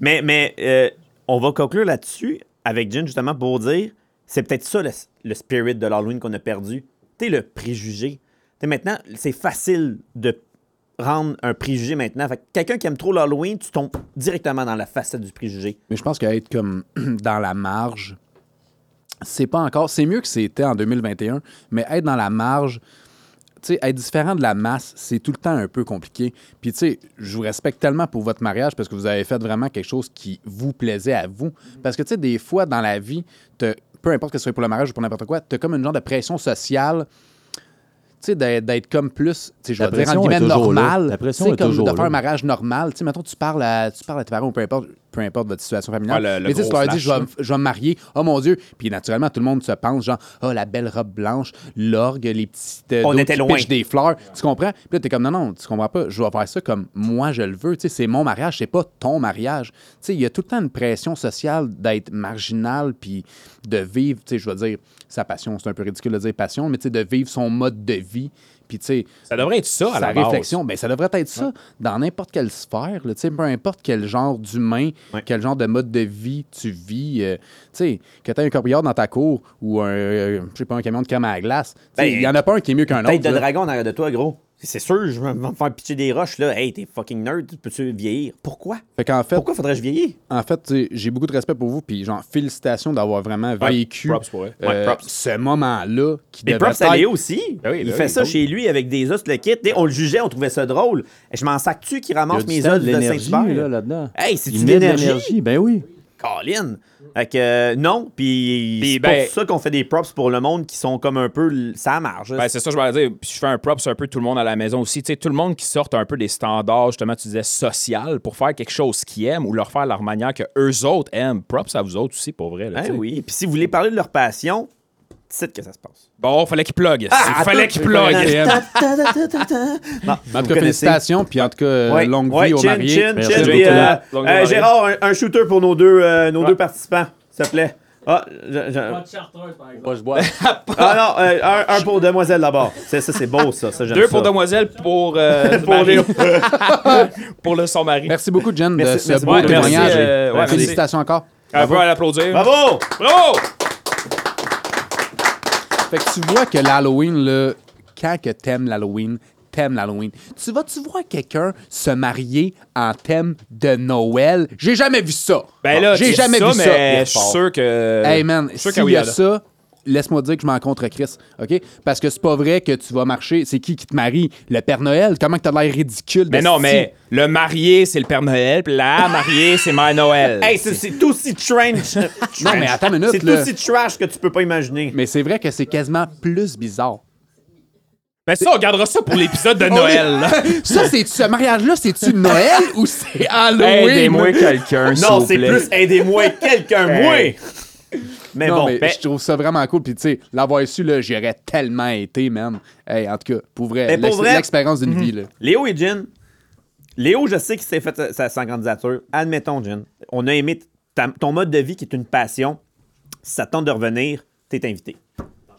B: mais mais euh, on va conclure là-dessus avec Jin, justement, pour dire c'est peut-être ça le, le spirit de l'Halloween qu'on a perdu. Tu sais, le préjugé. Tu sais, maintenant, c'est facile de rendre un préjugé maintenant. Fait que quelqu'un qui aime trop l'Halloween, tu tombes directement dans la facette du préjugé.
C: Mais je pense qu'être comme dans la marge, c'est pas encore. C'est mieux que c'était en 2021, mais être dans la marge, tu sais, être différent de la masse, c'est tout le temps un peu compliqué. Puis, tu sais, je vous respecte tellement pour votre mariage parce que vous avez fait vraiment quelque chose qui vous plaisait à vous. Parce que, tu sais, des fois dans la vie, t'as- peu importe que ce soit pour le mariage ou pour n'importe quoi, t'as comme une genre de pression sociale. Tu sais, d'être d'être comme plus, tu sais, je
E: La
C: vais dire entre
E: pression est
C: guillemets
E: toujours là.
C: normal.
E: La pression
C: Tu sais,
E: est
C: comme
E: toujours
C: de faire
E: là.
C: un mariage normal. Tu sais, mettons, tu parles à, tu parles à tes parents ou peu importe, peu importe votre situation familiale.
A: Ouais, le- le
C: mais tu sais,
A: gros
C: tu leur dis,
A: flash,
C: je vais,
A: là.
C: je vais me marier. Oh mon Dieu. Puis naturellement, tout le monde se pense, genre, oh, la belle robe blanche, l'orgue, les petites. euh,
B: On
C: d'autres
B: était
C: qui
B: loin.
C: pitchent des fleurs. Tu comprends? Puis là, t'es comme, non, non, tu comprends pas. Je vais faire ça comme moi, je le veux. Tu sais, c'est mon mariage, c'est pas ton mariage. Tu sais, il y a tout le temps une pression sociale d'être marginal puis de vivre, tu sais, je veux dire, sa passion, c'est un peu ridicule de dire passion, mais tu sais, de vivre son mode de vie. Puis tu sais,
A: Ça devrait être ça à
C: sa
A: la base.
C: réflexion, ben, ça devrait être ça dans n'importe quelle sphère, là, tu sais, peu importe quel genre d'humain, quel genre de mode de vie tu vis. euh, tu sais, que tu un corbillard dans ta cour ou un, euh, je sais pas, un camion de crème à la glace, tu sais,
B: Ben,
C: il y en a pas un qui est mieux qu'un
B: Tête
C: autre.
B: de
C: là.
B: dragon en arrière de toi, gros. C'est sûr, je vais me faire pitcher des roches, là. Hey, t'es fucking nerd, peux-tu vieillir? Pourquoi?
C: Fait qu'en fait,
B: Pourquoi faudrait-je vieillir?
C: en fait tu sais, j'ai beaucoup de respect pour vous, puis genre, félicitations d'avoir vraiment vécu
A: props pour elle.
C: euh,
A: Ouais, props.
C: ce moment-là qui
B: Des
C: devrait
B: props à
C: être-
B: Léo aussi.
A: Ben oui, ben
B: il
A: oui,
B: fait ça
A: cool.
B: chez lui avec des os, le kit. Dès, On le jugeait, on trouvait ça drôle. Et je m'en sac-tu qui
E: Il y a
B: ramasse
E: du
B: mes
E: temps,
B: os
E: de
B: de
E: l'énergie
B: Saint-Hubert?
E: là, là-dedans.
B: Hey, c'est-tu
E: Il met de
B: d'énergie?
E: l'énergie? Ben oui.
B: Colin! Fait que, euh, non, puis
A: Puis,
B: c'est
A: ben-
B: pour ça qu'on fait des props pour le monde qui sont comme un peu l- ça marche.
A: Ben, c'est ça, je vais dire. Puis je fais un props un peu tout le monde à la maison aussi. Tu sais, tout le monde qui sort un peu des standards, justement, tu disais, social pour faire quelque chose qu'ils aiment ou leur faire leur manière que eux autres aiment. Props à vous autres aussi, pour vrai. là,
B: Hein,
A: tu sais.
B: oui. Puis si vous voulez parler de leur passion, c'est que ça se passe.
A: Bon, fallait qu'ils plug. fallait qu'ils plug.
B: Non,
C: En
B: vous
C: tout cas,
B: connaissez.
C: félicitations, puis en tout cas, euh,
B: Ouais,
C: longue vie
B: ouais,
C: aux
B: chin,
C: mariés.
B: chin,
E: Merci.
B: chin,
E: Longue
B: puis,
E: vie aux
B: euh,
A: mariés. Longue vie aux
B: euh,
A: mariés.
B: Gérard, un, un shooter pour nos deux, euh, nos
A: Ouais.
B: deux participants, s'il te plaît. Ah, je- je-
E: Moi, je bois.
B: ah non, euh, un, un pour demoiselle d'abord. C'est- Ça, c'est beau, ça. ça j'aime
A: Deux pour
B: ça.
A: demoiselle, pour, euh,
B: Pour
A: mari.
B: Léo.
A: pour le son mari.
C: Merci beaucoup, Jen, de
B: Merci-
C: ce
B: merci
C: beau
B: beaucoup.
C: témoignage.
A: Merci, euh, ouais, merci.
C: félicitations encore.
A: Un peu à l'applaudir.
B: Bravo!
A: Bravo!
C: Fait que tu vois que l'Halloween, là, quand que t'aimes l'Halloween, t'aimes l'Halloween. Tu vas, tu vois quelqu'un se marier en thème de Noël. J'ai jamais vu ça.
A: Ben là,
C: j'ai
A: tu
C: jamais
A: dis
C: vu
A: mais
C: ça.
A: Je suis sûr que.
C: Hey man,
A: je suis sûr qu'à
C: s'il y a
A: Willa, là.
C: ça, laisse-moi dire que je m'en contre Chris, OK? Parce que c'est pas vrai que tu vas marcher. C'est qui qui te marie? Le Père Noël? Comment que t'as l'air ridicule? de
A: Mais non,
C: si-
A: mais le marié, c'est le Père Noël, puis la mariée, c'est Mère Noël.
B: Hey, c'est- c'est tout aussi trench.
C: Non, mais attends une minute,
B: C'est tout
C: là.
B: aussi trash que tu peux pas imaginer.
C: Mais c'est vrai que c'est quasiment plus bizarre.
A: Mais ça, on gardera ça pour l'épisode de Noël. là.
C: Ça, c'est ce mariage-là, c'est-tu Noël ou c'est Halloween?
A: Aidez-moi quelqu'un, s'il
B: Non,
A: vous
B: c'est
A: plaît.
B: plus aidez-moi quelqu'un, moi!
A: Hey.
B: Mais
C: Non,
B: bon,
C: mais
B: ben,
C: je trouve ça vraiment cool. Puis, tu sais, l'avoir su, là, j'y aurais tellement été, man. Hey, en tout cas, pour vrai,
B: Mais pour
C: l'ex-
B: vrai- Mhm.
C: l'expérience d'une vie, là.
B: Léo et Jen. Léo, je sais qu'il s'est fait euh, sa, sa candidature. Admettons, Jen, on a aimé ta- ton mode de vie qui est une passion. Si ça te tente de revenir, t'es invité.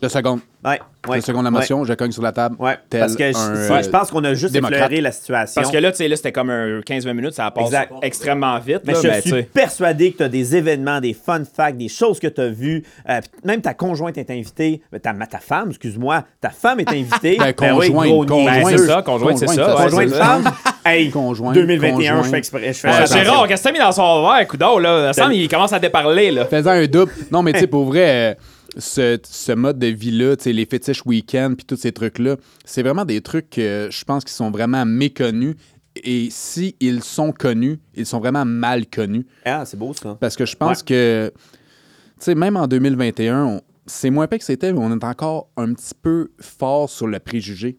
C: Deux secondes.
B: Ouais, ouais.
C: Deux secondes la
B: ouais,
C: motion, je cogne sur la table.
B: Ouais,
C: tel
B: parce que je,
C: un,
B: ouais, je
C: euh,
B: pense qu'on a juste
C: démocrate.
B: effleuré la situation.
A: Parce que là, tu sais, là, c'était comme un 15-20 minutes, ça passe
B: Exact.
A: extrêmement vite.
B: mais
A: là,
B: je
C: ben,
A: mais tu
B: suis
A: sais.
B: persuadé que tu as des événements, des fun facts, des choses que tu as vues. Euh, puis même ta conjointe est invitée. Ben, Ta, ma- ta femme, excuse-moi. Ta femme est invitée.
C: Ben,
B: oui,
C: conjointe,
B: gros
C: conjointe.
A: Ben,
B: niaiseux.
A: c'est ça, conjointe, c'est ça. ouais,
B: Conjointe
A: c'est ça.
B: femme. Hey,
C: Conjointe,
B: 2021, je
C: conjoint.
B: fais exprès. Je fais
A: Ouais, Ben,
B: attention.
A: Gérard, qu'est-ce que t'as mis dans son verre, coudon, là? Sam, il commence à déparler, là.
C: Faisant un double. Non, mais tu sais, pour vrai, euh, ce, ce mode de vie-là, tu sais, les fétiches week-end, puis tous ces trucs-là, c'est vraiment des trucs que je pense qui sont vraiment méconnus. Et si ils sont connus, ils sont vraiment mal connus.
B: Ah, c'est beau ça.
C: Parce que je pense que, tu sais, même en 2021, on- c'est moins pire que c'était, mais on est encore un petit peu fort sur le préjugé.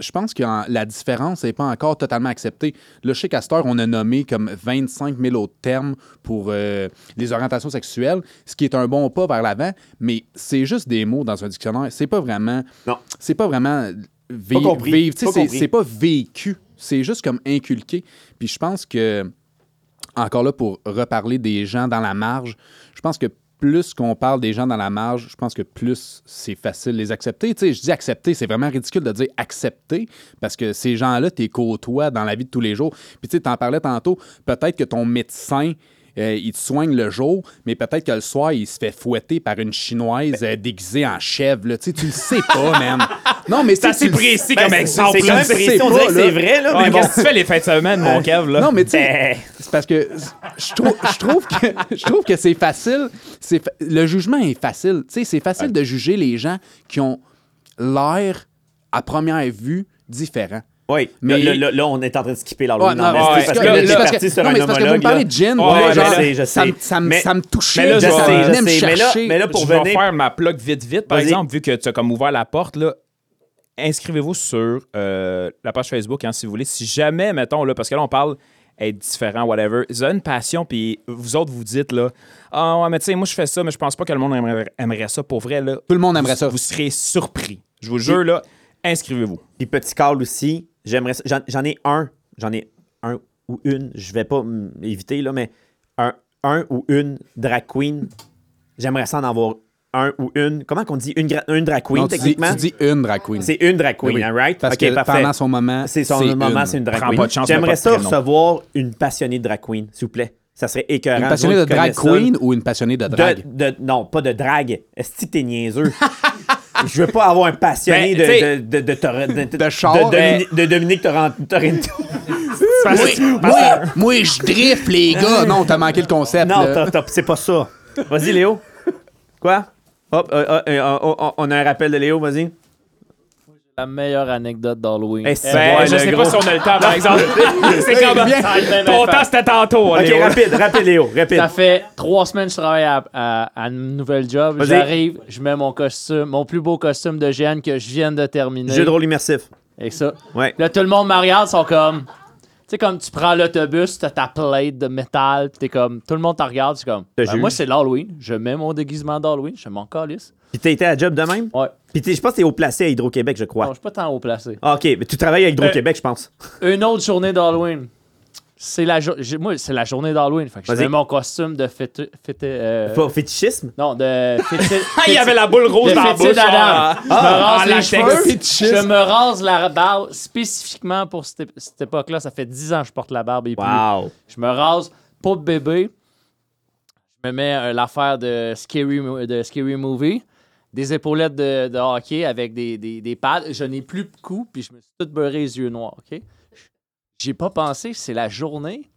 C: Je pense que en- la différence n'est pas encore totalement acceptée. Là, chez Castor, on a nommé comme 25 000 autres termes pour euh, les orientations sexuelles, ce qui est un bon pas vers l'avant, mais c'est juste des mots dans un dictionnaire. C'est pas vraiment.
B: Non.
C: C'est pas vraiment vi-
B: Pas compris.
C: vivre. Tu sais,
B: Pas
C: c'est-
B: compris.
C: c'est pas vécu. C'est juste comme inculqué. Puis je pense que encore là pour reparler des gens dans la marge, je pense que plus qu'on parle des gens dans la marge, je pense que plus c'est facile de les accepter. Tu sais, je dis accepter, c'est vraiment ridicule de dire accepter parce que ces gens-là, tu les côtoies dans la vie de tous les jours. Puis tu sais, t'en parlais tantôt, peut-être que ton médecin, euh, il te soigne le jour, mais peut-être que le soir, il se fait fouetter par une chinoise euh, déguisée en chèvre. là. Tu sais, tu le sais pas, man. Non, mais
A: C'est
C: tu sais,
A: assez
C: tu le
A: précis
B: Ben,
A: comme
B: c'est-
A: exemple.
B: C'est quand
A: là,
B: même
A: tu sais.
B: précis, on
C: pas,
B: dirait que
C: là.
B: c'est vrai, là,
A: Ouais,
B: mais bon.
A: Ah, Qu'est-ce que tu fais les fins de semaine, mon cave, là?
C: Euh, Non, mais tu
B: Ben.
C: sais, c'est parce que je trouve, je trouve que, je trouve que c'est facile. C'est fa- le jugement est facile. Tu sais, c'est facile de juger les gens qui ont l'air, à première vue, différent.
B: Oui,
C: Mais-
B: là, là, là, on est en train de skipper la
C: Ouais, non,
B: Oh, non,
A: ouais,
B: mais
C: mais
B: c'est
A: parce que-
B: parce que
A: là,
B: là,
A: c'est
B: t'es
C: parce que-
B: parti sur
C: non,
B: un
C: mais c'est parce que vous me
B: homologue.
C: parlez de
B: là.
C: gin,
A: Ouais,
C: moi,
A: je
C: genre,
B: sais, je
C: ça me-
B: sais.
C: ça me
B: Mais-
C: ça me
A: mais
C: touchait,
A: là,
C: là,
A: je
C: ça
A: sais, je
C: venait me
B: sais, mais là-
C: chercher.
B: mais là, pour
A: je vais
B: venir-
A: faire ma plug vite, vite. Par
B: Vas-y.
A: exemple, vu que tu as comme ouvert la porte, là, inscrivez-vous sur euh, la page Facebook, hein, si vous voulez. Si jamais, mettons, là, parce que là, on parle être différent, whatever. Ils ont une passion, puis vous autres, vous dites, là, ah, ouais, mais tu sais, moi, je fais ça, mais je pense pas que le monde aimerait, aimerait ça. Pour vrai, là.
C: Tout le monde aimerait ça.
A: Vous serez surpris. Je vous jure, là, inscrivez-vous.
B: Puis petit call aussi, j'aimerais ça- j'en- j'en ai un, j'en ai un ou une, je vais pas mm, éviter là, mais un, un ou une drag queen, j'aimerais ça en avoir un ou une. Comment qu'on dit une, gra- une drag queen
C: Non, tu, dis,
B: techniquement
C: tu dis une drag queen.
B: C'est une drag queen,
C: Oui,
B: hein, right
C: Parce
B: Ok,
C: que
B: parfait.
C: pendant son moment,
B: C'est son moment, c'est une drag
A: Prends
B: queen.
A: pas de chance, mais pas
B: J'aimerais
A: de
B: ça
A: prénom.
B: recevoir une passionnée de drag queen, s'il vous plaît. Ça serait écœurant.
C: Une passionnée
B: Nous
C: de
B: autres qui
C: drag
B: connaissent ça,
C: queen ou une passionnée de drag?
B: de, de- non, pas de drague. Est-ce que t'es niaiseux? Je veux pas avoir un passionné
A: Ben, t'sais-
B: de, de, de, de, Tor- de- de-
C: De char,
B: de Domini- de Dominique Toran- Torrento.
C: Moi, moi, je drift, les gars. Non, t'as manqué le concept.
B: non,
C: là.
B: t'as- t'as- c'est pas ça. Vas-y, Léo. Quoi? Hop, euh, euh, euh, on- on- on a un rappel de Léo, vas-y.
D: La meilleure anecdote d'Halloween. Eh,
B: Hey, Eh, c'est-
A: Ben,
B: Ouais,
A: je
B: le
A: sais
B: gros.
A: pas si on a le temps, par exemple. c'est comme. Ton temps, c'était tantôt,
B: Ok,
A: Léo.
B: rapide, rapide, Léo, rapide.
D: Ça fait trois semaines que je travaille à, à, à une nouvelle job.
B: Vas-y.
D: J'arrive, je mets mon costume, mon plus beau costume de GN que je viens de terminer.
B: Jeu de rôle immersif.
D: Et ça.
B: Ouais.
D: Là, tout le monde me regarde, ils sont comme. Tu sais, comme tu prends l'autobus, t'as ta plate de métal, pis t'es comme. Tout le monde te regarde, c'est comme.
B: Te
D: ben,
B: juge.
D: moi, c'est l'Halloween. Je mets mon déguisement d'Halloween, je m'en calisse.
B: Puis t'as été à la job de même?
D: Ouais.
B: Puis t'es- je pense que t'es au placé à Hydro-Québec, je
D: Non,
B: crois.
D: je suis pas tant haut placé.
B: Ah, ok, mais tu travailles à Hydro-Québec, je pense.
A: Euh,
D: Une autre journée d'Halloween. C'est la, jo- j'ai- moi, c'est la journée d'Halloween. Fait que je
B: Vas-y.
D: mets mon costume de fêté. fêté- euh,
B: Pas fétichisme?
D: Non, de fêté-
A: Ah, il y avait la boule rose
D: Le
A: dans la
D: fétiche
A: bouche.
D: d'Adam.
A: ah,
D: Je me rase
A: ah,
D: les
A: latex.
D: cheveux,
C: fétichiste.
D: Je me rase la barbe spécifiquement pour cette, ép- cette époque-là. Ça fait 10 ans que je porte la barbe et plus.
B: Wow.
D: Je me rase, pas de bébé. Je me mets euh, l'affaire de scary, Mo- de scary Movie. Des épaulettes de, de hockey avec des, des, des pads. Je n'ai plus de cou, puis je me suis tout beurré les yeux noirs. OK? J'ai pas pensé, c'est la journée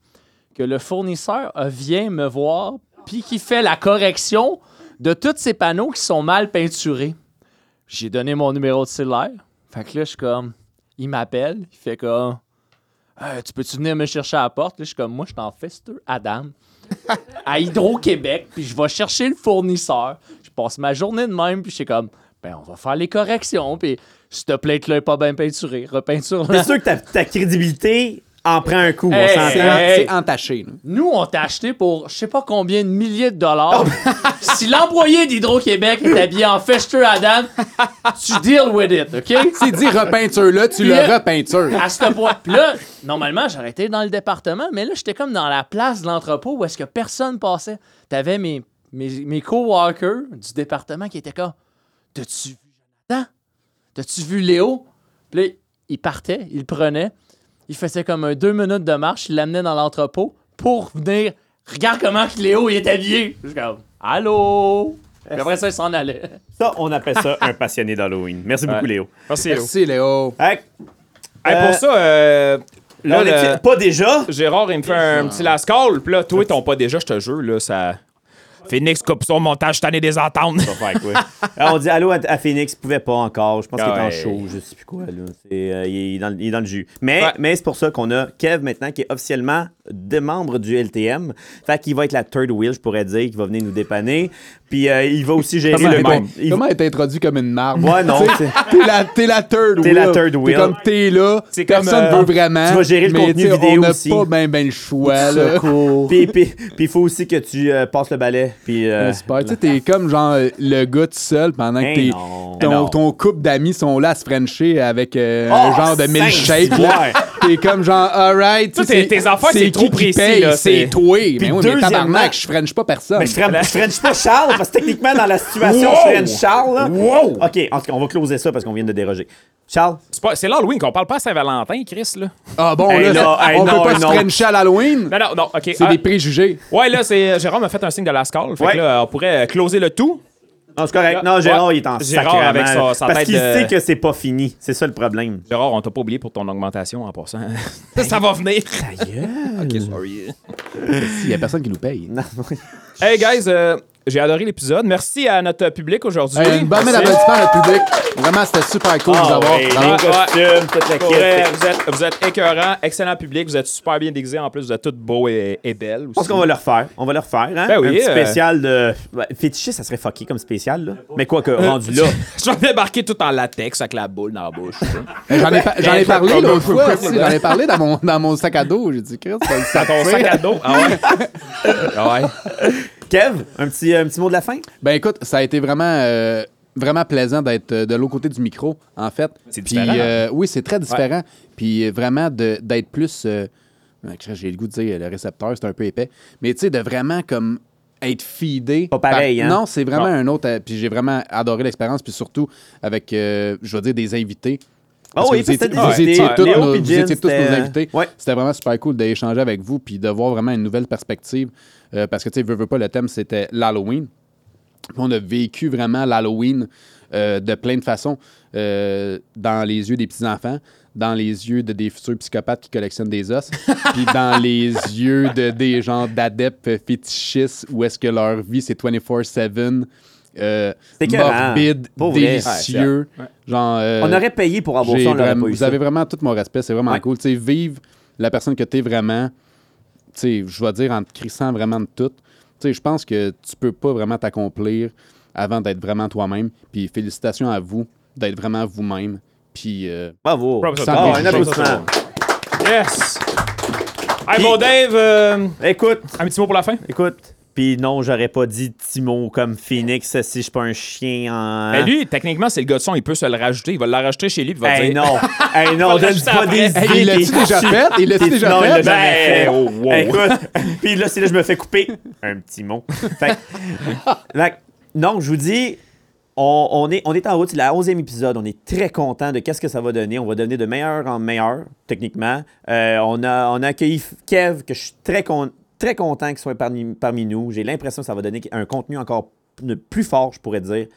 D: que le fournisseur euh, vient me voir, puis qui fait la correction de tous ces panneaux qui sont mal peinturés. J'ai donné mon numéro de cellulaire. Fait que là, je suis comme. Il m'appelle, il fait comme. Euh, tu peux-tu venir me chercher à la porte? Là, je suis comme, moi, je t'en fais, c'est Adam. à Hydro-Québec, puis je vais chercher le fournisseur. Je passe ma journée de même, puis je suis comme, ben, on va faire les corrections, puis s'il te plaît, là pas bien peinturé, repeinture-le.
B: C'est sûr que ta, ta crédibilité en prend un coup, on
D: Hey,
C: C'est
B: s'entend.
C: en-
D: Hey.
C: c'est entaché. là.
D: Nous, on t'a acheté pour je sais pas combien de milliers de dollars. si l'employé d'Hydro-Québec est habillé en Fester Adam, tu deal with it, OK?
C: Tu dis repeinture-là, tu le
D: Yeah.
C: repeintures.
D: À ce point. Puis là, normalement, j'aurais été dans le département, mais là, j'étais comme dans la place de l'entrepôt où est-ce que personne passait. T'avais mes, mes, mes coworkers du département qui étaient comme T'as-tu vu Jonathan T'as-tu vu Léo Puis là, il partait, il le prenait, il faisait comme un deux minutes de marche, il l'amenait dans l'entrepôt pour venir. Regarde comment que Léo il est habillé. Je suis comme Allô Puis après ça, il s'en allait.
B: Ça, on appelle ça un passionné d'Halloween. Merci beaucoup,
A: Ouais.
B: Léo.
A: Merci, Léo.
C: Merci, Léo.
B: Hey,
A: Hey,
B: Euh,
A: pour ça, euh, là,
B: là, on est-
A: le-
B: Pas déjà?
A: Gérard, il me fait un petit lascole. Puis là, toi, t'en pas déjà, je te jure, là, ça. Phoenix coupe son montage, je t'en ai des ententes.
B: Ah, on dit allô à, à Phoenix, il pouvait pas encore. Je pense qu'il est en
A: Ouais.
B: show, je sais plus quoi. Là. C'est, euh, il, est dans, il est dans le jus. Mais,
A: Ouais.
B: mais c'est pour ça qu'on a Kev maintenant qui est officiellement des membres du LTM. Fait qu'il va être la third wheel, je pourrais dire, qui va venir nous dépanner. Puis euh, il va aussi gérer
C: Comment
B: le
C: être-
B: compte. Il-
C: Comment être introduit comme une marbre?
B: Ouais, non,
C: Tu sais,
B: c'est-
C: T'es la, t'es la third wheel.
B: T'es la third wheel.
C: T'es comme t'es là,
A: C'est comme,
C: personne
A: euh,
C: veut vraiment.
B: tu vas gérer le
C: mais
B: contenu
C: tu sais,
B: vidéo
C: on
B: aussi.
C: On n'a pas ben, ben le choix. Là.
B: Puis puis- puis il faut aussi que tu euh, passes le balai. Puis, euh,
C: Ouais, super. Tu sais, t'es comme genre euh, le gars tout seul pendant que
B: Hey,
C: t'es-
B: Eh non. Hey, non.
C: ton, ton couple d'amis sont là à se frencher avec euh,
B: Oh,
C: un genre de
B: cinq,
C: milkshake.
B: six,
C: là. T'es comme genre, alright.
A: Toi, tes- tes affaires, c'est trop précis, là,
C: C'est
A: c'est-
C: toi. Mais oui, mais
B: deuxièmement-
C: tabarnak, je french pas personne.
B: Mais je freine, je freine pas Charles, parce que techniquement, dans la situation,
A: Wow!
B: je freine Charles. là.
A: Wow!
B: OK, en tout cas, on va closer ça parce qu'on vient de déroger. Charles,
A: C'est pas- C'est l'Halloween qu'on parle pas à Saint-Valentin, Chris, là.
C: Ah bon,
B: Hey,
C: là,
B: là,
C: ça-
B: hey,
C: on
B: non,
C: peut pas
B: hey,
C: se
B: non. Ben,
C: frencher à l'Halloween.
A: Non, non, non, ok.
C: C'est
A: ah,
C: des préjugés.
A: Ouais, là, c'est. Jérôme a fait un signe de lascole. Fait
B: Ouais.
A: que là, on pourrait euh, closer le tout.
B: Non, c'est correct. Non,
A: Ouais.
B: Gérard, il est en
A: Gérard
B: sacrément,
A: avec sa- sa
B: Parce
A: tête
B: qu'il
A: de-
B: sait que c'est pas fini. C'est ça le problème.
A: Gérard, on t'a pas oublié pour ton augmentation en passant. ça va venir. ok, sorry.
C: Il y a personne qui nous paye.
A: Hey guys, euh, j'ai adoré l'épisode. Merci à notre public aujourd'hui.
C: Hey, une bonne main
A: Merci.
C: d'applaudissement à notre public. Vraiment, c'était super
A: Ah,
C: cool de vous avoir. Ben
B: ouais,
C: Bravo.
B: les costumes, toute la
A: Pour vrai,
B: quête.
A: vous êtes, vous êtes écœurants, excellent public, vous êtes super bien déguisés en plus, vous êtes tous beaux et, et belles aussi.
B: Je pense qu'on va le refaire. On va le refaire, hein?
A: Ben oui,
B: un petit
A: euh,
B: spécial de. Ouais, fétiché, ça serait fucké comme spécial, là. Mais quoi que, rendu là.
A: Je vais débarquer tout en latex avec la boule dans la bouche.
C: J'en ai, pa- j'en
B: Ben,
C: ai parlé
A: comme-
C: l'autre fois. aussi. J'en ai parlé dans mon, dans mon sac à dos. J'ai dit, Chris, ça
A: dans
C: le
A: ton
C: fait.
A: sac à dos. Ah ouais? ouais.
B: Kev, un petit, un petit mot de la fin?
C: Ben écoute, ça a été vraiment, euh, vraiment plaisant d'être euh, de l'autre côté du micro, en fait.
A: C'est
C: Puis,
A: différent,
C: euh, oui, c'est très différent. Puis euh, vraiment de- d'être plus. euh, euh, Chris, J'ai le goût de dire le récepteur, c'est un peu épais. Mais tu sais, de vraiment comme être feedé.
B: Pas pareil, hein?
C: Non, c'est vraiment un autre. euh, Puis j'ai vraiment adoré l'expérience. Puis surtout avec, euh, je veux dire, des invités. Parce
B: Ah oui,
C: que vous
B: parce que
C: étiez,
B: c'était des
C: vous étiez
B: invités. euh,
C: tous,
B: Léo
C: nos-
B: puis
C: vous
B: Jin,
C: étiez tous nos
B: c'était- euh,
C: invités.
B: Ouais.
C: C'était vraiment super cool d'échanger avec vous puis de voir vraiment une nouvelle perspective. Euh, parce que, tu sais, veux, veux pas, le thème, c'était l'Halloween. Puis on a vécu vraiment l'Halloween euh, de plein de façons euh, dans les yeux des petits-enfants, dans les yeux de des futurs psychopathes qui collectionnent des os, puis dans les yeux de des gens d'adeptes fétichistes où est-ce que leur vie, c'est 24-7 euh,
B: C'était écœurant.
C: morbide,
B: Pour vrai.
C: délicieux. Genre, euh,
B: On aurait payé pour avoir
C: j'ai
B: ça, on l'aurait
C: vraiment-
B: pas eu.
C: vous
B: ça.
C: avez vraiment tout mon respect, c'est vraiment
B: Ouais.
C: cool. Tu sais, vive la personne que tu es vraiment, tu sais, je vais dire en te crissant vraiment de tout. Tu sais, je pense que tu peux pas vraiment t'accomplir avant d'être vraiment toi-même. Puis félicitations à vous d'être vraiment vous-même. Puis euh,
B: Bravo.
A: Bravo,
C: ça,
B: Ah,
C: ça,
B: un
C: ça,
B: applaudissement.
A: Yes! Hey, bon Dave, euh,
B: Écoute,
A: un petit mot pour la fin?
B: écoute. Puis non, j'aurais pas dit Timo comme Phoenix si je suis pas un chien en.
A: Ben, lui, techniquement, c'est le gars de son, il peut se le rajouter. Il va le rajouter chez lui, puis il va
B: Hey
A: dire...
B: non, hey non,
A: Faut le
B: donne pas
A: rajouter
B: des
A: après.
B: idées.
C: Hey, il l'a-tu
B: t'es-
C: déjà fait? Il l'a-tu
B: t'es-
C: déjà
B: non, il
C: fait?
B: l'a jamais
A: Ben,
B: fait.
A: oh, wow.
B: Écoute, puis là, c'est là que je me fais couper un petit mot. Fait que- fait que, non, je vous dis, on, on est, on est en route, c'est la 11e épisode. On est très content de qu'est-ce que ça va donner. On va devenir de meilleur en meilleur, techniquement. Euh, on, a, on a accueilli Kev, que je suis très, con- très content qu'il soit parmi, parmi nous. J'ai l'impression que ça va donner un contenu encore p- plus fort, je pourrais dire.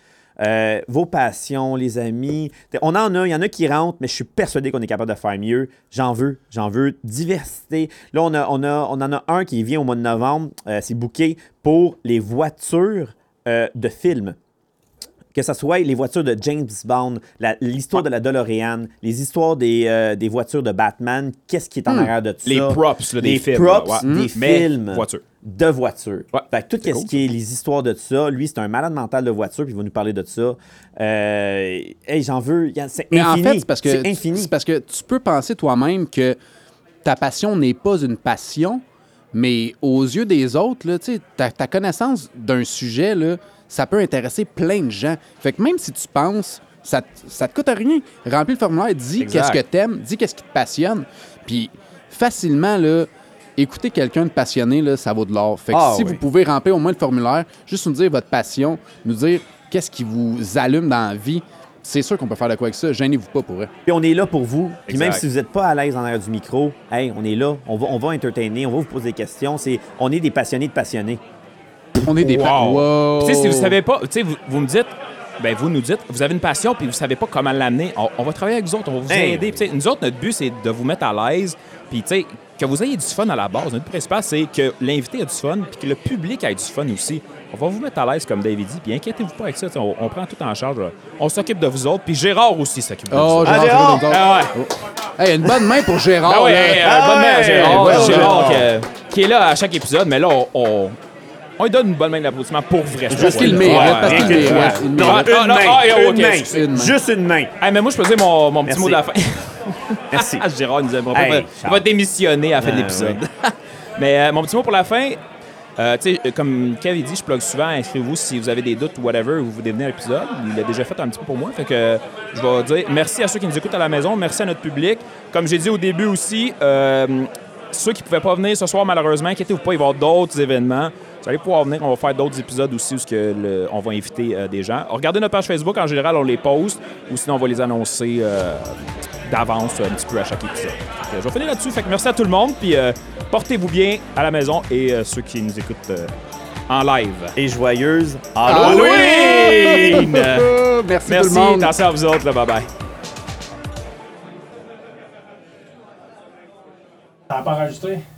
B: Euh, vos passions, les amis. T'sais, On en a, il y en a qui rentrent, mais je suis persuadé qu'on est capable de faire mieux. J'en veux, j'en veux. Diversité. Là, on, a, on, a, on en a un qui vient au mois de novembre. Euh, c'est booké pour les voitures euh, de films que ce soit les voitures de James Bond, la- l'histoire
A: Ah.
B: de la DeLorean, les histoires des, euh, des voitures de Batman, qu'est-ce qui est en arrière de tout
A: Hmm. Les
B: ça.
A: props, là, des
B: les
A: films,
B: props
A: là, ouais.
B: des
A: Mm. Mais
B: films
A: voitures.
B: de voitures.
A: Ouais.
B: Fait que tout ce qui est les histoires de tout ça, lui, c'est un malade mental de voiture, puis il va nous parler de tout ça. Euh, hey, j'en veux, y a- c'est
C: Mais
B: infini.
C: en fait, c'est parce que
B: c'est
C: tu-
B: infini.
C: c'est parce que tu peux penser toi-même que ta passion n'est pas une passion, mais aux yeux des autres, là, tu sais, ta, ta connaissance d'un sujet, là, ça peut intéresser plein de gens. Fait que même si tu penses, ça, te- ça te coûte rien. Remplis le formulaire, dis
A: Exact.
C: qu'est-ce que t'aimes, dis qu'est-ce qui te passionne, puis facilement, là, écouter quelqu'un de passionné, là, ça vaut de l'or. Fait que
B: Ah
C: si
B: oui.
C: vous pouvez ramper au moins le formulaire, juste nous dire votre passion, nous dire qu'est-ce qui vous allume dans la vie, c'est sûr qu'on peut faire de quoi avec ça. Gênez-vous pas pour eux.
B: Puis on est là pour vous. Puis
A: Exact.
B: même si vous n'êtes pas à l'aise en arrière du micro, hey, on est là, on va, on va entertainer, on va vous poser des questions. C'est, on est des passionnés de passionnés.
C: On est des
A: Wow.
C: pa- Wow.
A: Puis, tu sais, si vous savez pas, tu sais, vous, vous me dites, ben vous nous dites, vous avez une passion puis vous savez pas comment l'amener, on, on va travailler avec vous autres, on va vous
B: Hey.
A: aider. Puis, tu sais, nous autres, notre but, c'est de vous mettre à l'aise, puis tu sais, que vous ayez du fun à la base. Notre but principal, c'est que l'invité ait du fun, puis que le public ait du fun aussi. On va vous mettre à l'aise, comme David dit, puis inquiétez-vous pas avec ça, tu sais, on, on prend tout en charge. là. On s'occupe de vous autres, puis Gérard aussi s'occupe de vous
C: Oh,
A: autres.
B: Gérard!
C: Gérard, Trudeau.
A: Ah ouais.
C: Oh. Hey, une bonne main pour Gérard.
A: Ah ouais,
C: là.
A: hey, euh, bonne main à Gérard,
C: ouais,
A: Gérard,
C: Gérard.
A: que- qui est là à chaque épisode, mais là, on, on, on lui donne une bonne main d'applaudissement pour vrai. cette
C: Parce
A: fois-là.
C: qu'il le mérite,
A: Ouais,
C: euh, parce
A: ouais.
C: qu'il euh, le mérite, il le
B: Non,
C: mérite.
B: une
A: Ah, non,
B: main,
A: ah, oh, ok,
B: une, main.
A: excusez,
C: une main.
B: juste une main.
A: Hey, mais moi, je faisais mon, mon petit
B: Merci.
A: mot de la fin.
B: Merci.
A: Ah, Gérard il nous aimera pas.
B: Hey,
A: Il va- Il va
B: Charles.
A: démissionner à la fin de
B: Ah,
A: l'épisode. mais euh, mon petit mot pour la fin. euh, tu sais, euh, comme Kev il dit, je plug souvent, inscrivez-vous si vous avez des doutes ou whatever, ou vous devenez l'épisode. Il l'a déjà fait un petit peu pour moi. Fait que euh, je vais dire merci à ceux qui nous écoutent à la maison, merci à notre public. Comme j'ai dit au début aussi, euh, ceux qui ne pouvaient pas venir ce soir, malheureusement, inquiétez-vous pas, il va y avoir d'autres événements. Vous allez pouvoir venir, on va faire d'autres épisodes aussi où ce que le- on va inviter euh, des gens. Regardez notre page Facebook, en général, on les poste, ou sinon on va les annoncer euh, d'avance euh, un petit peu à chaque épisode. Fait que je vais finir là-dessus. Fait que merci à tout le monde, puis euh, portez-vous bien à la maison et euh, ceux qui nous écoutent euh, en live.
B: Et joyeuse
A: Halloween!
C: Euh, Merci, tout
A: euh, merci,
C: le monde.
A: attention à vous autres, là, bye bye.
F: T'as pas enregistré?